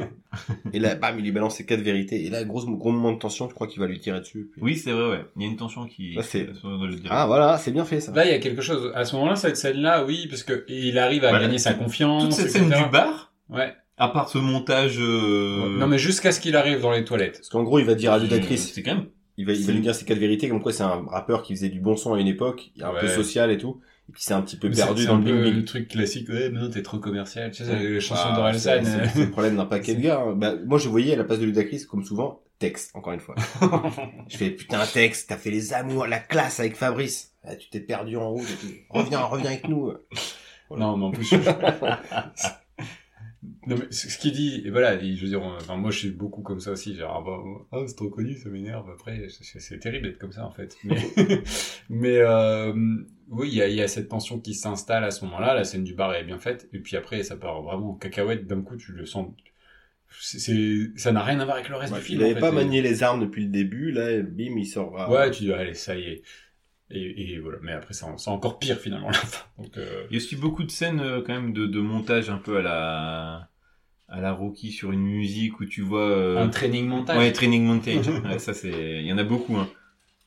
et là, bam, il lui balance ses quatre vérités. Et là, gros, gros moment de tension, je crois qu'il va lui tirer dessus. Puis- Oui, c'est vrai, ouais. Il y a une tension qui. Là, c'est- dans le- Ah voilà, c'est bien fait ça. euh. Là, il y a quelque chose. À ce moment-là, cette scène-là, oui, parce que il arrive à Bah, gagner sa toute confiance. Toute cette scène etc. du bar, Ouais. à part ce montage. euh, Non, mais jusqu'à ce qu'il arrive dans les toilettes. Parce qu'en gros, il va dire à qui- Ludacris, C'est quand même. il va, il va lui dire ses quatre vérités, comme quoi c'est un rappeur qui faisait du bon son à une époque, un peu Ouais. social et tout, et qui s'est un petit peu C'est- perdu c'est dans un le peu bling le truc classique. Ouais, mais non, t'es trop commercial. Tu sais, Ouais. les chansons Ah, d'Orelsan. euh, c'est- c'est- c'est le problème d'un paquet de gars. hein. Bah, moi, je voyais à la place de Ludacris, comme souvent, texte, encore une fois. je fais, putain, texte, t'as fait les amours, la classe avec Fabrice. Ah, tu t'es perdu en route et tout. Reviens, reviens avec nous. Voilà. Non, mais en plus. je- non, mais ce ce qu'il dit, et voilà, il- je veux dire, on- enfin, moi je suis beaucoup comme ça aussi, genre, ah, bah, ah, c'est trop connu, ça m'énerve, après, c'est c'est terrible d'être comme ça en fait. Mais, mais, euh, oui, il y a, il y a cette tension qui s'installe à ce moment-là, la scène du bar est bien faite, et puis après, ça part vraiment en cacahuète, d'un coup, tu le sens. c'est- c'est- ça n'a rien à voir avec le reste Ouais, du film. il avait en fait, pas et- manié les armes depuis le début. Là, bim, il sort. ah, à- Ouais, tu dis, allez, ça y est. Et, et voilà, mais après, ça, c'est encore pire finalement, la fin. Donc, euh, Il y a aussi beaucoup de scènes euh, quand même de, de montage un peu à la à la Rocky sur une musique où tu vois euh, un training mental. ouais Training Montage Ouais, ça c'est il y en a beaucoup hein.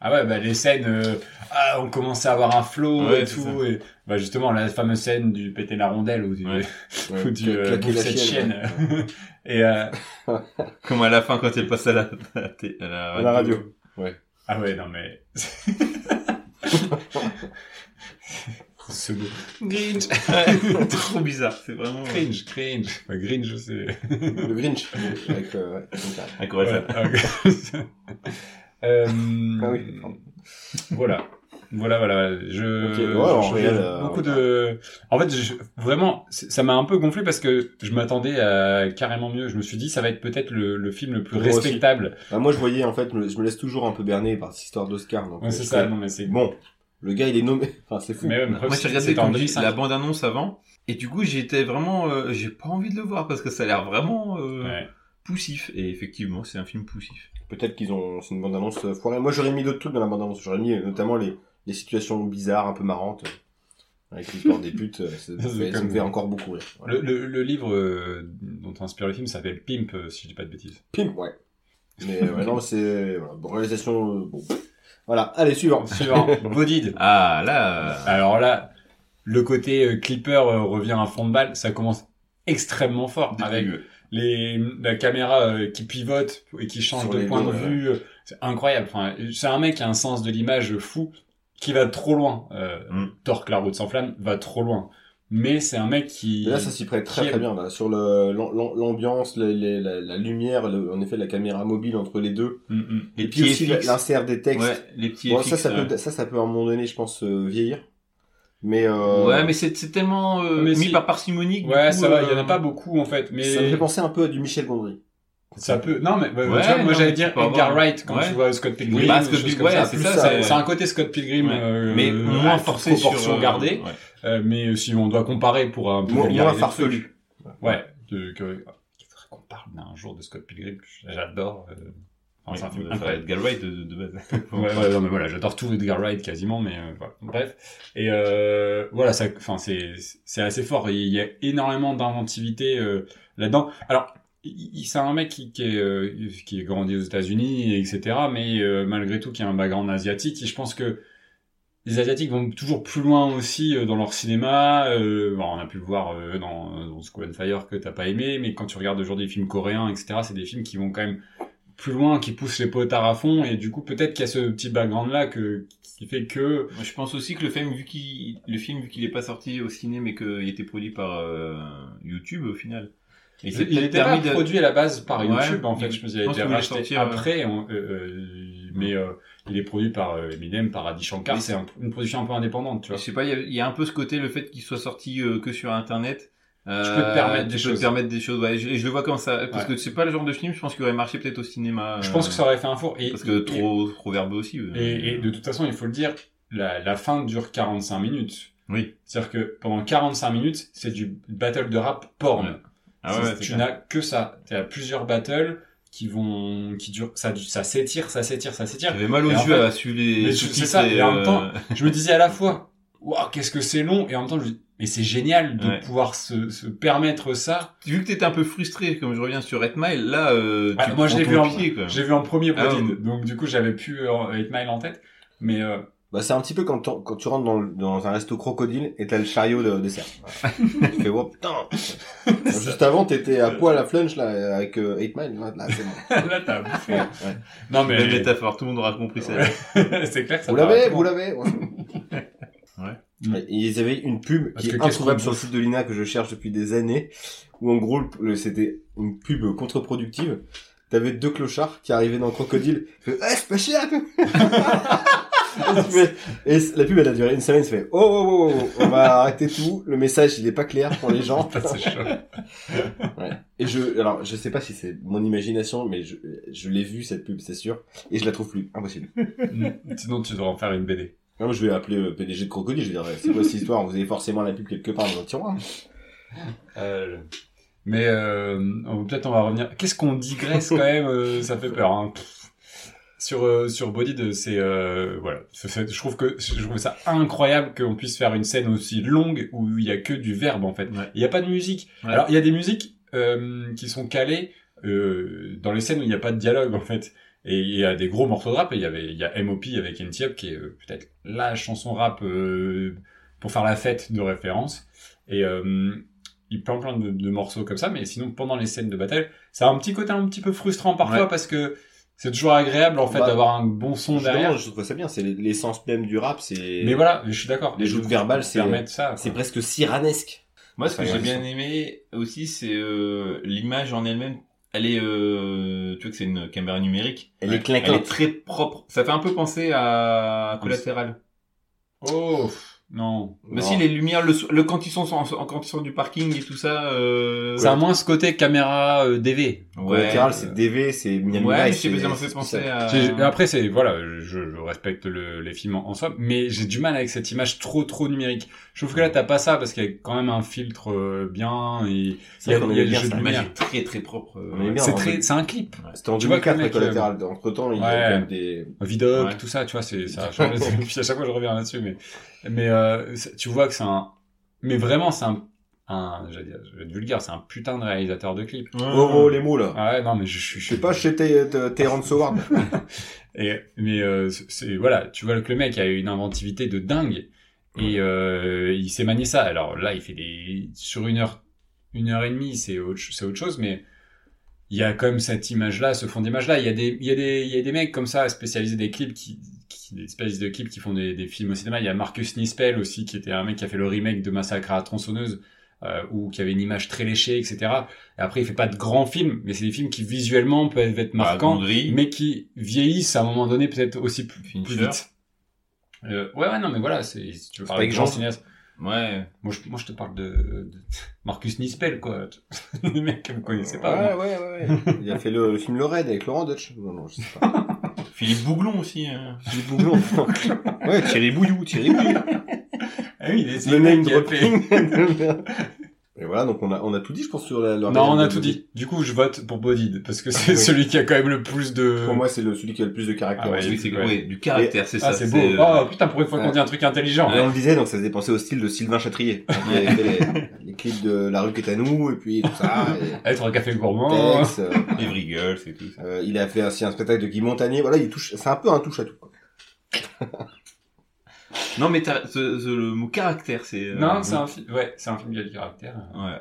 Ah ouais, bah les scènes, euh, ah, on commençait à avoir un flow Ouais, et c'est tout. Et, bah justement, la fameuse scène du péter la rondelle ou du, Ouais. Ouais, ou du cla- euh, claquer bouffe la cette chienne, chienne. ouais. et euh, comme à la fin quand elle passe à la à la té- à la À la radio. ah ouais, non mais. Ce mot. Gringe. Ouais, trop bizarre c'est vraiment Cringe, cringe. Bah, Gringe, c'est. Le Grinch. avec, euh, ouais, comme ça. incroyable Ouais. ah, Euh, Ah oui, pardon. Voilà. Voilà, voilà. Ok, Je, ouais, je- en je- réel, je- euh, beaucoup ouais. de. En fait, je- vraiment, c'est- ça m'a un peu gonflé parce que je m'attendais à carrément mieux. Je me suis dit, ça va être peut-être le, le film le plus Moi aussi. respectable. Bah, moi, je voyais en fait, je me- je me laisse toujours un peu berner par cette histoire d'Oscar. donc, Ouais, euh, c'est je ça. fais, Non, mais c'est Bon, le gars, il est nommé. Enfin, c'est fou. Mais ouais, mais moi j'ai c'est- regardé c'est en comme dit, 2005. la bande annonce avant et du coup j'étais vraiment euh, j'ai pas envie de le voir parce que ça a l'air vraiment euh, Ouais. poussif et effectivement c'est un film poussif Peut-être qu'ils ont, c'est une bande annonce foirée. Moi, j'aurais mis d'autres trucs dans la bande annonce. J'aurais mis euh, notamment les, les situations bizarres, un peu marrantes. euh, Avec l'histoire des putes, euh, ça, me C'est fait- ça comme- me fait encore beaucoup rire. Voilà. Le, le- le livre euh, dont inspire le film s'appelle Pimp, euh, si je dis pas de bêtises. Pim, ouais. Mais euh, ouais, non, c'est, voilà, bon, réalisation, euh, bon. Voilà, allez, suivant. Suivant, Bodied. ah là Alors là, le côté euh, clipper euh, revient à fond de balle, ça commence extrêmement fort avec les la caméra euh, qui pivote et qui change Sur de les point dos, de ouais. vue, euh, c'est incroyable. Enfin, c'est un mec qui a un sens de l'image fou qui va trop loin. Euh, Mm. Torque la route sans flamme va trop loin. Mais c'est un mec qui Et là, ça s'y prête très Qui très aime- bien, là. Sur le, l'am- l'am- l'ambiance, les- les- la, la lumière, le- en effet, la caméra mobile entre les deux. Mm, mm. Et, puis aussi, l'insert des textes. Ouais, les petits Bon, FX, ça, ça euh, peut, ça, ça peut à un moment donné, je pense, euh, vieillir. Mais, euh, Ouais, mais c'est c'est tellement euh, Mais mis si. par parcimonie. que du Ouais, coup, ça va, il y en euh, a pas beaucoup en fait, mais ça me fait penser un peu à du Michel Gondry. ça peut. Non, mais bah, Ouais, tu vois, moi non, j'allais tu dire peux avoir- Edgar Wright quand Ouais. tu vois Scott Pilgrim. Oui, bah, des Scott choses Pilgrim, comme ça. ouais, c'est Plus ça, c'est- C'est un côté Scott Pilgrim, Ouais. euh, mais euh, à moins toute forcé proportion sur euh, gardée. ouais. Euh, mais si on doit comparer pour un peu Moins, vulgariser moins le truc. farfelu. Ouais. De, que, il faudrait qu'on parle d'un jour de Scott Pilgrim. que J'adore. euh, enfin, c'est un film Ouais, incroyable. Edgar Wright de, de base. Ouais, ouais, non, mais voilà, j'adore tout Edgar Wright quasiment, mais euh, voilà. Bref. Et euh, voilà, ça, enfin, c'est, c'est assez fort. Il y a énormément d'inventivité euh, là-dedans. Alors, il- il- c'est un mec qui, qui, est, euh, qui est grandi aux États-Unis, etc., mais euh, malgré tout, qui a un background asiatique. Et je pense que les Asiatiques vont toujours plus loin aussi euh, dans leur cinéma. Euh, bon, on a pu le voir euh, dans, dans School and Fire que t'as pas aimé, mais quand tu regardes aujourd'hui des films coréens, etc., c'est des films qui vont quand même plus loin, qui poussent les potards à fond. Et du coup, peut-être qu'il y a ce petit background-là que, qui fait que... Je pense aussi que le film, vu qu'il, le film, vu qu'il est pas sorti au ciné, mais qu'il était produit par euh, YouTube au final. Et c'est il peut-être était pas permis de- produit à la base par Ouais, YouTube, en fait. il- Je pense qu'il a je pense été qu'on voulait racheté sortir, euh, après. on- euh, euh, mais euh, il est produit par euh, Eminem, par Adi Shankar. Mais C'est un- une production un peu indépendante, tu vois. Je sais pas, il y a- il y, a un peu ce côté, le fait qu'il soit sorti euh, que sur Internet. Euh, Tu peux te permettre tu des peux choses. te permettre des choses. ouais, et je, et je le vois comme ça, parce Ouais. que c'est pas le genre de film, je pense qu'il aurait marché peut-être au cinéma. Je euh, pense que ça aurait fait un four. Et, parce que et- trop, trop verbeux aussi. euh. Et, et de toute façon, il faut le dire, la, la fin dure 45 minutes. Oui. C'est-à-dire que pendant 45 minutes, c'est du battle de rap porn. Ouais. Ah ouais, C'est- c'est tu clair. n'as que ça. Tu as plusieurs battles qui vont, qui durent, ça, ça s'étire, ça s'étire, ça s'étire. J'avais mal aux Et en yeux fait- à suivre les Mais c'est sous-titres. ça, et en même euh, temps, je me disais à la fois, waouh, qu'est-ce que c'est long, et en même temps, je me dis, mais c'est génial de Ouais. pouvoir se, se permettre ça. vu que t'étais un peu frustré, comme je reviens sur Red Mile, là, euh, Ah, tu moi, je prends l'ai ton vu en- pied, quoi. J'ai vu en premier Ah, Blooded, ouais. donc du coup, j'avais pu euh, Eight Mile en tête, mais euh, Bah, c'est un petit peu quand, t'en- quand tu rentres dans, le- dans un resto crocodile et t'as le chariot de dessert. tu fais, oh putain! Juste avant, t'étais à poil à flunch, là, avec 8 Mile. Là, là, c'est bon. là, t'as bouffé. Non, Belle mais métaphore, tout le monde aura compris ça. Ouais. c'est clair que ça Vous paraît l'avez, bon. vous l'avez. ouais. Mm. Et Ils avaient une pub Parce qui que est qu'est-ce introuvable qu'on sur le site de l'INA que je cherche depuis des années, où en gros le- c'était une pub contre-productive. T'avais deux clochards qui arrivaient dans le crocodile. Ils faisaient, Eh, c'est pas cher. Et tu fais- Et la pub elle a duré une semaine. Il se fait oh, oh, oh, oh, on va arrêter tout. Le message il est pas clair pour les gens. Putain, c'est chaud. Et je alors je sais pas si c'est mon imagination, mais je, je l'ai vu cette pub c'est sûr. Et je la trouve plus, impossible. Mm. Sinon, tu devrais en faire une BD. Non, mais Ah, je vais appeler euh, le PDG de crocodile. Je vais dire c'est quoi cette histoire Vous avez forcément la pub quelque part dans votre tiroir. Euh, mais euh, on- peut-être on va revenir. Qu'est-ce qu'on digresse quand même euh, Ça fait peur. hein. Pff. Sur euh, sur Body, c'est euh, voilà. C'est- c'est- Je trouve que je trouve ça incroyable qu'on puisse faire une scène aussi longue où il y a que du verbe en fait. Ouais. Il n'y a pas de musique. Ouais. Alors il y a des musiques euh, qui sont calées euh, dans les scènes où il n'y a pas de dialogue en fait. Et il y a des gros morceaux de rap. Et il y avait il y a M.O.P. avec NTF qui est euh, peut-être la chanson rap euh, pour faire la fête de référence. Et euh, il plein plein de, de morceaux comme ça. Mais sinon pendant les scènes de bataille, ça a un petit côté un petit peu frustrant parfois Ouais. parce que c'est toujours agréable en fait Bah, d'avoir un bon son Justement, derrière. je trouve ça bien, c'est l'essence même du rap, c'est Mais voilà, je suis d'accord. Les Et joutes du coup, verbales, c'est- permettent ça. quoi. c'est presque ciranesque. Moi, ce que Ouais, j'ai ouais, bien aimé aussi, c'est euh, l'image en elle-même. Elle est, euh, tu vois que c'est une caméra numérique. Elle est Elle est clinquante. très propre. Ça fait un peu penser à Collatéral. Oh non. Mais si les lumières, le, so- le quand ils sont sur- quand ils sont du parking et tout ça. Euh... Ça a moins ce côté caméra euh, DV. ouais. Collatéral, c'est DV, c'est Ouais, Miami mais Vice, c'est- j'ai besoin me fait c'est penser spécial. à. J'ai- Après c'est voilà, je, je respecte le- les films en, en soi, mais j'ai du mal avec cette image trop trop numérique. Je trouve que là t'as pas ça parce qu'il y a quand même un filtre euh, bien. Et... C'est vrai Il y a- qu'on il y a aimait le bien jeu ça. de lumière. L'image est très très propre. euh, On aimait bien. C'est en très, vrai. c'est un clip, C'était en Tu vois 2004, que le la mec, collatéral. Entre temps, il y Ouais. a quand même des, Vidoc, Ouais. tout ça, tu vois, c'est ça. a changé. Puis à chaque fois je reviens là-dessus, mais mais euh, c'est- tu vois que c'est un, mais vraiment c'est un, un, j'allais dire, je vais être vulgaire, c'est un putain de réalisateur de clip. Ouais. oh, oh, les mots, là. Ah ouais, non mais je suis. Je sais pas, chez Te- Te- Terrence Howard. Et, mais euh, c'est- c'est voilà, tu vois que le mec a une inventivité de dingue et euh, il sait manier ça. Alors là, il fait des sur une heure, une heure et demie, c'est autre, ch- c'est autre chose, mais il y a comme cette image-là, ce fond d'image-là. Il y a des, il y a des, il y a des mecs comme ça spécialisés des clips qui, qui des spécialistes de clips qui font des, des films au cinéma. Il y a Marcus Nispel aussi qui était un mec qui a fait le remake de Massacre à la tronçonneuse. Euh, ou qui avait une image très léchée, etc. Et après, il fait pas de grands films, mais c'est des films qui visuellement peuvent Bah, être marquants Gondry, mais qui vieillissent à un moment donné peut-être aussi plus, plus Fincher. vite. Euh, ouais, ouais, non, mais voilà, c'est, si tu veux parler pas de que grand Jean- cinéaste. Ouais. Moi je, moi, je te parle de, de Marcus Nispel, quoi. Le mec qui me connaissait pas. Ouais, ouais, ouais, ouais. Il a fait le, le film Le Raid avec Laurent Dutch. Non, non, je sais pas. Philippe Bouglon aussi. hein. Philippe Bouglon. ouais, Thierry Bouillou, Thierry Bouillou. Ah oui, il est- c'est Le le mec name qui a fait- dropping. de merde. Et voilà, donc on a, on a tout dit, je pense, sur la, la- Non, on a la- tout dit. Du coup, je vote pour Bodid, parce que c'est Ah Oui. celui qui a quand même le plus de... Pour moi, c'est le, celui qui a le plus de caractère. Ah ouais, Oui, c'est ouais. ouais, du caractère, c'est ça. ah, c'est beau. euh, Oh, putain, pour une fois qu'on dit un truc intelligent. Et on le disait, donc ça faisait penser au style de Sylvain Châtrier. Il avait fait les, les clips de La rue qui est à nous, et puis tout ça, et Être un café gourmand. Tex, euh, Les vrigueules, c'est tout. euh, il a fait aussi un spectacle de Guy Montagnier. Voilà, il touche, c'est un peu un touche à tout. quoi. Non, mais t'as- ce- ce- le mot caractère, c'est. euh, Non, c'est un film. Ouais, c'est un film qui a du caractère. Ouais.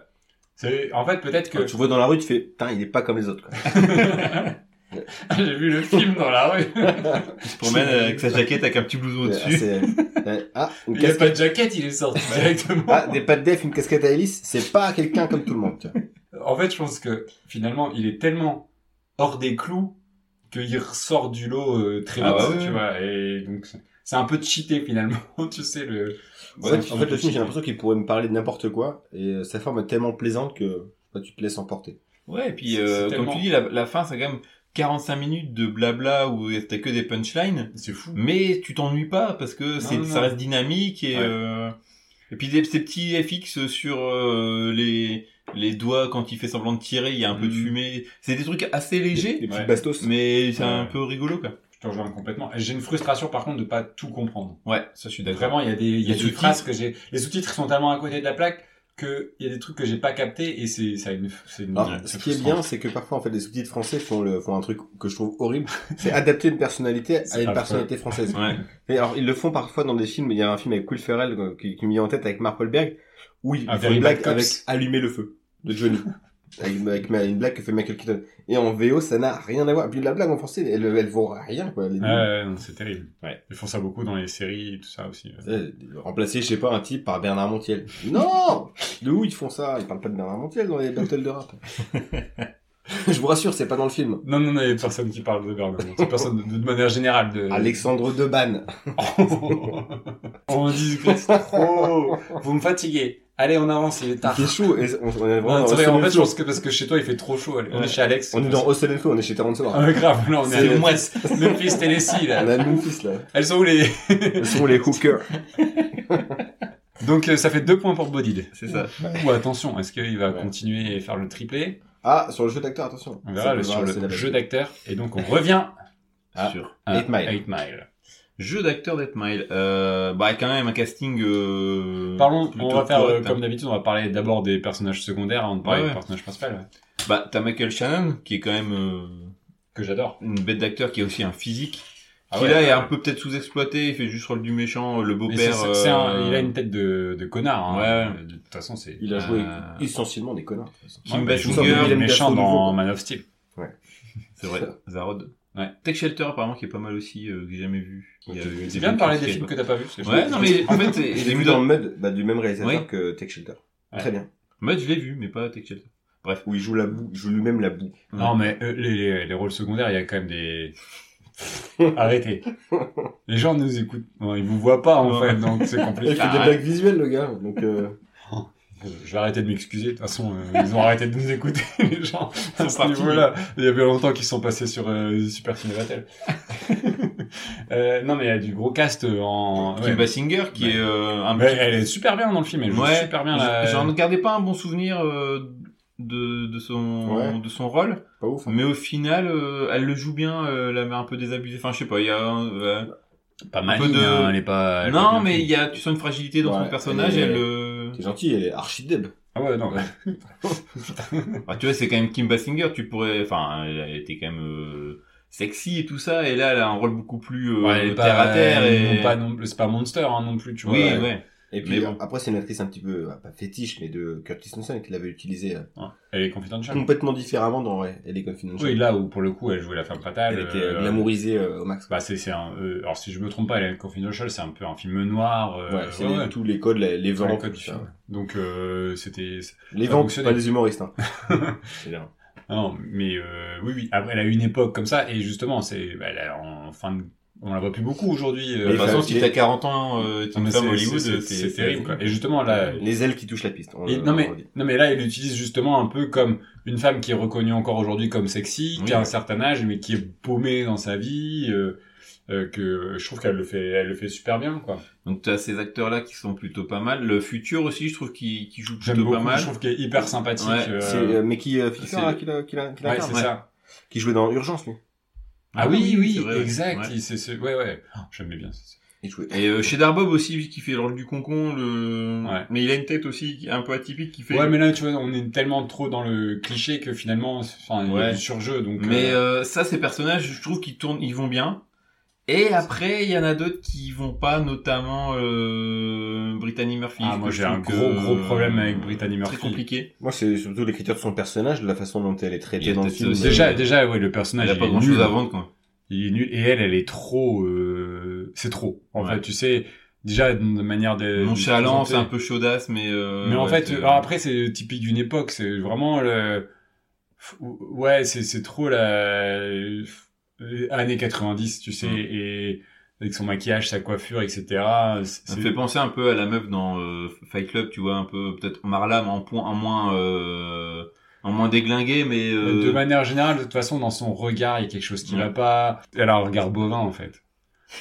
C'est en fait peut-être Quand que tu vois dans la rue, tu fais, putain, il est pas comme les autres, quoi. Ah, j'ai vu le film dans la rue. Il se promène avec sa jaquette avec un petit blouson Ah, au-dessus. c'est- euh, ah, une Il n'y a pas casquette. de jaquette, il est sorti directement. Ah, des pattes d'EF, une casquette à hélice, c'est pas quelqu'un comme tout le monde. tu vois. En fait, je pense que finalement, il est tellement hors des clous qu'il ressort du lot euh, très vite, Ah ouais, ouais, tu ouais. vois. Et donc, c'est- c'est un peu cheaté finalement, tu sais le. En fait, en fait, le film, j'ai l'impression qu'il pourrait me parler de n'importe quoi, et euh, sa forme est tellement plaisante que bah, tu te laisses emporter. Ouais, et puis, C'est- euh, c'est comme tellement- tu dis, la, la fin, c'est quand même 45 minutes de blabla où t'as que des punchlines. C'est fou. Mais tu t'ennuies pas parce que c'est, non, ça non. reste dynamique et, Ouais. euh, et puis des- ces petits FX sur euh, les, les doigts quand il fait semblant de tirer, il y a un peu de Mhm. fumée. C'est des trucs assez Des, légers, des petits Ouais. bastos. mais c'est un Ouais. peu rigolo quoi. Je te rejoins complètement. Et J'ai une frustration par contre de pas tout comprendre. Ouais, ça je suis d'accord. Vraiment, il y a des, il y a Les des sous-titres. phrases que j'ai. Les sous-titres sont tellement à côté de la plaque que il y a des trucs que j'ai pas capté et c'est ça me c'est une- Alors, c'est ce qui est frustrant. bien, c'est que parfois, en fait, les sous-titres français font, le, font un truc que je trouve horrible. C'est adapter une personnalité à C'est une affreux. personnalité française. Ouais. Et alors, ils le font parfois dans des films. Il y a un film avec Will Ferrell euh, qui, qui me vient en tête avec Mark Wahlberg où il fait une Un Ah, Very blague Bad avec Cops. Allumer le feu de Johnny. avec, avec ma- une blague que fait Michael Keaton. Et en VO, ça n'a rien à voir. Et puis la blague en français, elle, elle vaut rien, quoi. Elle est nulle. Ouais, ouais, non, c'est terrible. Ouais. Ils font ça beaucoup dans les séries et tout ça aussi. Euh, Remplacer, je sais pas, un type par Bernard Montiel. Non De où ils font ça Ils parlent pas de Bernard Montiel dans les battles de rap. je vous rassure, c'est pas dans le film. Non, non, non, il y a personne qui parle de Bernard. C'est personne de, de manière générale de. Alexandre Deban. on discute trop. Vous me fatiguez. Allez, on avance, il est tard. Qui est chaud. et on, on est vraiment Non, dans c'est vrai, en Hustle and fait, je Flow. pense que parce que chez toi, il fait trop chaud. allez. On Ouais. est chez Alex. on est dans Hustle and Flow, on est chez Tarantino. Ah, grave, là, on est C'est le à Memphis, Memphis Tennessee, On là. a Memphis là. Elles sont où les. Ce sont les hookers. Donc, euh, ça fait deux points pour Bodid. C'est ça. Ou attention, est-ce qu'il va Ouais. continuer et faire le triplé Ah, sur le jeu d'acteur, attention. Ça On verra peut le- sur varier, c'est la le jeu base. d'acteur. Et donc, on revient Ah. Sûr. à Eight Mile. Eight Mile. Jeu d'acteur d'Ed Mile. Euh, bah quand même un casting. Euh, Parlons, on plutôt va faire, euh, correct, hein. comme d'habitude, on va parler d'abord des personnages secondaires avant de parler Ouais, des ouais. personnages principaux, ouais. Bah t'as Michael Shannon qui est quand même euh, que j'adore. une bête d'acteur qui a aussi un physique. Ah qui ouais. là est un peu peut-être sous-exploité, il fait juste rôle du méchant, le Mais beau-père. c'est- c'est- c'est un- euh, Il a une tête de, de connard. hein. Ouais. De toute façon, c'est. Il a joué Euh, essentiellement des connards. Jim Ouais, mais il joue Basinger, le Willem méchant Dafoe nouveau. dans Man of Steel. C'est vrai, Zarod. Ouais. Tech Shelter, apparemment, qui est pas mal aussi, euh, que j'ai jamais vu. Il y a eu des Tu viens de mecs parler qui des se films que créent t'as pas vus. parce que pas. je- Ouais, non, mais en fait, c'est- J'ai j'ai vu vu dans dans. Mud, bah, du même réalisateur Oui. que Tech Shelter. Ouais. Très bien. Moi, je l'ai vu, mais pas Tech Shelter. Où il joue la boue, il joue lui-même la boue. Non, mais euh, les, les- les rôles secondaires, il y a quand même des. Arrêtez. Les gens nous écoutent. Non, ils vous voient pas en Ouais. fait, donc c'est Il compliqué. fait des blagues visuelles, le gars. Donc, euh, Je vais arrêter de m'excuser. De toute façon, euh, ils ont arrêté de nous écouter, les gens. À Ils sont ce partis. niveau-là, il y avait longtemps qu'ils sont passés sur euh, Super Ciné Battle. euh, non, mais il y a du gros cast euh, en. Kim Ah ouais. Basinger, qui Ouais. est euh, un Mais petit- elle est super bien dans le film. Elle joue Ouais, super bien. j- La... J'en gardais pas un bon souvenir euh, de, de, son, Ouais. de son rôle, pas ouf. hein. mais au final, euh, elle le joue bien, euh, la mère un peu désabusée. Enfin, je sais pas, il y a un. euh, Pas un peu maligne, de- hein, elle est pas. elle est pas non, bien mais faite. il y a, tu sens une fragilité dans Ouais, son personnage, elle est- elle. euh, T'es gentil, elle est archi deb. Ah ouais, non. Ah, tu vois, c'est quand même Kim Basinger, tu pourrais, enfin, elle était quand même euh, sexy et tout ça, et là, elle a un rôle beaucoup plus euh, Ouais, elle est terre à terre ils et. n'ont pas non plus- C'est pas Monster hein, non plus, tu vois. oui, Ouais. ouais. Et puis, Mais bon. après, c'est une actrice un petit peu, euh, pas fétiche, mais de Curtis Nelson qui l'avait utilisée euh, Elle est confidentielle. complètement différemment dans ouais, Elle est confidential. Oui, là où pour le coup elle jouait la femme fatale. Elle était euh, euh, glamourisée euh, au max. Bah c'est c'est un. euh, alors si je me trompe pas, elle est confidential, c'est un peu un film noir. euh, ouais, c'est ouais, les- ouais. tous les codes, les, les Sur les vents. codes tout du ça. film. Donc euh, c'était. Les Ça vents, fonctionnait. pas les humoristes. Hein. C'est bien. Non, mais euh, oui, oui. Après, elle bah, a eu une époque comme ça et justement, c'est elle a- en fin de On la voit plus beaucoup aujourd'hui. euh, De toute Mais façon, ça- si les- t'as 40 ans, euh, Non, t'es mais une c'est femme Hollywood, c'est- t'es- c'est t'es- terrible. quoi. Et justement, là, Les ailes qui touchent la piste. on et- le- non, mais, on le dit. non mais là, il l'utilise justement un peu comme une femme qui est reconnue encore aujourd'hui comme sexy, qui Oui. a un certain âge, mais qui est paumée dans sa vie, euh, euh, que je trouve qu'elle le fait, elle le fait super bien, quoi. Donc t'as ces acteurs-là qui sont plutôt pas mal. Le futur aussi, je trouve qu'il qu'il joue J'aime plutôt beaucoup, pas mal. je trouve qu'elle est hyper sympathique. Ouais, euh, C'est euh, mais qui euh, fiction c'est- là, qui l'a- qui l'a- qui ouais, l'incarne, c'est ouais. ça. qui jouait dans Urgence lui. Ah oui, oui, c'est vrai, ouais. exact. Ouais. il- c'est- c'est- ouais, ouais. Oh, J'aimais bien. c'est- Il jouait. Et euh, chez Darbob aussi, lui, qui fait le rôle du concon, le... Ouais. mais il a une tête aussi qui est un peu atypique qui fait. Ouais, mais là, tu vois, on est tellement trop dans le cliché que finalement, c'est- enfin, il y a Ouais. du surjeu, donc. Mais euh, euh, ça, ces personnages, je trouve qu'ils tournent, ils vont bien. Et après, il y en a d'autres qui vont pas, notamment euh, Brittany Murphy. Ah, moi, Je j'ai un trouve gros, que- euh, gros problème avec Brittany Murphy. Très compliqué. Moi c'est surtout l'écriture de son personnage, de la façon dont elle est traitée Il dans le était film. aussi- déjà, déjà, ouais, le Elle personnage. a il pas est grand chose Ah, nul. hein. à vendre, quoi. Il est nul. Et elle, elle est trop. euh, C'est trop. En Ouais. fait, tu sais, déjà de manière de. Nonchalant, de présenter. c'est un peu chaudasse, mais. euh, Mais en ouais, fait, ah, c'est- alors après, c'est typique d'une époque. C'est vraiment le. F- Ouais, c'est c'est trop la. les années 90, tu sais, Mm. et avec son maquillage, sa coiffure, etc. c'est- Ça me c'est- fait penser un peu à la meuf dans euh, Fight Club, tu vois, un peu peut-être Marla, mais en point, en moins, euh, en moins déglingué, mais euh, Mm. De manière générale, de toute façon, dans son regard, il y a quelque chose qui Ouais. va pas. Elle a un regard bovin, en fait.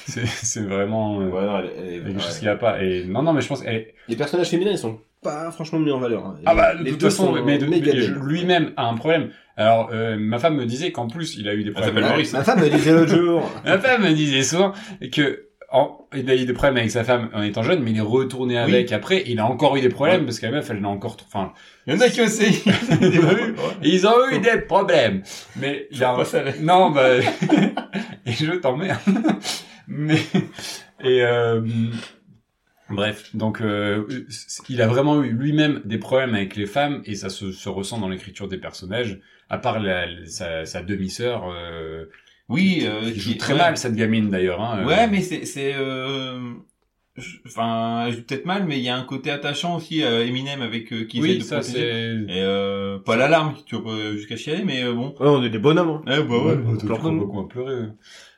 C'est- C'est vraiment. euh, Ouais, non, elle- elle- il y a quelque chose ouais. qui va pas. Et non, non, mais je pense. elle- Les personnages féminins ils sont pas franchement mis en valeur. hein. Ah bah, de Les toute deux façon, sont mais de- méga mais je- belles. lui-même a un problème. Alors, euh, ma femme me disait qu'en plus, il a eu des problèmes. s'appelle Ma- Maurice. hein. Ma femme elle disait l'autre jour. Ma femme me disait souvent que en- il a eu des problèmes avec sa femme en étant jeune, mais il est retourné avec après. Il a encore eu des problèmes parce que la meuf, elle l'a encore. trop- Enfin, il y en a qui aussi. Des bruits. ils ont eu des problèmes. Mais il a un- Pas ça, là. non, bah et je t'emmerde. mais et euh, bref, donc euh, il a vraiment eu lui-même des problèmes avec les femmes et ça se, se ressent dans l'écriture des personnages. À part la, sa, sa demi-sœur. euh, Oui, qui- euh, qui joue qui- très ouais. mal cette gamine d'ailleurs. Hein, euh, Ouais, mais c'est, c'est, euh, je- enfin, je dis peut-être mal, mais il y a un côté attachant aussi à Eminem avec euh, qui essaye oui, de ça protéger. c'est. Et euh, pas l'alarme, tu vois, pas jusqu'à chialer, mais euh, bon. Ouais, on est des bonhommes. hein. Eh, bah ouais. Ouais, on t'as pleure trop comme- beaucoup à pleurer. euh.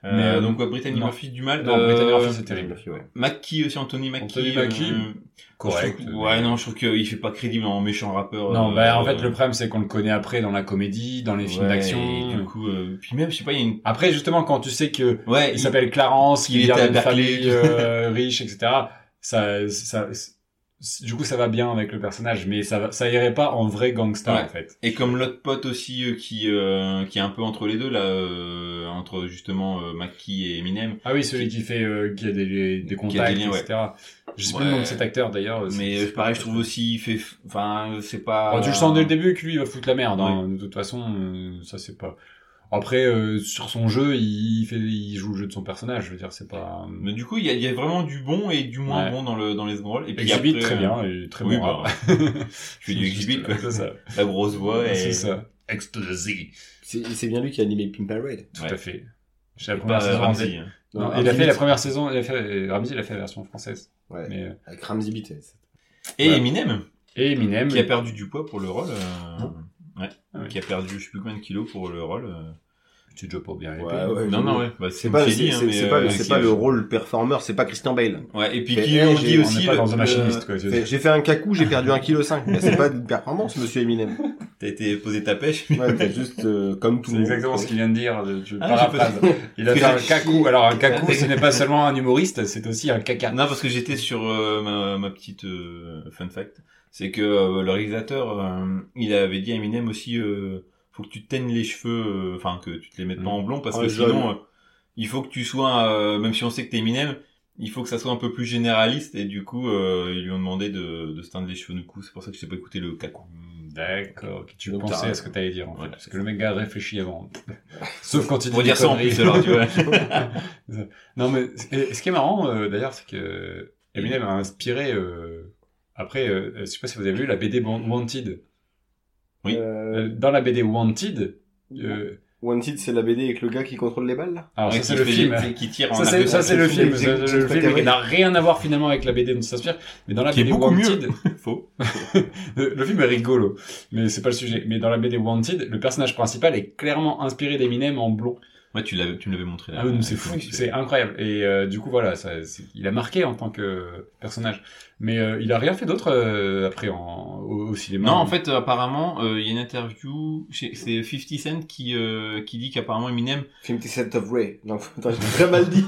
Euh, Mais, euh, donc ouais, Brittany non. Murphy du mal. Non, euh, Brittany Murphy, Ah c'est terrible. Ouais. Mackie aussi, Anthony euh, Mackie. Anthony Mackie, je trouve- ouais, non, je trouve qu'il fait pas crédible en méchant rappeur. Non, euh, bah en fait euh, le problème c'est qu'on le connaît après dans la comédie, dans les films ouais, et Du d'action. coup, euh, puis même, je sais pas, il y a une. Après justement quand tu sais que Ouais, il s'appelle Clarence, il qu'il vient était à d'une Berkeley. famille euh, riche, etc. Ça, ça, c'est- du coup ça va bien avec le personnage, mais ça, va- ça irait pas en vrai gangster Ouais. en fait. Et comme l'autre pote aussi euh, qui euh, qui est un peu entre les deux là, euh, entre justement euh, Mackie et Eminem. Ah oui, celui qui fait euh, qui a des, des Qui a contacts, des liens, ouais. etc. Je sais plus Ouais. le nom de cet acteur d'ailleurs. euh, Mais c'est- euh, pareil, je trouve aussi, il fait, enfin, c'est pas. Bon, tu le sens dès le début que lui il va foutre la merde. hein. De toute façon, euh, ça c'est pas. Après, euh, sur son jeu, il, fait, il joue le jeu de son personnage. Je veux dire, c'est pas. Mais du coup, il y a, il y a vraiment du bon et du moins Ouais. bon dans le dans les second rôles. Et Et puis Exhibit après, très euh, bien, et très oui, bon. bah, rap. fais du Juste, Exhibit, euh, quoi. C'est ça. La grosse voix. Et... C'est ça. X to the Z. C'est c'est bien lui qui a animé Pimp My Ride. Tout Ouais. à fait. C'est la Pas, première euh, saison. Ramsey, en hein. fait. Non, Dans il a fait la Ramsey première saison. Il a fait. euh, Ramsey, il a fait la version française. Beat. Ouais, Mais, euh, Avec Ramsey Beat. Et Ouais. Eminem, Et Eminem. qui a perdu du poids pour le rôle. euh, ouais. Ah ouais. Qui a perdu je sais plus combien de kilos pour le rôle. euh. Tu joues pour bien. Ouais, répéter. ouais. non, non, ouais. Bah, C'est pas, une c'est série, hein, c'est- mais, c'est pas, euh, le- c'est qui- pas le rôle performer, c'est pas Christian Bale. Ouais. Et puis C'est- qui eh, on j'ai- dit On aussi n'est pas le- dans un le- machiniste quoi. tu vois. Fait- J'ai fait un cacou, j'ai perdu un kilo cinq. Mais c'est pas une performance, monsieur Eminem. T'as été posé ta pêche. Ouais, t'es juste euh, comme tout C'est le monde. exactement ce qu'il vient de dire. de- Tu Ah, paraphrases. Il a fait un Parce que j'ai- cacou. Alors un cacou, Ah, ce n'est pas seulement un humoriste, c'est aussi un caca. Non, parce que j'étais sur euh, ma, ma petite euh, fun fact. C'est que euh, le réalisateur, euh, il avait dit à Eminem aussi, euh, faut que tu te teignes les cheveux, euh, enfin que tu te les mettes pas en Mmh. blond, parce Ah, que jaune. sinon, euh, il faut que tu sois, euh, même si on sait que t'es Eminem, il faut que ça soit un peu plus généraliste. Et du coup, euh, ils lui ont demandé de, de se teindre les cheveux du coup. C'est pour ça que je sais pas écouté le cacou. Hmm, D'accord, que tu Donc, pensais t'as- à ce que t'allais dire en fait. Voilà. Parce que le mec a réfléchi avant. Sauf quand il dit Pour des dire ça en conneries. plus alors, tu vois. Non mais et- et ce qui est marrant euh, d'ailleurs, c'est que Eminem a inspiré. euh, après, euh, je sais pas si vous avez vu la BD Ban- Wanted. Oui. Euh, Euh, Dans la BD Wanted, euh, Wanted, c'est la BD avec le gars qui contrôle les balles, là alors Ouais, Ah, ça c'est qui le fait- film. qui- Qui tire en Ça arc c'est, de ça, cercle. c'est le c'est- c'est- film, Ça, c'est- le c'est- film c'est- qui n'a rien à voir finalement avec la BD dont ça s'inspire, mais dans la Qui est BD beaucoup Wanted, Faux. Le le film est rigolo, mais c'est pas le sujet. Mais dans la BD Wanted, le personnage principal est clairement inspiré d'Eminem en blond. Ouais, tu, l'avais- tu me l'avais montré là. Ah oui, non, c'est Avec fou, Max. c'est incroyable. Et euh, du coup, voilà, ça, c'est- il a marqué en tant que personnage. Mais euh, il a rien fait d'autre euh, après en, au, au cinéma. Non, en fait, euh, apparemment, euh, il y a une interview, chez- c'est 50 Cent qui, euh, qui dit qu'apparemment Eminem, 50 Cent of Ray. Non, attends, j'ai très mal dit.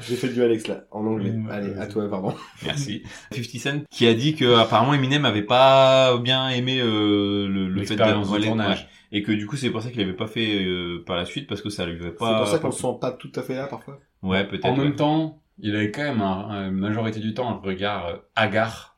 j'ai fait du Alex là, en anglais. Mm, Allez, euh, à toi, pardon. merci, 50 Cent qui a dit que apparemment Eminem avait pas bien aimé euh, le, le fait l'expérience ouais, du ouais. tournage. et que du coup c'est pour ça qu'il avait pas fait euh, par la suite parce que ça lui avait pas. C'est pour ça qu'on pas- se sent pas tout à fait là parfois. Ouais, peut-être. En même ouais. temps, il avait quand même, un- un- majorité du temps, un regard euh, hagard.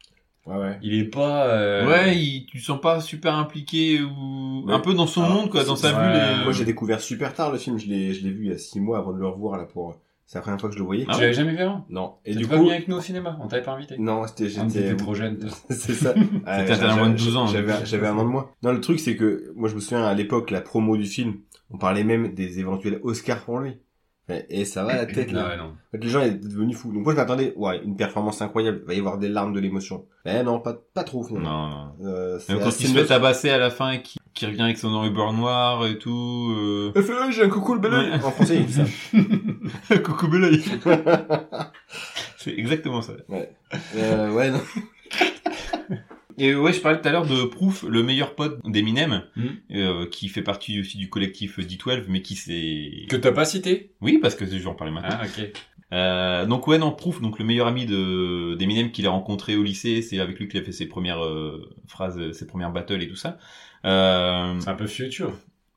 Ouais, ouais. Il est pas. euh, Ouais, il, tu le sens pas super impliqué ou Ouais. un peu dans son Alors, monde quoi, dans c'est- sa ouais. bulle. et- euh, Moi, j'ai découvert super tard le film. Je l'ai, je l'ai vu il y a six mois avant de le revoir là pour. C'est la première fois que je le Ah voyais. Tu l'avais jamais vu avant Non. Et Et du pas coup. venu avec nous au cinéma, on t'avait pas invité. Non, c'était, Ah, mais j'étais. T'étais trop jeune. toi. c'est ça. Ouais, t'as j'avais- moins de 12 ans, hein. J'avais, j'avais un an de moins. Non, le truc, c'est que, moi, je me souviens, à l'époque, la promo du film, on parlait même des éventuels Oscars pour lui. Et et ça va la tête, là. Ah ouais, non. En fait, les gens étaient devenus fous. Donc moi, je m'attendais, ouais, une performance incroyable. Il va y avoir des larmes de l'émotion. Mais non, pas, pas trop, Non, finalement. non. non. Euh, c'est Même quand assez il se fait neutre. tabasser à la fin et qui, qui revient avec son Uber noir et tout. euh, Elle fait, Ouais, Eh, j'ai un coucou le bel oeil. Ouais. En français, il dit ça. Coucou Belay C'est exactement ça. Euh, ouais, non. Et ouais, je parlais tout à l'heure de Proof, le meilleur pote d'Eminem, Mhm. euh, qui fait partie aussi du collectif D12, mais qui s'est... Que t'as pas cité Oui, parce que je vais en parler maintenant. Ah, ok. Euh, donc ouais, non, Proof, donc le meilleur ami de d'Eminem qu'il a rencontré au lycée, c'est avec lui qu'il a fait ses premières euh, phrases, ses premières battles et tout ça. Euh, C'est un peu futur. Euh,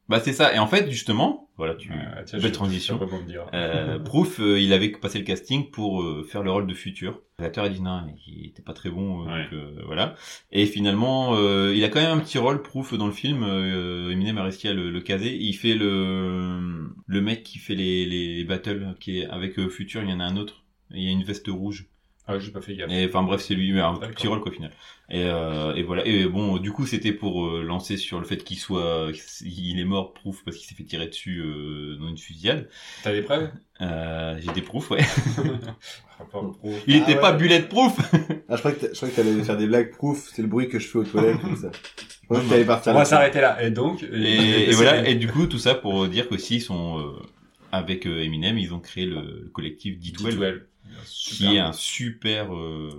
bah c'est ça. Et en fait, justement, voilà, tu... Mm. belle transition. Pas me dire. Euh, Proof, euh, il avait passé le casting pour euh, faire le rôle de futur. Le réalisateur a dit non, il était pas très bon, euh, Ouais. donc, euh, voilà. Et finalement, euh, il a quand même un petit rôle Proof dans le film. euh, Eminem a réussi à le, le caser. Il fait le le mec qui fait les, les battles qui est avec euh, futur. Il y en a un autre. Il y a une veste rouge. Ah, j'ai pas fait gaffe. Et enfin bref, c'est lui mais un D'accord. petit rôle quoi au final. Et, euh, et voilà. Et bon, du coup, c'était pour euh, lancer sur le fait qu'il soit, il est mort Proof parce qu'il s'est fait tirer dessus euh, dans une fusillade. T'as des preuves Euh, J'ai des proofs, ouais. Rapport pro. Il Ah était pas ouais. bulletproof Ah, je croyais que t'a- je croyais que t'allais faire des blagues proof. C'est le bruit que je fais aux toilettes, comme ça. Je croyais que t'allais partir. On va là-dessus. s'arrêter là. Et donc. et, et voilà et du coup tout ça pour dire qu'aussi ils sont euh, avec euh, Eminem ils ont créé le, le collectif D12 Duel. Ah, qui est un super euh,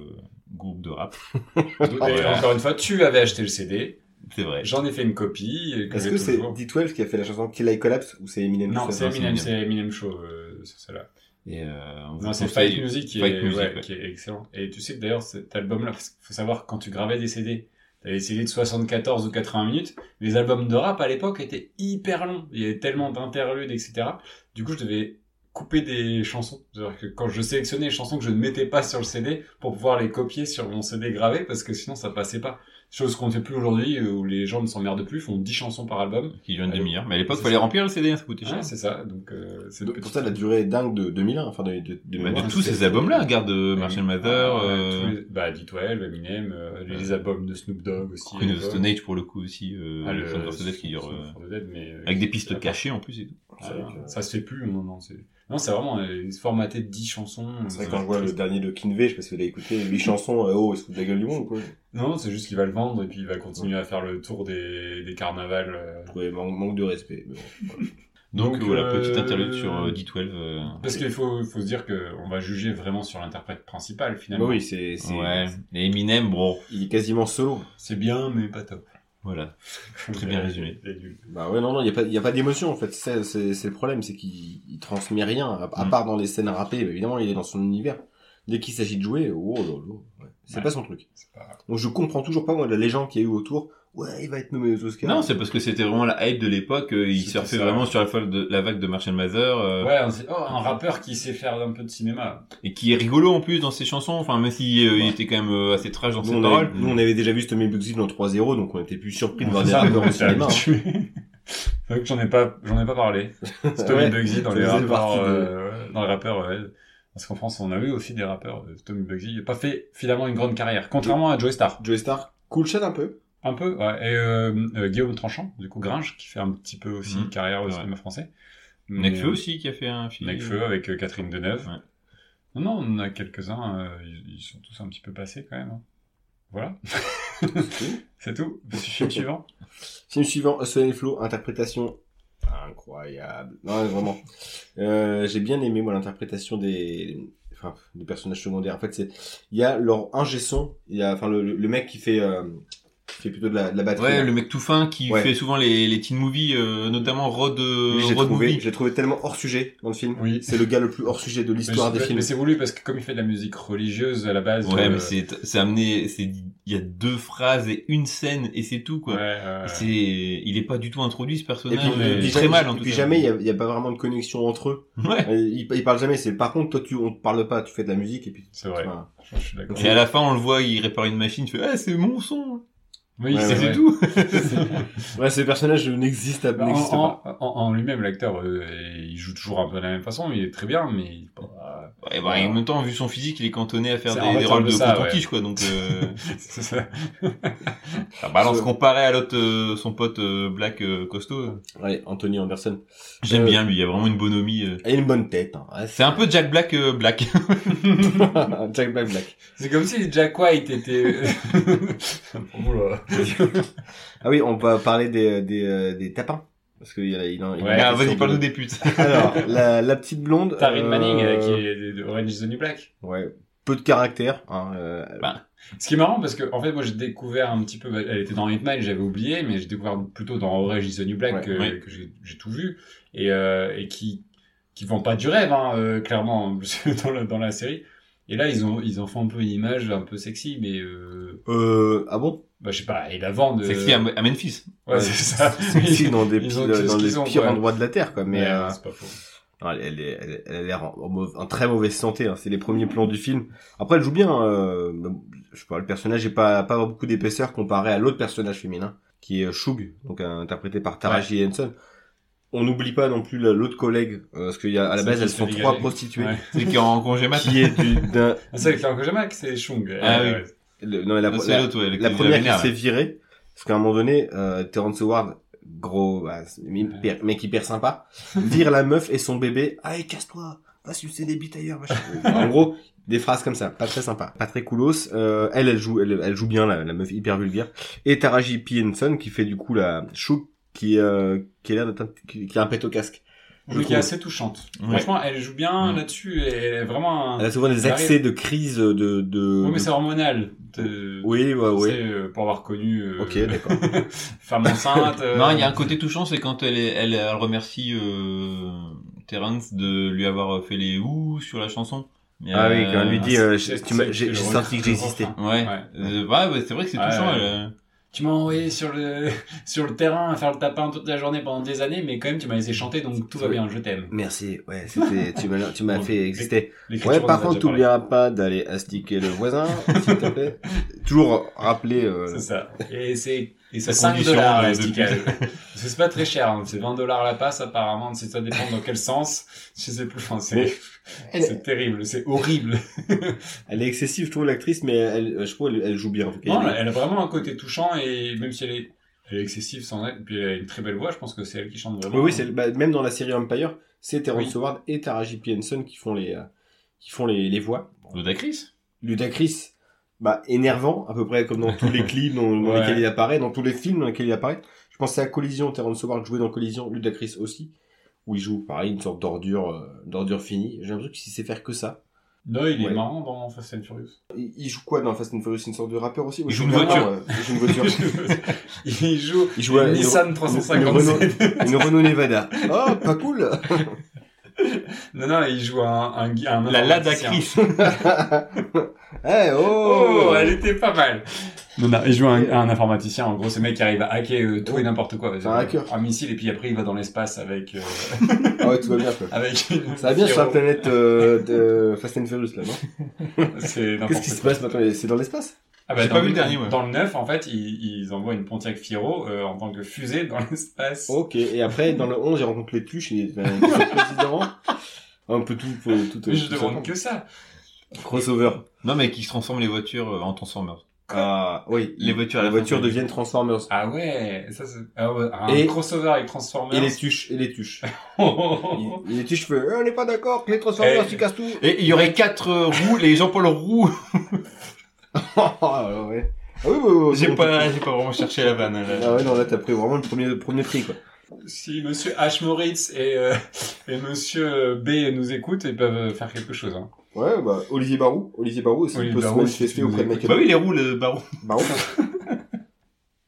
groupe de rap Et euh, encore une fois, tu avais acheté le CD. c'est vrai J'en ai fait une copie. et que Est-ce j'ai que c'est toujours. D12 qui a fait la chanson Kill I Collapse ou c'est Eminem Non, tout c'est seul Eminem, Eminem. c'est Eminem Show, euh, c'est celle-là. et euh, on vous Non, c'est conseille- Fight Music, qui, Fight est, Music, ouais, ouais. qui est excellent. Et tu sais que d'ailleurs, cet album-là, parce qu'il faut savoir, quand tu gravais des CD, t'avais des CD de 74 ou 80 minutes, les albums de rap à l'époque étaient hyper longs. Il y avait tellement d'interludes, etc. Du coup, je devais couper des chansons. C'est-à-dire que quand je sélectionnais les chansons que je ne mettais pas sur le CD pour pouvoir les copier sur mon CD gravé, parce que sinon, ça passait pas. Chose qu'on ne fait plus aujourd'hui, où les gens ne s'emmerdent plus, font 10 chansons par album. qui dure une Allez. demi-heure mais à l'époque C'est fallait ça. remplir le CD hein, ça coûtait cher Ouais, c'est ça. Donc, euh, c'est Donc, Pour ça, la durée est dingue de 2001, enfin, de, de, de Bah, mémoire. de tous ces albums là regarde euh, Eminem. Marshall Mathers Bah, Ouais, euh, tous les- Bah, D12, Eminem, euh, les albums de Snoop Dogg aussi. Queen of the l'époque. Stone Age pour le coup aussi euh, Ah, le- Thunder Stone Age qui dure Snoop euh, for the Dead, mais, euh, avec des c'est pistes la- cachées en plus et tout Ah, ça se fait plus, non, non. C'est... Non, c'est vraiment euh, formaté de 10 chansons. euh, C'est vrai que quand je vois le dernier de Kinvey, je sais pas si vous l'avez écouté, 8 chansons, euh, oh, ils se foutent de la gueule du monde ou quoi Non, c'est juste qu'il va le vendre et puis il va continuer à faire le tour des, des carnavals. euh. Ouais, man- manque de respect. mais bon. donc, Donc, voilà euh, petite interlude sur euh, D12 euh, Parce qu'il faut, faut se dire qu'on va juger vraiment sur l'interprète principal finalement. Bah oui, c'est, c'est- ouais et Eminem bon il est quasiment solo. C'est bien, mais pas top. voilà Très bien résumé. Il est nul. Bah ouais, non, non, il y a pas, il y a pas d'émotion, en fait. C'est, c'est, c'est le problème, c'est qu'il il transmet rien, à, à Mm. part dans les scènes rappées, bah, évidemment, il est dans son univers. Dès qu'il s'agit de jouer, oh, lolo, ouais. c'est Ouais. pas son truc. C'est pas... Donc je comprends toujours pas, moi, la légende qu'il y a eu autour, ouais, il va être nommé aux Oscars. Non, c'est parce que c'était vraiment la hype de l'époque. euh, Il C'était surfait ça. vraiment sur la, folle de, la vague de Marshall Mathers euh, Ouais, on se dit, oh, un rappeur qui sait faire un peu de cinéma. et qui est rigolo en plus dans ses chansons. Enfin, même si euh, il Ouais. était quand même euh, assez trash dans Nous ses on, avait, paroles. nous, on avait déjà vu Stommy Bugsy dans 3-0, donc on était plus surpris de voir des C'est ça, rappeurs au on s'est cinéma. hein. habitué. C'est vrai que j'en ai pas, j'en ai pas parlé. Tommy hein. Ouais, Bugsy dans ça les faisait rappeurs, partie de- euh, dans les rappeurs, ouais. Parce qu'en France, on a eu aussi des rappeurs. euh, Tommy Bugsy, il a pas fait finalement une grande carrière, contrairement à Joey Star. Joey Star, cool chat un peu. Un peu, ouais. Et euh, euh, Guillaume Tranchant, du coup Gringe, qui fait un petit peu aussi Mhm. carrière au Ouais. cinéma français. Mais, Nekfeu aussi qui a fait un euh, film. Necfeu avec euh, Catherine Deneuve. Ouais. Non, non, on en a quelques-uns. euh, ils, ils sont tous un petit peu passés quand même. hein. Voilà, C'est tout. c'est tout. Film suivant. Film suivant, A Soleil Flow, interprétation incroyable. Non, mais vraiment. Euh, j'ai bien aimé moi l'interprétation des, enfin, des personnages secondaires. En fait, c'est il y a leur ingé son, il y a enfin le, le mec qui fait euh, qui fait plutôt de la, de la batterie. Ouais, là. le mec tout fin qui Ouais. fait souvent les, les teen movies, euh, notamment Road, euh, Lui, j'ai Road trouvé, Movie. j'ai trouvé tellement hors sujet dans le film. Oui. C'est le gars le plus hors sujet de l'histoire Mais des c'est- films. Mais c'est voulu parce que comme il fait de la musique religieuse à la base. Ouais, euh, mais c'est c'est amené, c'est il y a deux phrases et une scène et c'est tout ouais, quoi. euh, C'est il est pas du tout introduit ce Et personnage. euh, puis, mais et puis très jamais- mal en et tout puis cas. jamais il y a, il y a pas vraiment de connexion entre eux. Ouais. Ils, ils parlent jamais. C'est par contre toi tu on te parle pas, tu fais de la musique et puis. C'est vrai. enfin, Je suis d'accord. Et à la fin on le voit, il répare une machine, il fait ah c'est mon son. Oui, Ouais, c'est ouais, C'est ouais. tout. tout. ouais, ce personnage n'existe En, n'existe pas. en- en- en lui-même, l'acteur, euh, il joue toujours un peu de la même façon. Il est très bien, mais il- bah, Ouais, bah, et en même temps vu son physique, il est cantonné à faire C'est- des, en fait, des c'est un rôles peu de ça, coton ouais. tige quoi. Donc euh, c'est ça. ça balance Je- comparé à l'autre euh, son pote euh, Black euh, costaud. Ouais, Anthony Anderson. J'aime Euh, bien lui, il y a vraiment une bonhomie. euh. Et une bonne tête. Hein. Ouais, C'est un peu Jack Black euh, Black. Jack Black Black. C'est comme si Jack White était. euh, Oula. Ah oui, on va parler des, des, euh, des tapins. Parce qu'il y a, il en- il en a Ouais, Ah, question vas-y de- parle-nous des putes. Alors, la, la petite blonde. Taryn euh, Manning euh, qui est de de Orange is the New Black. Ouais, peu de caractère. Hein, euh, Ce qui est marrant parce que en fait moi j'ai découvert un petit peu, bah, elle était dans Hitman, j'avais oublié, mais j'ai découvert plutôt dans Orange is the New Black Ouais, que, ouais. que j'ai j'ai tout vu et, euh, et qui qui vend pas du rêve hein, euh, clairement dans la, dans la série. Et là ils ont ils en font un peu une image un peu sexy, mais euh, euh, ah bon bah, je sais pas, ils la vendent. euh, hein, Sexy à, à Memphis. Ouais c'est ça. Si, Euh, dans des, Ils pires- ont tout ce dans qu'ils les ont, pires quoi. endroits de la Terre, quoi. Mais Ouais, euh, c'est pas faux. non, elle, elle est- elle- elle a l'air en, en mauva- en très mauvaise santé. hein. C'est les premiers plans du film. Après, elle joue bien. euh, je sais pas, le personnage n'est pas, pas beaucoup d'épaisseur comparé à l'autre personnage féminin, qui est Shug, donc euh, interprété par Taraji Henson. On n'oublie pas non plus la- l'autre collègue, euh, parce qu'il y a, à la Celle base, qui elles se sont fait trois dégager. prostituées. Ouais. C'est qui est en congé mat. Qui est du, d'un, Ah, C'est avec Clark Jamak, c'est Euh, Chung. Ah Ouais, oui. ouais. le- non, mais la, Non, Ah, c'est la- l'autre, ouais, le- la qui première vénère, qui s'est virée, parce qu'à un moment donné, euh, Terrence Howard, gros, bah, c'est- mec mec hyper sympa, vire la meuf et son bébé, allez, casse-toi, va sucer des bites ailleurs, machin. en gros, des phrases comme ça, pas très sympa, pas très coolos, euh, elle, elle joue, elle, elle joue bien, la, la meuf hyper vulgaire, et Taraji P. Henson, qui fait du coup la chou, qui, euh, qui a l'air d'être un petit- qui, qui a un pète au casque. Mais qui trouve. est assez touchante. Ouais. Franchement, elle joue bien Mm. là-dessus et elle est vraiment. un- Elle a souvent des Elle accès de crise de, de... Oui, mais c'est hormonal. De- oui, ouais, tu ouais. sais, euh, pour avoir connu euh, Ok, d'accord. femme enceinte. euh, Non, il y a un côté touchant, c'est quand elle, est- elle, elle remercie euh, Terence de lui avoir fait les ouh sur la chanson. Mais, Ah oui, euh, quand elle lui dit, euh, c'est- tu m'as- c'est- j'ai c'est j'ai le senti que refrain. j'existais. Ouais. Ouais. Euh, bah, ouais, c'est vrai que c'est Ouais, touchant. ouais. elle, euh. Tu m'as envoyé sur le sur le terrain à faire le tapin toute la journée pendant des années, mais quand même tu m'as laissé chanter, donc tout va Oui. bien, je t'aime. Merci, ouais, c'était, tu m'as, tu m'as Bon, fait exister. L'écriture, Ouais, on en par a contre, déjà parlé. t'oublieras pas d'aller astiquer le voisin, s'il te plaît. Toujours rappeler, euh, C'est ça. Et c'est et c'est Sa 5 condition euh, dollars de- la de sticale. Parce que c'est pas très cher, hein. c'est 20 dollars la passe apparemment, c'est ça dépend dans quel sens. Je sais plus, enfin, c'est elle, c'est terrible, c'est horrible. elle est excessive, je trouve, l'actrice, mais elle, euh, je trouve, elle, elle joue bien, en tout cas. Non, Elle- elle a vraiment un côté touchant et même si elle est, elle est excessive sans être, puis elle a une très belle voix, je pense que c'est elle qui chante vraiment. Oui, oui, c'est, bah, même dans la série Empire, c'est Terrence Oui. Howard et Taraji P. Henson qui font les, euh, qui font les, les voix. Ludacris. Ludacris, bah, énervant, à peu près comme dans tous les clips dans, dans Ouais. lesquels il apparaît, dans tous les films dans lesquels il apparaît. Je pensais à Collision, Terrence Howard jouait dans Collision, Ludacris aussi, où il joue, pareil, une sorte d'ordure, euh, d'ordure finie. J'ai l'impression qu'il sait faire que ça. Non, il est Ouais. marrant dans Fast and Furious. Il, il joue quoi dans Fast and Furious Une sorte de rappeur aussi Il joue Oui, une vraiment, voiture. euh, Il joue une voiture. il joue, Il joue à- une il- Nissan une Renault, 357. une Renault Nevada. Oh, pas cool non, non, il joue un, un, gui- un La informaticien. Ladacris. Eh Oh, oh, elle était pas mal. Non, non, il joue un, un informaticien. En gros, ce mec qui arrive à hacker euh, tout et n'importe quoi. C'est Oh. un hacker. Un missile, et puis après, il va dans l'espace avec, euh, Ah ouais, tout va bien, quoi. avec une. Ça va bien sur la pyro. planète euh, de Fast and Furious, là, non C'est n'importe Qu'est-ce qui se passe maintenant C'est dans l'espace Ah bah, J'ai dans pas vu le dernier, ouais. Dans le 9, en fait, ils, ils envoient une Pontiac Fiero euh, en tant que fusée dans l'espace. Oh, Ok, et après, dans le 11, j'ai rencontré les tuches, il est un président. Un peu tout, tout, tout, euh, Mais je tout demande que ça. ça. Crossover. Non, mais qui se transforme les voitures euh, en Transformers. Ah, oui. Les voitures à Les la voitures fin, deviennent Transformers. Ah ouais, ça c'est ah ouais, un Et- crossover avec Transformers. Et les tuches, et les tuches. Oh. Il- il- les tuches, fait, Eh, on n'est pas d'accord que les Transformers, Eh. ils cassent tout. Et il y aurait quatre euh, roues, les Jean-Paul Roux. ah, ouais. Ah oui, Ah oui, oui, oui. J'ai pas, j'ai pas vraiment cherché la vanne. hein, là. Ah ouais, non, là, t'as pris vraiment le premier, le premier prix, quoi. Si Monsieur H. Moritz et, euh, et Monsieur B nous écoutent, ils peuvent faire quelque chose. Hein. Ouais, bah, Olivier Barou. Olivier Barou aussi Olivier peut se Barou, si manifester tu nous auprès de écoutes. Michael Bah oui, les roues, le barreau. Barou.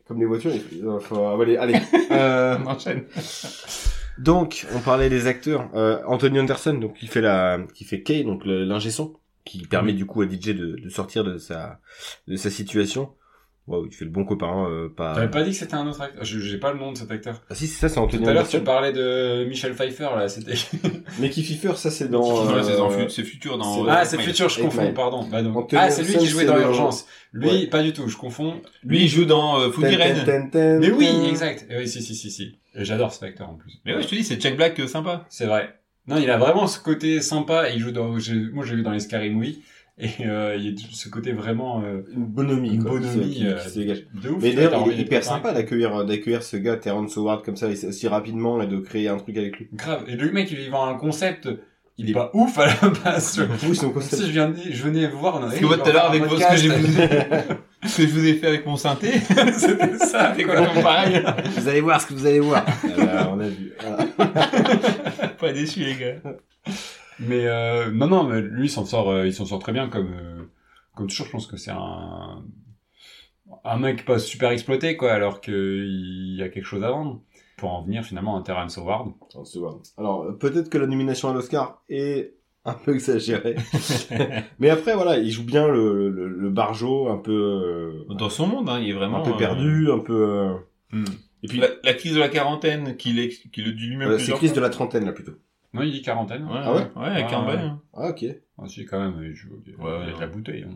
Comme les voitures, il faut- faut- allez, allez. Euh, Enchaîne. Donc, on parlait des acteurs. Euh, Anthony Anderson, donc qui fait la, qui fait Kay, donc le- l'ingé son, qui permet du coup à DJ de, de sortir de sa, de sa situation. Waouh, il fait le bon copain, euh, Ah. pas. T'avais pas dit que c'était un autre acteur Je- J'ai pas le nom de cet acteur. Ah si, c'est ça, c'est Tout Anthony à l'heure, tu Anderson. parlais de Michel Pfeiffer, là. C'était... Mais qui Fever, ça c'est dans. Voilà, euh, c'est dans fu- c'est futur dans. euh, c'est- Ah, c'est Ouais. Futur, je Eight confonds, Mile. pardon. Bah donc. Anthony Ah, c'est lui qui Anderson, jouait c'est dans le- l'urgence. Lui, Ouais. pas du tout, je confonds. Lui, il joue dans euh, Food Ten, Irene. ten, ten, ten, Mais oui, ten. exact. Eh oui, si, si, si, si. Et J'adore cet acteur en plus. Mais ouais, je te dis, c'est Jack Black euh, sympa. C'est vrai. Non, il a vraiment ce côté sympa. Il joue dans. j'ai- Moi, j'ai vu dans les Scary Movie. Et euh, il y a tout ce côté vraiment euh, Une bonhomie, Une quoi, bonhomie, qui- qui euh, se dégage. de ouf. Mais tu vois, t'as d'ailleurs, envie il est d'être hyper préparé. sympa d'accueillir euh, d'accueillir ce gars Terrence Howard comme ça et c'est aussi rapidement et de créer un truc avec lui. Grave. Et le mec, il vend un concept. Il est pas ouf à la base. Oui, son concept. si je, viens de- je venais vous voir, on a Parce que moi, tout à l'heure, avec vos- ce que j'ai vu. Ce que je vous ai fait avec mon synthé. C'était ça, C'est complètement pareil. Vous allez voir ce que vous allez voir. on a vu. Voilà. Pas déçu, les gars. Mais euh, non, non, mais lui, il s'en sort, euh, il s'en sort très bien comme, euh, comme toujours. Je pense que c'est un, un mec pas super exploité, quoi, alors qu'il y a quelque chose à vendre. Pour en venir finalement à Terrence Howard. On se voit. Alors, euh, peut-être que la nomination à l'Oscar est un peu exagérée. Mais après, voilà, il joue bien le, le, le barjo, un peu, euh, Dans son monde, hein, il est vraiment. un peu euh, perdu, un peu... euh, hmm. Et puis, Puis la, la crise de la quarantaine qu'il ex- qu'il le dit lui-même. euh, c'est plusieurs crise de fois. la trentaine, là, plutôt. Non, il dit quarantaine. Ouais, Ah ouais ouais, avec Ouais, un ouais. bail, hein. Ah, ok. Ah, si, quand même, il, joue- il y a Ouais, de ouais. la bouteille. hein.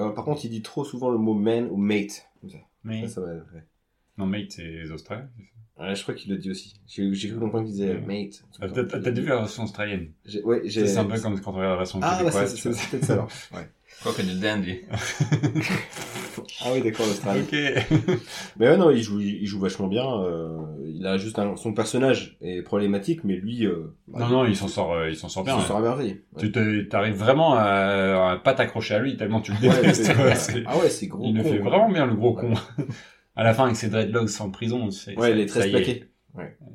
Euh, par contre, il dit trop souvent le mot man ou mate. Comme ça. Mais... Ça, ça m'a- ouais. Non, mate, c'est les Australiens. Ouais, je crois qu'il le dit aussi. J'ai j'ai cru comprendre qu'il disait euh, mate. Ah, T'as t'as- t'as dû la version australienne. J'ai- Ouais, j'ai... C'est un peu comme quand on regarde la version Ah, bah, c'est québécoise. tu c'est- c'est peut-être ça, alors. Ouais. Quoi que de dingue. lui. Ah oui, d'accord, l'Australie. vois. Ah, Ok. Mais ouais, non, il joue, il joue vachement bien. euh, il a juste un, son personnage est problématique, mais lui, euh, bah, non, non, il s'en sort, euh, il s'en sort il bien. s'en ouais. sort à merveille. Ouais. Tu te- t'arrives vraiment à, à pas t'accrocher à lui tellement tu le Ouais, détestes. c'est- quoi, c'est- ah ouais, c'est gros. il le con, fait quoi. vraiment bien le gros con. à la fin avec ses dreadlocks en prison, c'est Ouais, ça- il est ça très y est. plaqué.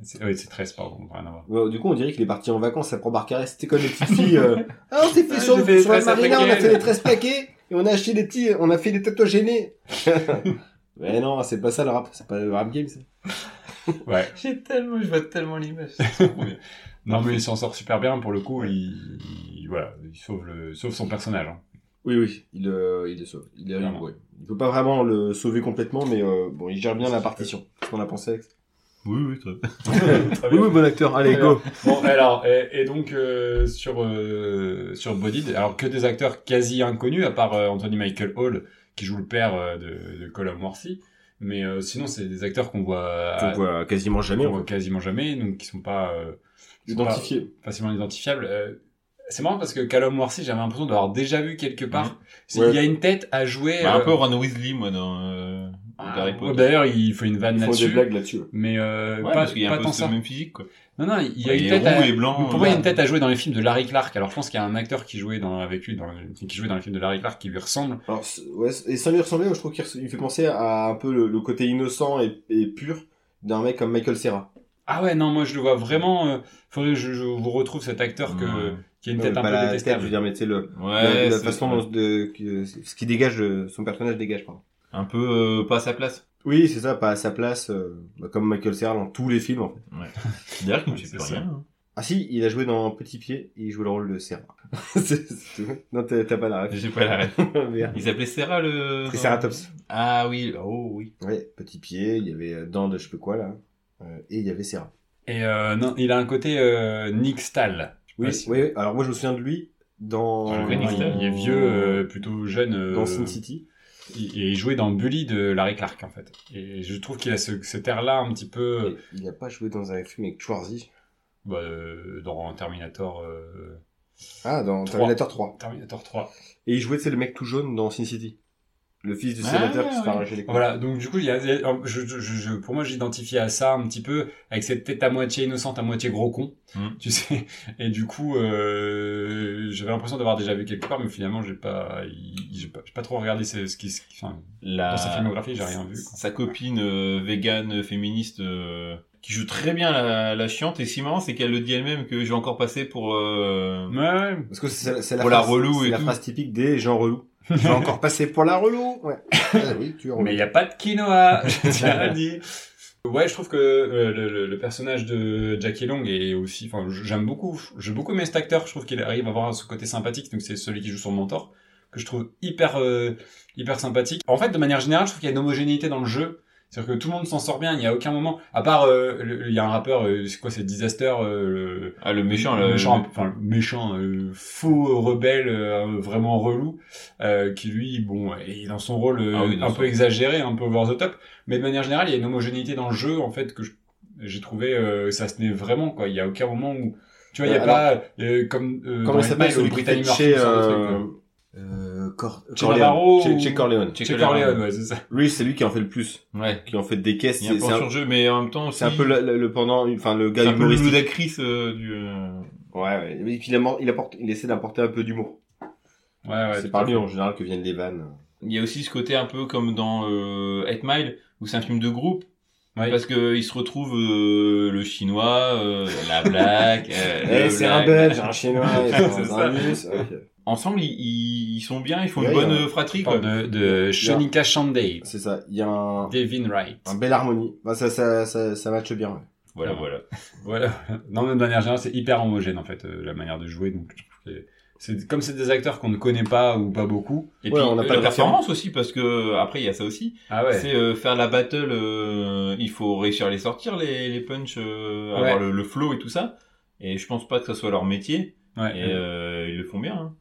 C'est- Ouais, c'est 13 pardon, rien à voir. Ouais, du coup, on dirait qu'il est parti en vacances à Probarcarès. C'était comme les petites filles. euh, ah, on s'est fait Ah, sur, j'ai fait les sur la tresses à marina, on a plaquer. fait les tresses plaquées et on a acheté des petits, on a fait des tatouages gênés. Mais non, c'est pas ça le rap, c'est pas le rap game. ça. Ouais. J'ai tellement, je vois tellement l'image. c'est trop bien. Non mais il s'en sort super bien pour le coup. Il, il- voilà, il sauve le, sauve son personnage. hein. Oui, oui, il, euh, il le sauve. Il, est Clairement. ouais. il peut pas vraiment le sauver complètement, mais euh, bon, il gère bien la partition. Qu'est-ce qu'on a pensé, Alex Oui, oui, très bien. Très bien. bon acteur. Très bien. Bon alors et, et donc euh, sur euh, sur Bodied, alors que des acteurs quasi inconnus à part euh, Anthony Michael Hall qui joue le père euh, de, de Colin Murphy, mais euh, sinon c'est des acteurs qu'on voit à- On voit quasiment jamais. qu'on voit quasiment jamais, donc qui sont pas euh, qui sont pas Identifié. facilement identifiables. Euh, c'est marrant parce que Callum Morsi, j'avais l'impression d'avoir déjà vu quelque part. C'est- Mhm. Ouais. Il y a une tête à jouer. Bah, un euh, peu Ron Weasley, moi, dans euh, ah, Harry ouais, Potter. D'ailleurs, il faut une vanne Il faut des là-dessus. blagues là-dessus. Mais euh, Ouais, pas, parce qu'il y a pas un peu tant ce ça. même physique, quoi. Non, non, il y a Ouais, une il est tête. roux à- et blanc, Pour moi, il y a une euh, tête à jouer dans les films de Larry Clark. Alors, je pense qu'il y a un acteur qui jouait dans, avec lui, dans, qui jouait dans les films de Larry Clark qui lui ressemble. Alors, c- ouais, c- et ça lui ressemblait, moi, je trouve qu'il res- il fait penser à un peu le, le côté innocent et, et pur d'un mec comme Michael Serra. Ah ouais, non, moi je le vois vraiment. euh, faudrait que je, je vous retrouve cet acteur que, Ouais. qui a une tête Euh, pas un peu Bah, la tête, je veux détestable. dire, mais tu sais, le, Ouais, la, la c'est- façon dont de, que- ce qui dégage, euh, son personnage dégage, pardon. Un peu euh, pas à sa place. Oui, c'est ça, pas à sa place, euh, bah, comme Michael Serra dans tous les films, en fait. D'ailleurs, qui ne Ouais, fait c'est plus ça. rien. hein. Ah si, il a joué dans Petit Pied, il joue le rôle de Serra. C'est- c'est tout. non, t'as t'as pas la ref. hein. J'ai pas la ref. Merde. Il s'appelait Serra le. Triceratops. Ah oui, oh oui. Ouais, Petit Pied, il y avait euh, Dan de je sais pas quoi, là. euh, et il y avait Serra. Et euh, non, il a un côté euh, Nick Stahl. Oui, Ouais, si. oui, oui. alors moi je me souviens de lui dans... Dans le Phoenix, il, là, est vieux, euh, plutôt jeune. euh, dans Sin City. il- Et il jouait dans Bully de Larry Clark, en fait. Et je trouve qu'il a ce, cet air-là un petit peu Mais Il n'a pas joué dans un film avec Schwarzy. bah, euh, dans Terminator, euh, Ah, dans Trois. Terminator 3. Terminator 3. Et il jouait, c'est le mec tout jaune dans Sin City. Le fils du Ah, sénateur qui se fait ouais. arracher les couilles. Voilà, donc du coup, il y a, il y a- je, je- je- pour moi, j'identifiais à ça un petit peu, avec cette tête à moitié innocente, à moitié gros con, Mm. tu sais. Et du coup, euh, j'avais l'impression d'avoir déjà vu quelque part, mais finalement, j'ai pas, il- j'ai pas, j'ai pas trop regardé ce, ce qui, ce qui- enfin, La... dans sa filmographie, j'ai rien vu. quoi. Sa copine euh, végane féministe euh, qui joue très bien la, la chiante. Et si marrant, c'est qu'elle le dit elle-même que j'ai encore passé pour euh, Ouais, Parce que c'est c'est la, Pour la phrase- relou c'est et la tout. phrase typique des gens relous. J'ai encore passé pour la relou. Ouais. Ah oui, tu es relou. mais il n'y a pas de quinoa, je tiens à le dire. Ouais, je trouve que euh, le, le- le personnage de Jackie Long est aussi, enfin, j- j'aime beaucoup, j'ai beaucoup aimé cet acteur, je trouve qu'il arrive à avoir ce côté sympathique, donc c'est celui qui joue son mentor, que je trouve hyper, euh, hyper sympathique. En fait, de manière générale, je trouve qu'il y a une homogénéité dans le jeu, c'est-à-dire que tout le monde s'en sort bien, il n'y a aucun moment, à part, euh, le- il y a un rappeur, euh, c'est quoi, c'est Disaster, euh, le- ah, le méchant. Le, méchant, enfin, le méchant, euh, faux rebelle, euh, vraiment relou, euh, qui lui, bon, est dans son rôle euh, Ah oui, dans un son peu rôle. exagéré, un peu over the top, mais de manière générale, il y a une homogénéité dans le jeu, en fait, que je- j'ai trouvé, euh, ça se tenait vraiment, quoi. Il y a aucun moment où, tu vois, il y a Euh, pas, euh, comme, euh, dans Comment il Hitman, s'appelle où celui qui Brittany fait Murphy chez sort des trucs, quoi. euh, euh, Cor- Chez Corleone. Navarro Chez- ou- chez Corleone. Chez euh, Chez Corleone. Corleone, ouais, c'est ça. Lui, c'est lui qui en fait le plus, Ouais. qui en fait des caisses. Il y a C'est c'est un plan un, sur jeu, mais en même temps, c'est un peu le, le- le pendant, enfin le C'est gars un peu le loup humoristique. d'actrice euh, du. euh, Ouais, ouais. Et puis il, amor- il apporte, il essaie d'apporter un peu d'humour. Ouais, ouais. c'est par lui en général que viennent les vannes. Il y a aussi ce côté un peu comme dans euh, 8 Mile, où c'est un film de groupe, Ouais. parce que il se retrouve euh, le chinois, euh, la blague. euh, Eh, le c'est un black. Belge, un Chinois, c'est C'est un, ça. un Russe. Ok. Ensemble, ils- ils, ils sont bien, ils font Ouais, une bonne ouais. euh, fratrie. Il Quoi. parle de, de Shonika Shandai, C'est ça. Il y a un, Devin Wright. un belle harmonie. Bah, ça, ça, ça, ça matche bien. ouais. Voilà, voilà. Voilà. Non, mais de manière générale, c'est hyper homogène en fait euh, la manière de jouer. Donc, je trouve que c'est comme c'est des acteurs qu'on ne connaît pas ou pas beaucoup. Et Ouais, puis on on n'a pas la de référent. performance aussi, parce que euh, après il y a ça aussi. Ah C'est euh, faire la battle, euh, il faut réussir à les sortir, les, les punchs, euh, Ouais. avoir le, le flow et tout ça. Et je pense pas que ça soit leur métier. Ouais. Et euh, ils le font bien. hein.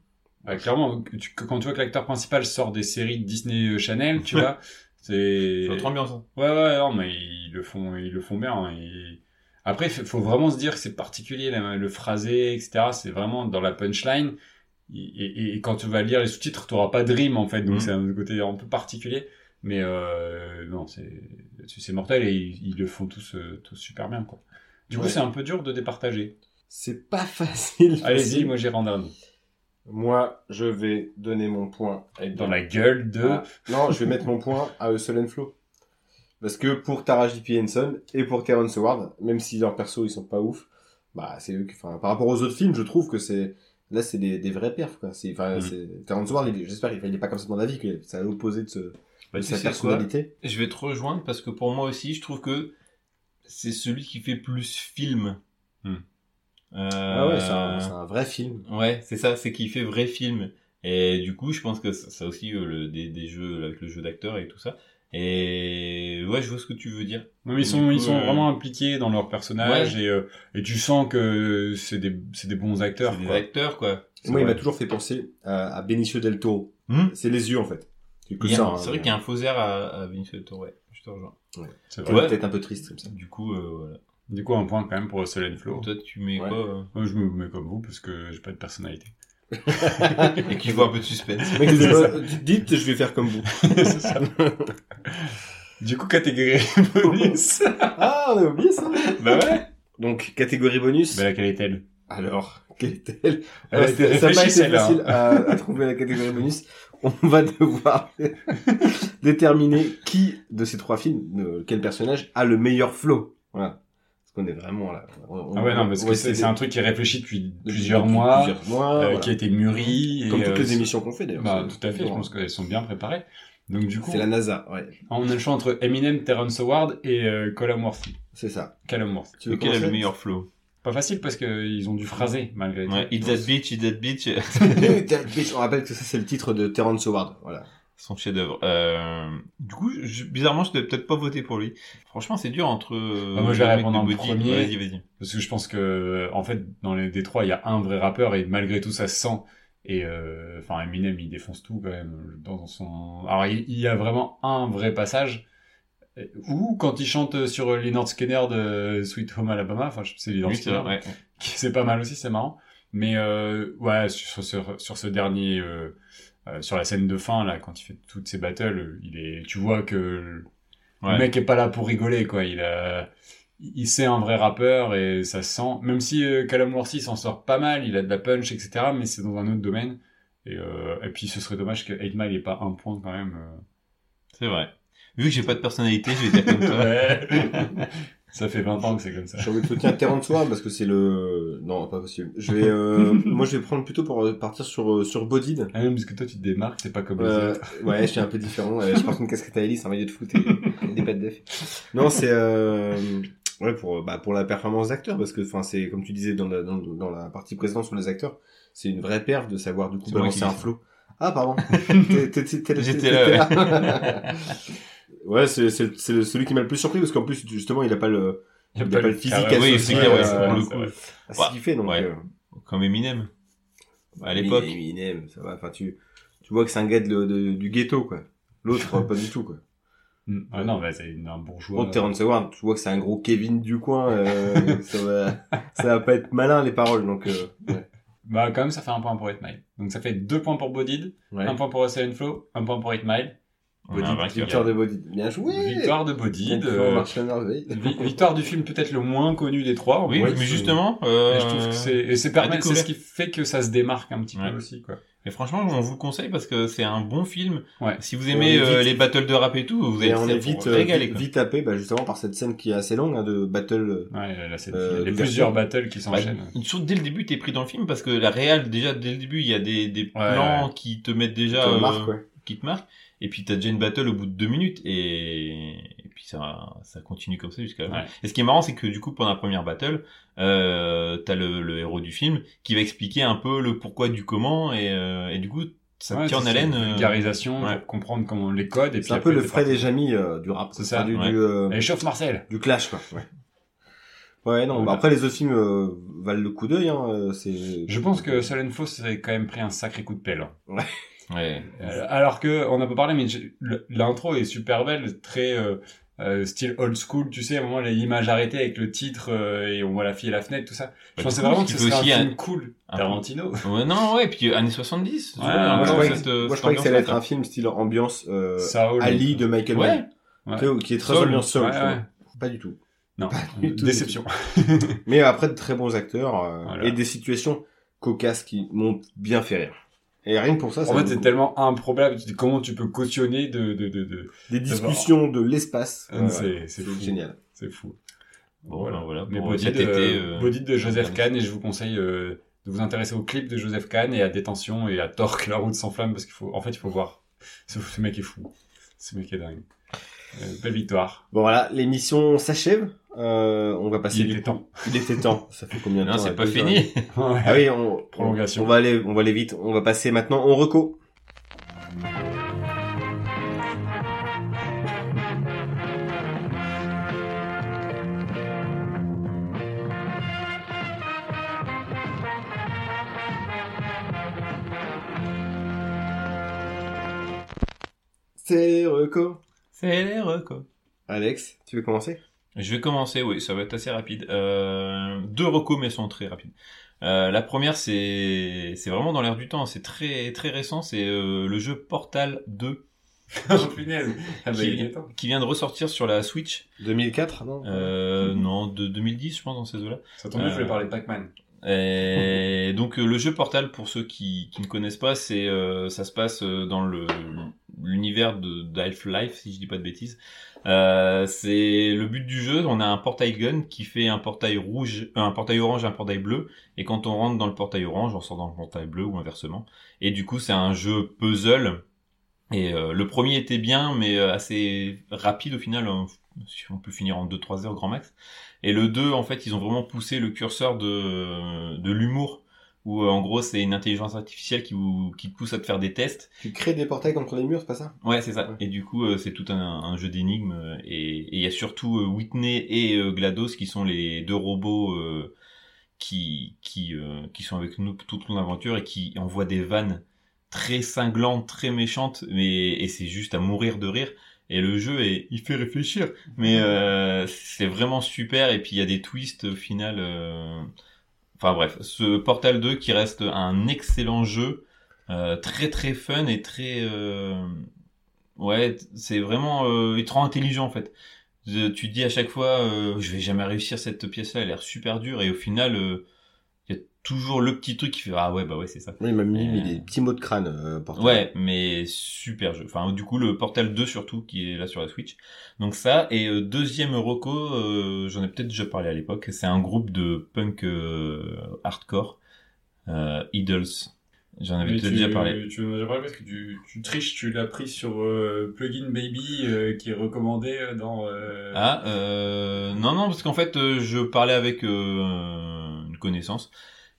Ouais, clairement, que tu- que- quand tu vois que l'acteur principal sort des séries de Disney euh, Channel, tu vois, c'est C'est notre ambiance. hein. Ouais, ouais, non, mais ils le font, ils le font bien. hein, et- Après, il faut vraiment se dire que c'est particulier, là, le phrasé, etc. C'est vraiment dans la punchline. Et, et- et quand tu vas lire les sous-titres, tu n'auras pas de rime, en fait. Donc, Mhm. c'est un côté un peu particulier. Mais euh, non, c'est c'est mortel et ils, ils le font tous, euh, tous super bien, quoi. Du coup, Ouais. c'est un peu dur de départager. C'est pas facile. Allez-y, moi, j'irai en dernier. Moi, je vais donner mon point. à Dans la gueule de... Ah, non, je vais mettre mon point à Eusselen Flo. Parce que pour Tara J.P. Henson et pour Terrence Howard, même si leurs persos ils sont pas ouf, bah c'est eux qui- enfin par rapport aux autres films, je trouve que c'est là c'est des, des vrais perfs quoi. C'est enfin Mhm. c'est Terrence Howard, il est- j'espère qu'il n'est pas comme ça dans la vie, que c'est à l'opposé de, ce- de Bah, tu sa sais quoi personnalité. Je vais te rejoindre parce que pour moi aussi, je trouve que c'est celui qui fait plus film. Hmm. Euh, Ah ouais, c'est un, c'est un vrai film. ouais, c'est ça, c'est qu'il fait vrai film. Et du coup, je pense que ça, ça aussi, euh, le, des, des jeux avec le jeu d'acteur et tout ça. Et ouais, je vois ce que tu veux dire. Non, mais ils Du sont, coup, ils sont euh, vraiment impliqués dans leur personnage et, euh, et tu sens que c'est des, c'est des bons acteurs. C'est des quoi. acteurs, quoi. Et moi, il vrai. m'a toujours fait penser à, à Benicio del Toro. Hmm C'est les yeux en fait. C'est que Il y a- ça. hein, c'est vrai mais- qu'il y a un faux air à, à Vincent Toro, ouais. Je te rejoins. C'est c'est vrai. Ouais. peut-être un peu triste comme ça. Du coup, euh, voilà. Du coup, un point quand même pour Solène Flo. Toi, tu mets Ouais. quoi euh Moi, je me mets comme vous parce que j'ai pas de personnalité. euh, Et qui voit un peu de suspense. Mec, C'est euh, dites, je vais faire comme vous. C'est ça. du coup, catégorie bonus. ah, on a oublié ça. bah ouais. Donc catégorie bonus. Bah laquelle est-elle Alors, quelle est-elle Elle Ah a Ouais, été Ça m'a réfléchie, été celle-là. hein. facile à, à trouver la catégorie bonus. On va devoir déterminer qui de ces trois films, euh, quel personnage a le meilleur flow. Voilà. Parce qu'on est vraiment là. On- Ah ouais, non, parce on que va c'est essayer c'est un truc qui est réfléchi depuis de- plusieurs depuis mois, plusieurs mois, euh, voilà. qui a été mûri. et, Comme toutes euh, les émissions qu'on fait d'ailleurs. Bah, C'est- tout à fait, je pense qu'elles sont bien préparées. Donc, du coup, C'est la NASA, ouais. on a le choix entre Eminem, Terrence Howard et euh, Colin Murphy. C'est ça. Callum Murphy. Tu veux Lequel a commencer le meilleur flow Pas facile parce qu'ils ont dû phraser malgré tout. ouais. It's that bitch, it's that bitch. Bitch, On rappelle que ça c'est le titre de Terrence Howard. Voilà. Son chef-d'œuvre. Euh, du coup, je- bizarrement, je devais peut-être pas voter pour lui. Franchement, c'est dur entre. Bah, moi, je vais le mec répondre de en Body. premier. Vas-y, vas-y. Parce que je pense que, en fait, dans les Détroits, il y a un vrai rappeur et malgré tout, ça se sent. Et euh, enfin, Eminem, il défonce tout quand même dans son. Alors, il il y a vraiment un vrai passage. euh, Ou quand il chante sur Leonard Skinner de Sweet Home Alabama, enfin, je- c'est Leonard Oui, c'est Skinner, vrai. ouais. qui- c'est pas mal aussi, c'est marrant. Mais euh, ouais, sur, sur, sur ce dernier, euh, euh, sur la scène de fin là, quand il fait toutes ses battles, euh, il est, tu vois que le Ouais. mec est pas là pour rigoler quoi. Il a, il sait un vrai rappeur et ça se sent. Même si euh, Callum Worthy s'en sort pas mal, il a de la punch etc. Mais c'est dans un autre domaine. Et, euh, et puis ce serait dommage que 8 Mile ait pas un point quand même. euh. C'est vrai. Vu que j'ai pas de personnalité, je vais dire comme toi. Ouais. Ça fait 20 ans que c'est comme ça. J'ai envie de soutenir 40 Swan parce que c'est le. Non, pas possible. Je vais, euh, moi, je vais prendre plutôt pour euh, partir sur euh, sur Bodid. Ah non, parce que toi, tu te démarques, t'es pas comme les Euh, autres. ouais, je suis un peu différent. Euh, je porte une casquette à hélice, un maillot de foot et des pattes d'œuf. Non, c'est euh, ouais pour euh, bah, pour la performance d'acteur parce que enfin c'est comme tu disais dans la dans, dans la partie précédente sur les acteurs, c'est une vraie perf de savoir du coup C'est moi balancer qui un dis ça. flot. Ah pardon. T'es- t'es- t'es- t'es- J'étais t'es- là, t'es ouais, c'est c'est c'est celui qui m'a le plus surpris parce qu'en plus justement il a pas le Il y il y a pas le physique carré. Oui, associé c'est clair, ouais, à- c'est à pour le euh, c'est coup. vrai. ce qu'il fait donc. Bah, Ouais. euh, Comme Eminem. À l'époque. Eminem, ça va. Enfin, tu, tu vois que c'est un gars de, de- du ghetto, quoi. L'autre, pas du tout, quoi. Mm. Ah non, bah, c'est une- un bourgeois. Bon, Terrence Howard, tu vois que c'est un gros Kevin du coin. euh, ça, va, ça va pas être malin, les paroles, donc... euh, ouais. Bah, quand même, ça fait un point pour 8 Mile. Donc, ça fait 2 points pour Bodid, Ouais. 1 point pour Ocean Flow, 1 point pour 8 Mile. On a un vainqueur. Victoire de Body. Bien joué euh, Victoire de Bodid. Bon, euh, on marche à merveille. vi- victoire du film peut-être le moins connu des trois. en Oui, vrai, mais c'est- justement. euh, mais je trouve que c'est et c'est à permet- c'est découvrir. ce qui fait que ça se démarque un petit Ouais. peu aussi quoi. Et franchement, on vous le conseille parce que c'est un bon film. Ouais. Si vous aimez On est euh, vite. les battles de rap et tout, vous allez Et on vous est vite, euh, régaler. vite, quoi. vite tapé, bah, justement, par cette scène qui est assez longue, hein, de battle... Ouais, là, là, Euh, c'est il y a d'ouverture. plusieurs battles qui Bah, s'enchaînent. surtout dès le début, t'es pris dans le film parce que la réal, déjà dès le début, il y a des, des plans qui te mettent déjà, de euh, marque, ouais. qui te marquent. Et puis t'as déjà une battle au bout de deux minutes et, et puis ça, ça continue comme ça jusqu'à la fin. Ouais. Et ce qui est marrant, c'est que du coup, pendant la première battle, euh, t'as le, le héros du film qui va expliquer un peu le pourquoi du comment et, euh, et du coup, ça Ouais, te tient en c'est- c'est une haleine. euh, vulgarisation ouais. pour comprendre comment les codes et puis C'est un peu le après, t'es Fred parti. et Jamy euh, du rap. C'est ça, du, ouais. du, euh, Allez, chauffe Marcel. du clash, quoi. Ouais. Ouais, non, bah Voilà. après les autres films euh, valent le coup d'œil, hein, euh, c'est... Je pense que Solène Faux s'est quand même pris un sacré coup de pelle. hein. ouais. Euh, alors que on n'a pas parlé, mais j'ai- le- l'intro est super belle, très euh, euh, style old school. Tu sais, à un moment, l'image arrêtée avec le titre euh, et on voit la fille à la fenêtre, tout ça. Je Bah, pensais du coup, vraiment ce que qui ce peut serait aussi un un- film cool. un- Tarantino. Ouais, non, ouais, puis euh, années 70. tu Ouais, vois, un Moi, peu je ouais, croyais cette, que, euh, moi, je cette croyais que ça allait être ambiance-là. un film style ambiance euh, Saoul. Ali de Michael Ouais. Bay, tu sais, qui est très Saul. ambiance Saul, Ouais, tu vois. ouais. pas du tout. Non, du tout. déception. Mais après de très bons acteurs euh, Voilà. et des situations cocasses qui m'ont bien fait rire. Et rien que pour ça, ça En fait, vaut le c'est coup. tellement improbable. Tu te dis comment tu peux cautionner de. de, de, de... des discussions de l'espace, Ah, euh, c'est- c'est fou. c'est génial. C'est fou. Bon, voilà, voilà Mais pour Bodid, cet euh, été. euh, Bodid de Joseph Anthony. Kahn, et je vous conseille euh, de vous intéresser au clip de Joseph Kahn et à Détention et à Torque, la route sans flamme, parce qu'il faut. En fait, il faut voir. Ce, ce mec est fou. Ce mec est dingue. Euh, belle victoire. Bon voilà, l'émission s'achève. Euh, on va passer Il du était coup- temps. Il était temps. Ça fait combien de Non, temps là, c'est pas deux heures fini. Ah oui, on, Prolongation. On va aller, on va aller vite. On va passer maintenant au reco. C'est reco. C'est l'air, quoi. Alex, tu veux commencer Je vais commencer, oui, ça va être assez rapide. Euh, deux recos, mais elles sont très rapides. Euh, la première, c'est c'est vraiment dans l'air du temps, c'est très très récent, c'est euh, le jeu Portal 2 Oh, punaise. Ah, bah, Qui- il est temps. qui vient de ressortir sur la Switch. 2004, non Euh, non, de 2010, je pense, dans ces eaux-là. Ça tombe bien, je voulais Euh, parler de Pac-Man. Et donc euh, le jeu Portal, pour ceux qui, qui ne connaissent pas, c'est euh, ça se passe euh, dans le l'univers de d'Half-Life, si je dis pas de bêtises. Euh, c'est le but du jeu. On a un portail gun qui fait un portail rouge, euh, un portail orange, un portail bleu. Et quand on rentre dans le portail orange, on sort dans le portail bleu ou inversement. Et du coup, c'est un jeu puzzle. Et euh, le premier était bien, mais euh, assez rapide au final. hein. Si on peut finir en 2-3 heures grand max. Et le 2, en fait, ils ont vraiment poussé le curseur de, de l'humour, où euh, en gros, c'est une intelligence artificielle qui, vous, qui te pousse à te faire des tests. Tu crées des portails contre les murs, c'est pas ça Ouais, c'est ça. Ouais. Et du coup, euh, c'est tout un, un jeu d'énigmes. euh, Et et il y a surtout euh, Whitney et euh, GLaDOS, qui sont les deux robots euh, qui, qui, euh, qui sont avec nous toute l'aventure et qui envoient des vannes très cinglantes, très méchantes, mais, et c'est juste à mourir de rire. Et le jeu, est, il fait réfléchir. Mais euh, c'est vraiment super. Et puis il y a des twists au final. euh, Enfin bref, ce Portal 2 qui reste un excellent jeu, euh, très très fun et très euh, ouais, t- c'est vraiment euh, il te rend intelligent en fait. Je- tu te dis à chaque fois, euh, je vais jamais réussir cette pièce-là, elle a l'air super dure et au final, euh, il y a toujours le petit truc qui fait ah ouais bah ouais c'est ça. Oui, il m'a mis, Euh. mis des petits mots de crâne, euh, Portal. Ouais, mais super jeu. Enfin, du coup, le Portal 2 surtout qui est là sur la Switch. Donc ça et euh, deuxième Rocco, euh, j'en ai peut-être déjà parlé à l'époque. C'est un groupe de punk euh, hardcore, euh, Idols. J'en avais Mais peut-être tu, déjà parlé. Tu m'en as déjà parlé parce que tu, tu triches, tu l'as pris sur euh, Plugin Baby euh, qui est recommandé euh, dans. euh, Ah euh, non non parce qu'en fait euh, je parlais avec euh, une connaissance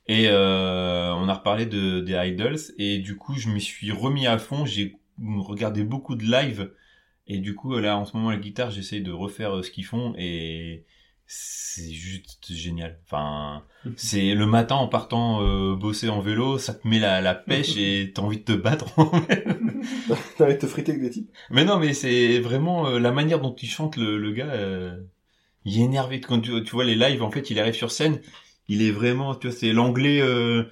et euh, on a reparlé de des idols et du coup je m'y suis remis à fond j'ai regardé beaucoup de live et du coup là en ce moment la guitare j'essaye de refaire euh, ce qu'ils font et c'est juste génial enfin c'est le matin en partant euh, bosser en vélo ça te met la, la pêche et t'as envie de te battre en fait. T'as envie de te friter avec des types. Mais non, mais c'est vraiment euh, la manière dont il chante le, le gars. euh, il est énervé quand tu, tu vois les lives. En fait, il arrive sur scène, il est vraiment, tu vois, c'est l'anglais euh,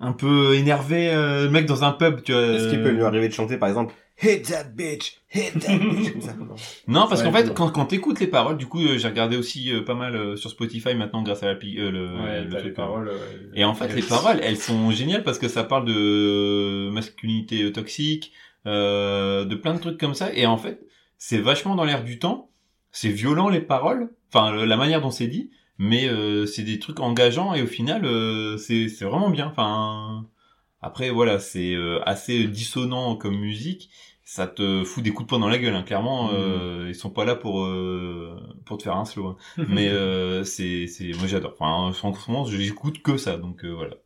un peu énervé, euh, le mec dans un pub, tu vois. Est-ce qu'il peut lui euh, arriver de chanter, par exemple, Hit that bitch, hit that bitch, comme ça non. Non, parce Ouais, qu'en fait, toujours. quand, quand t'écoutes les paroles, du coup, euh, j'ai regardé aussi euh, pas mal euh, sur Spotify maintenant grâce à la pi- euh, le, Ouais, le t'as les truc, euh, paroles. euh, Et en fait, euh, les paroles, elles sont géniales parce que ça parle de masculinité toxique, euh, de plein de trucs comme ça. Et en fait, c'est vachement dans l'air du temps. C'est violent les paroles, enfin le- la manière dont c'est dit, mais euh, c'est des trucs engageants et au final, euh, c'est c'est vraiment bien. Enfin, après voilà, c'est euh, assez dissonant comme musique. Ça te fout des coups de poing dans la gueule, hein. clairement. euh, ils sont pas là pour euh, pour te faire un slow. hein mais euh, c'est c'est moi j'adore enfin franchement je l'écoute que ça donc euh, voilà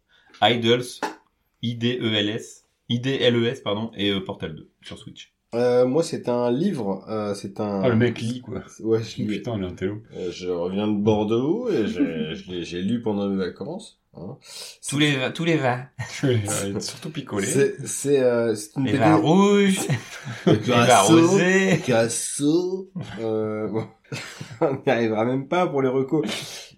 Idols E IDELS IDLES pardon et euh, Portal 2 sur Switch Euh, moi, c'est un livre, euh, c'est un... Ah, le mec lit quoi. Ouais, je l'ai- Putain, il est un télo. Euh, Je reviens de Bordeaux et j'ai- je l'ai- j'ai lu pendant mes vacances. hein. tous les tous les vins Il va surtout picoler. C'est c'est euh, c'est une les BD vins rouges les vins Grasso. rosés Picasso. Euh, bon. On n'y arrivera même pas pour les recos.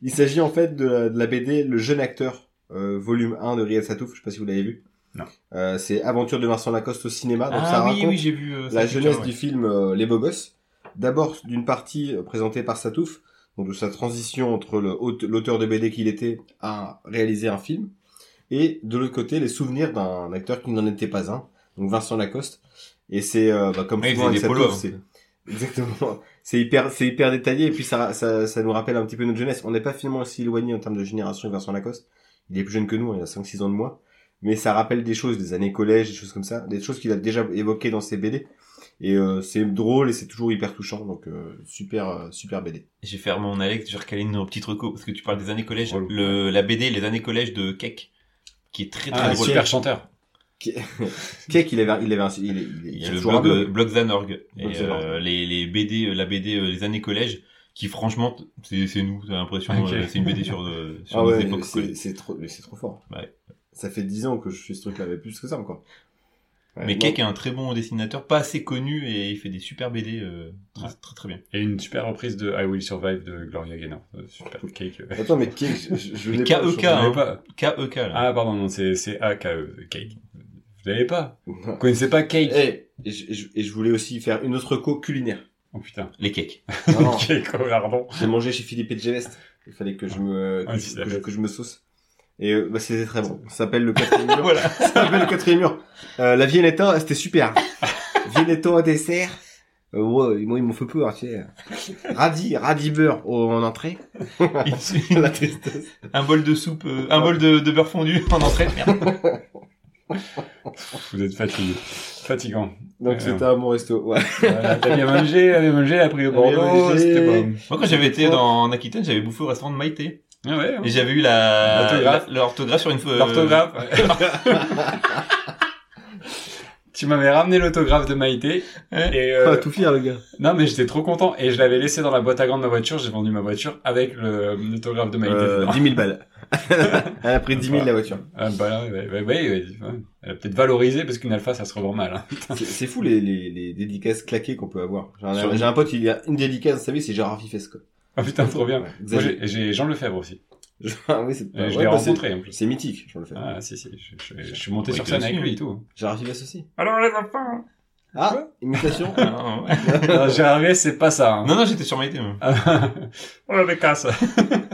Il s'agit en fait de la, de la BD Le jeune acteur, euh, volume 1 de Riel Satouf. Je sais pas si vous l'avez vu. Non. Euh, c'est Aventure de Vincent Lacoste au cinéma. Donc ça ah raconte oui oui j'ai vu euh, la ça, jeunesse ouais. du film euh, Les Beaux Gosses. D'abord d'une partie euh, présentée par Satouf, donc de sa transition entre le haute- l'auteur de BD qu'il était à réaliser un film, et de l'autre côté les souvenirs d'un acteur qui n'en était pas un, donc Vincent Lacoste. Et c'est euh, bah, comme Ouais, il souvent avec faisait des Satouf, polos, hein. c'est exactement, c'est hyper, c'est hyper détaillé et puis ça, ça, ça nous rappelle un petit peu notre jeunesse. On n'est pas finalement aussi éloigné en termes de génération que Vincent Lacoste. Il est plus jeune que nous, hein, il a 5-6 ans de moins. Mais ça rappelle des choses, des années collège, des choses comme ça, des choses qu'il a déjà évoquées dans ses BD. Et euh, c'est drôle et c'est toujours hyper touchant, donc euh, super, euh, super BD. j'ai fait mon Alex je recalé nos petites recos parce que tu parles des années collège Relou. le la BD les années collège de Keck qui est très très Ah, drôle super chanteur. Keck, il avait, il avait, un, il, est- il, est- Il il y a a le toujours un blog, euh, blog. blog Zanorg, et, Blog Zanorg. euh, les, les BD, euh, la BD euh, les années collège, qui franchement, t- c'est c'est nous, t'as l'impression, Ok. euh, c'est une BD sur, euh, sur Ah nos ouais, époques c'est- collège. c'est trop, mais c'est trop fort. Ouais. Ça fait 10 ans que je fais ce truc-là, mais plus que ça encore. Ouais, Mais non. Keck est un très bon dessinateur, pas assez connu, et il fait des super BD, euh, très, très très bien. Et une super reprise de I Will Survive de Gloria Gaynor. Euh, Super cake. euh. Attends, mais Keck, je, je, je Mais l'ai pas, KEK, aujourd'hui. Vous l'avez hein. pas K.E.K. là. Ah, pardon, non, c'est c'est A-K-E, euh, cake. Vous l'avez pas Vous connaissez pas cake Eh, et, je, et je- et je voulais aussi faire une autre co culinaire. Oh putain. Les Keck. Non, non, Cake, oh, pardon. j'ai mangé chez Philippe et Gevest. Il fallait que je me que, Ah, je, c'est que je- que je me sauce. Et euh, bah, c'était très bon. Ça s'appelle le quatrième mur. Voilà. Ça s'appelle le quatrième mur. Euh, la Viennetta, c'était super. Viennetta au dessert. Euh, ouais, moi, ils m'ont fait peur, hein, tu sais. Radis, radis beurre au- en entrée. La tristesse. un bol de soupe, euh, un bol de, de beurre fondu en entrée. Merde. Vous êtes fatigué. Fatigant. Donc, Ouais, c'était à mon resto. Ouais. Voilà, t'as bien mangé, t'as bien mangé, elle a pris le T'as bien Bordeaux, mangé. c'était bon. Moi, quand j'avais été dans, en Aquitaine, j'avais bouffé au restaurant de Maïté. Ah ouais, hein. Et j'avais eu la, L'orthographe. la- l'orthographe sur une euh, euh, feuille. L'orthographe. tu m'avais ramené l'autographe de Maïté. Ouais. Et euh, Ah, tout fier, le gars. non, mais j'étais trop content. Et je l'avais laissé dans la boîte à gants de ma voiture. J'ai vendu ma voiture avec le- l'autographe de Maïté. Euh, dedans. 10 000 balles. Elle a pris 10 000 la voiture. Ah, bah, ouais, ouais, ouais, ouais, ouais, ouais. Elle a peut-être valorisé parce qu'une alpha, ça se revend mal. hein. C'est- C'est fou les, les, les dédicaces claquées qu'on peut avoir. J'ai Sur- un, j'ai un pote, il a une dédicace, vous savez, c'est Gérard Fifès, quoi. Ah putain, trop bien. Ouais, Moi, exagéré. j'ai j'ai Jean Lefebvre aussi. Ah oui, c'est Euh, je ouais, l'ai bah, c'est- rencontré en plus. C'est mythique, je le fais. Ah si si, je, je- je suis monté Ouais, sur toi scène aussi, avec hein. lui et tout. Gérard Fifès aussi. Alors les enfants Ah, imitation Non, Ah, ouais. Non, Gérard Way, c'est pas ça. hein. non, non, j'étais sur ma idée. moi. Ah, On l'avait casse.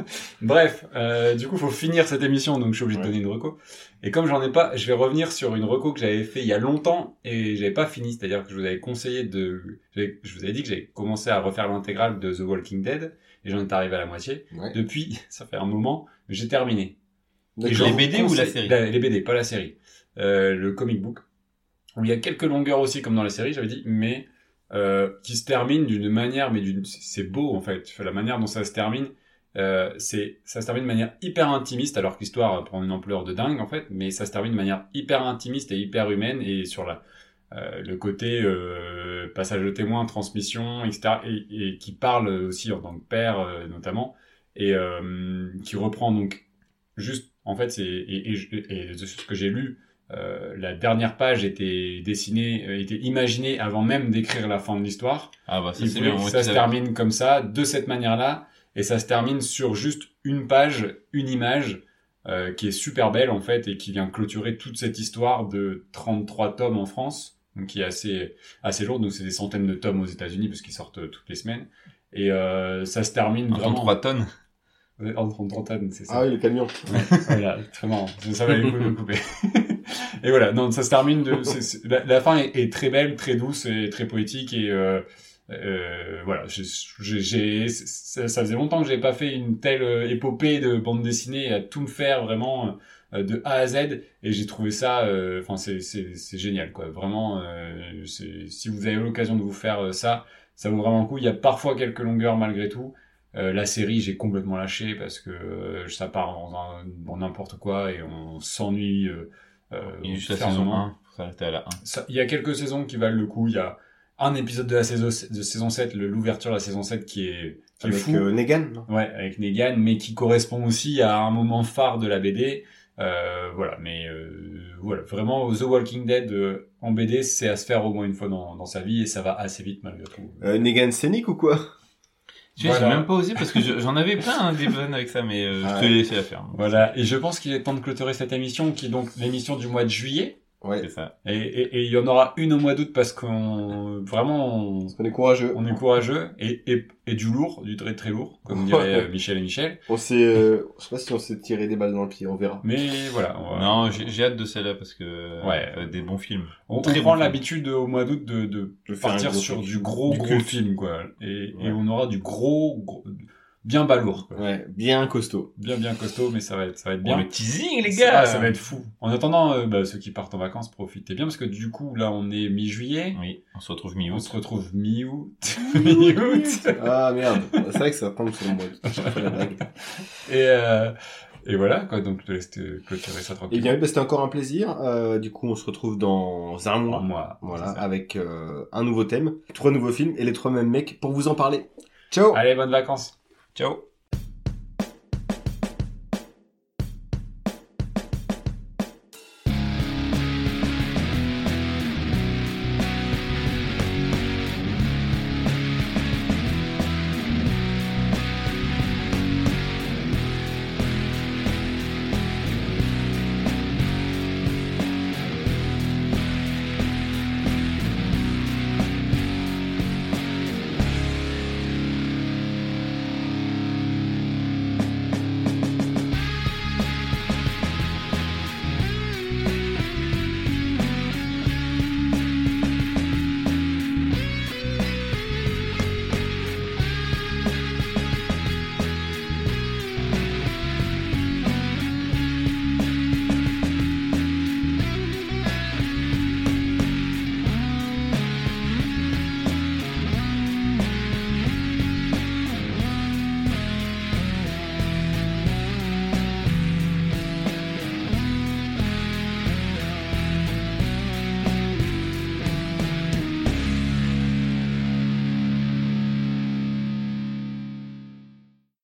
Bref, euh, du coup, faut finir cette émission, donc je suis obligé de Ouais. donner une reco. Et comme j'en ai pas, je vais revenir sur une reco que j'avais fait il y a longtemps et j'avais pas fini. C'est-à-dire que je vous avais conseillé de, j'avais- je vous avais dit que j'avais commencé à refaire l'intégrale de The Walking Dead et j'en étais arrivé à la moitié. Ouais. Depuis, ça fait un moment, j'ai terminé. Et D'accord. je les BD ou la conseille- série Ben, Les BD, pas la série. Euh, le comic book. Où il y a quelques longueurs aussi, comme dans la série, j'avais dit, mais euh, qui se termine d'une manière, mais d'une, c'est beau en fait. La manière dont ça se termine, euh, c'est, ça se termine de manière hyper intimiste, alors que l'histoire prend une ampleur de dingue en fait, mais ça se termine de manière hyper intimiste et hyper humaine et sur la, euh, le côté euh, passage de témoin, transmission, etc. Et, et qui parle aussi en tant que père euh, notamment et euh, qui reprend donc juste en fait c'est et, et je- et de ce que j'ai lu euh, la dernière page était dessinée euh, était imaginée avant même d'écrire la fin de l'histoire Ah bah ça il c'est voulait bien. que moi, ça tu se savais. termine comme ça, de cette manière-là, et ça se termine sur juste une page, une image, euh, qui est super belle en fait, et qui vient clôturer toute cette histoire de 33 tomes en France, donc qui est assez, assez lourde, donc c'est des centaines de tomes aux États-Unis, parce qu'ils sortent euh, toutes les semaines, et euh, ça se termine En vraiment... 3 tonnes. Ouais, En 33 tomes, c'est ça. Ah oui, le camion. Voilà, très marrant. Ça, ça va les couper. couper. et voilà, non, ça se termine de. c'est- c'est- la, la fin est, est très belle, très douce et très poétique et. Euh, euh, voilà, j'ai- j'ai- j'ai- ça, ça faisait longtemps que j'avais pas fait une telle euh, épopée de bande dessinée à tout me faire vraiment euh, de A à Z et j'ai trouvé ça, euh, enfin c'est- c'est c'est génial quoi, vraiment. euh, c'est- si vous avez l'occasion de vous faire euh, ça, ça vaut vraiment le coup. Il y a parfois quelques longueurs malgré tout, euh, la série, j'ai complètement lâché parce que euh, ça part dans un- dans n'importe quoi et on s'ennuie. euh, euh, Il y a juste la fermement. saison 1. Faut s'arrêter à la 1. Ça- Il y a quelques saisons qui valent le coup. Il y a un épisode de la saison, de saison 7, le- l'ouverture de la saison 7 qui est, qui est Avec fou. euh, Negan, non Ouais, avec Negan, mais qui correspond aussi à un moment phare de la BD. Euh, voilà, mais euh, voilà, vraiment The Walking Dead euh, en BD, c'est à se faire au moins une fois dans, dans sa vie et ça va assez vite malgré tout. euh, Negan scénique ou quoi Tu sais, j'ai Voilà. même pas osé parce que je- j'en avais plein hein, des vannes avec ça, mais euh, Ah je te ouais. l'ai laissé la faire. Voilà, et je pense qu'il est temps de clôturer cette émission qui est donc l'émission du mois de juillet. Ouais, C'est ça. Et- Et et il y en aura une au mois d'août parce qu'on vraiment on, on est courageux. on est courageux et, et, et du lourd, du très très lourd, comme dirait euh, Michel et Michel. On s'est, euh, je sais pas si on s'est tiré des balles dans le pied, on verra. Mais voilà, on, va- Non, j'ai j'ai hâte de celle-là parce que euh, Ouais. ça va être des bons films. on, on très prend bon l'habitude au mois d'août de, de Je vais faire un partir gros sur truc. du gros Du gros culte. film quoi. Et, et Ouais. on aura du gros, gros bien balourd, quoi. Ouais, bien costaud. bien bien costaud, mais ça va être ça va être Bien. bien. le teasing les Ça- gars. ça va être fou. En attendant, euh, bah, ceux qui partent en vacances, profitez bien parce que du coup là on est mi-juillet. Oui, on se retrouve Et on mi-août. se retrouve mi-août. mi-août. Ah merde, c'est vrai que ça tombe sur le mois. J'ai fait la blague. Et, euh, et voilà, quoi. Donc, je te laisse te clôturer ça Eh tranquille. bien, oui, bah, c'était encore un plaisir. Euh, du coup, on se retrouve dans un Pour mois. moi. Voilà, c'est ça. avec euh, un nouveau thème, trois nouveaux films et les trois mêmes mecs pour vous en parler. Ciao Allez, bonnes vacances. Ciao.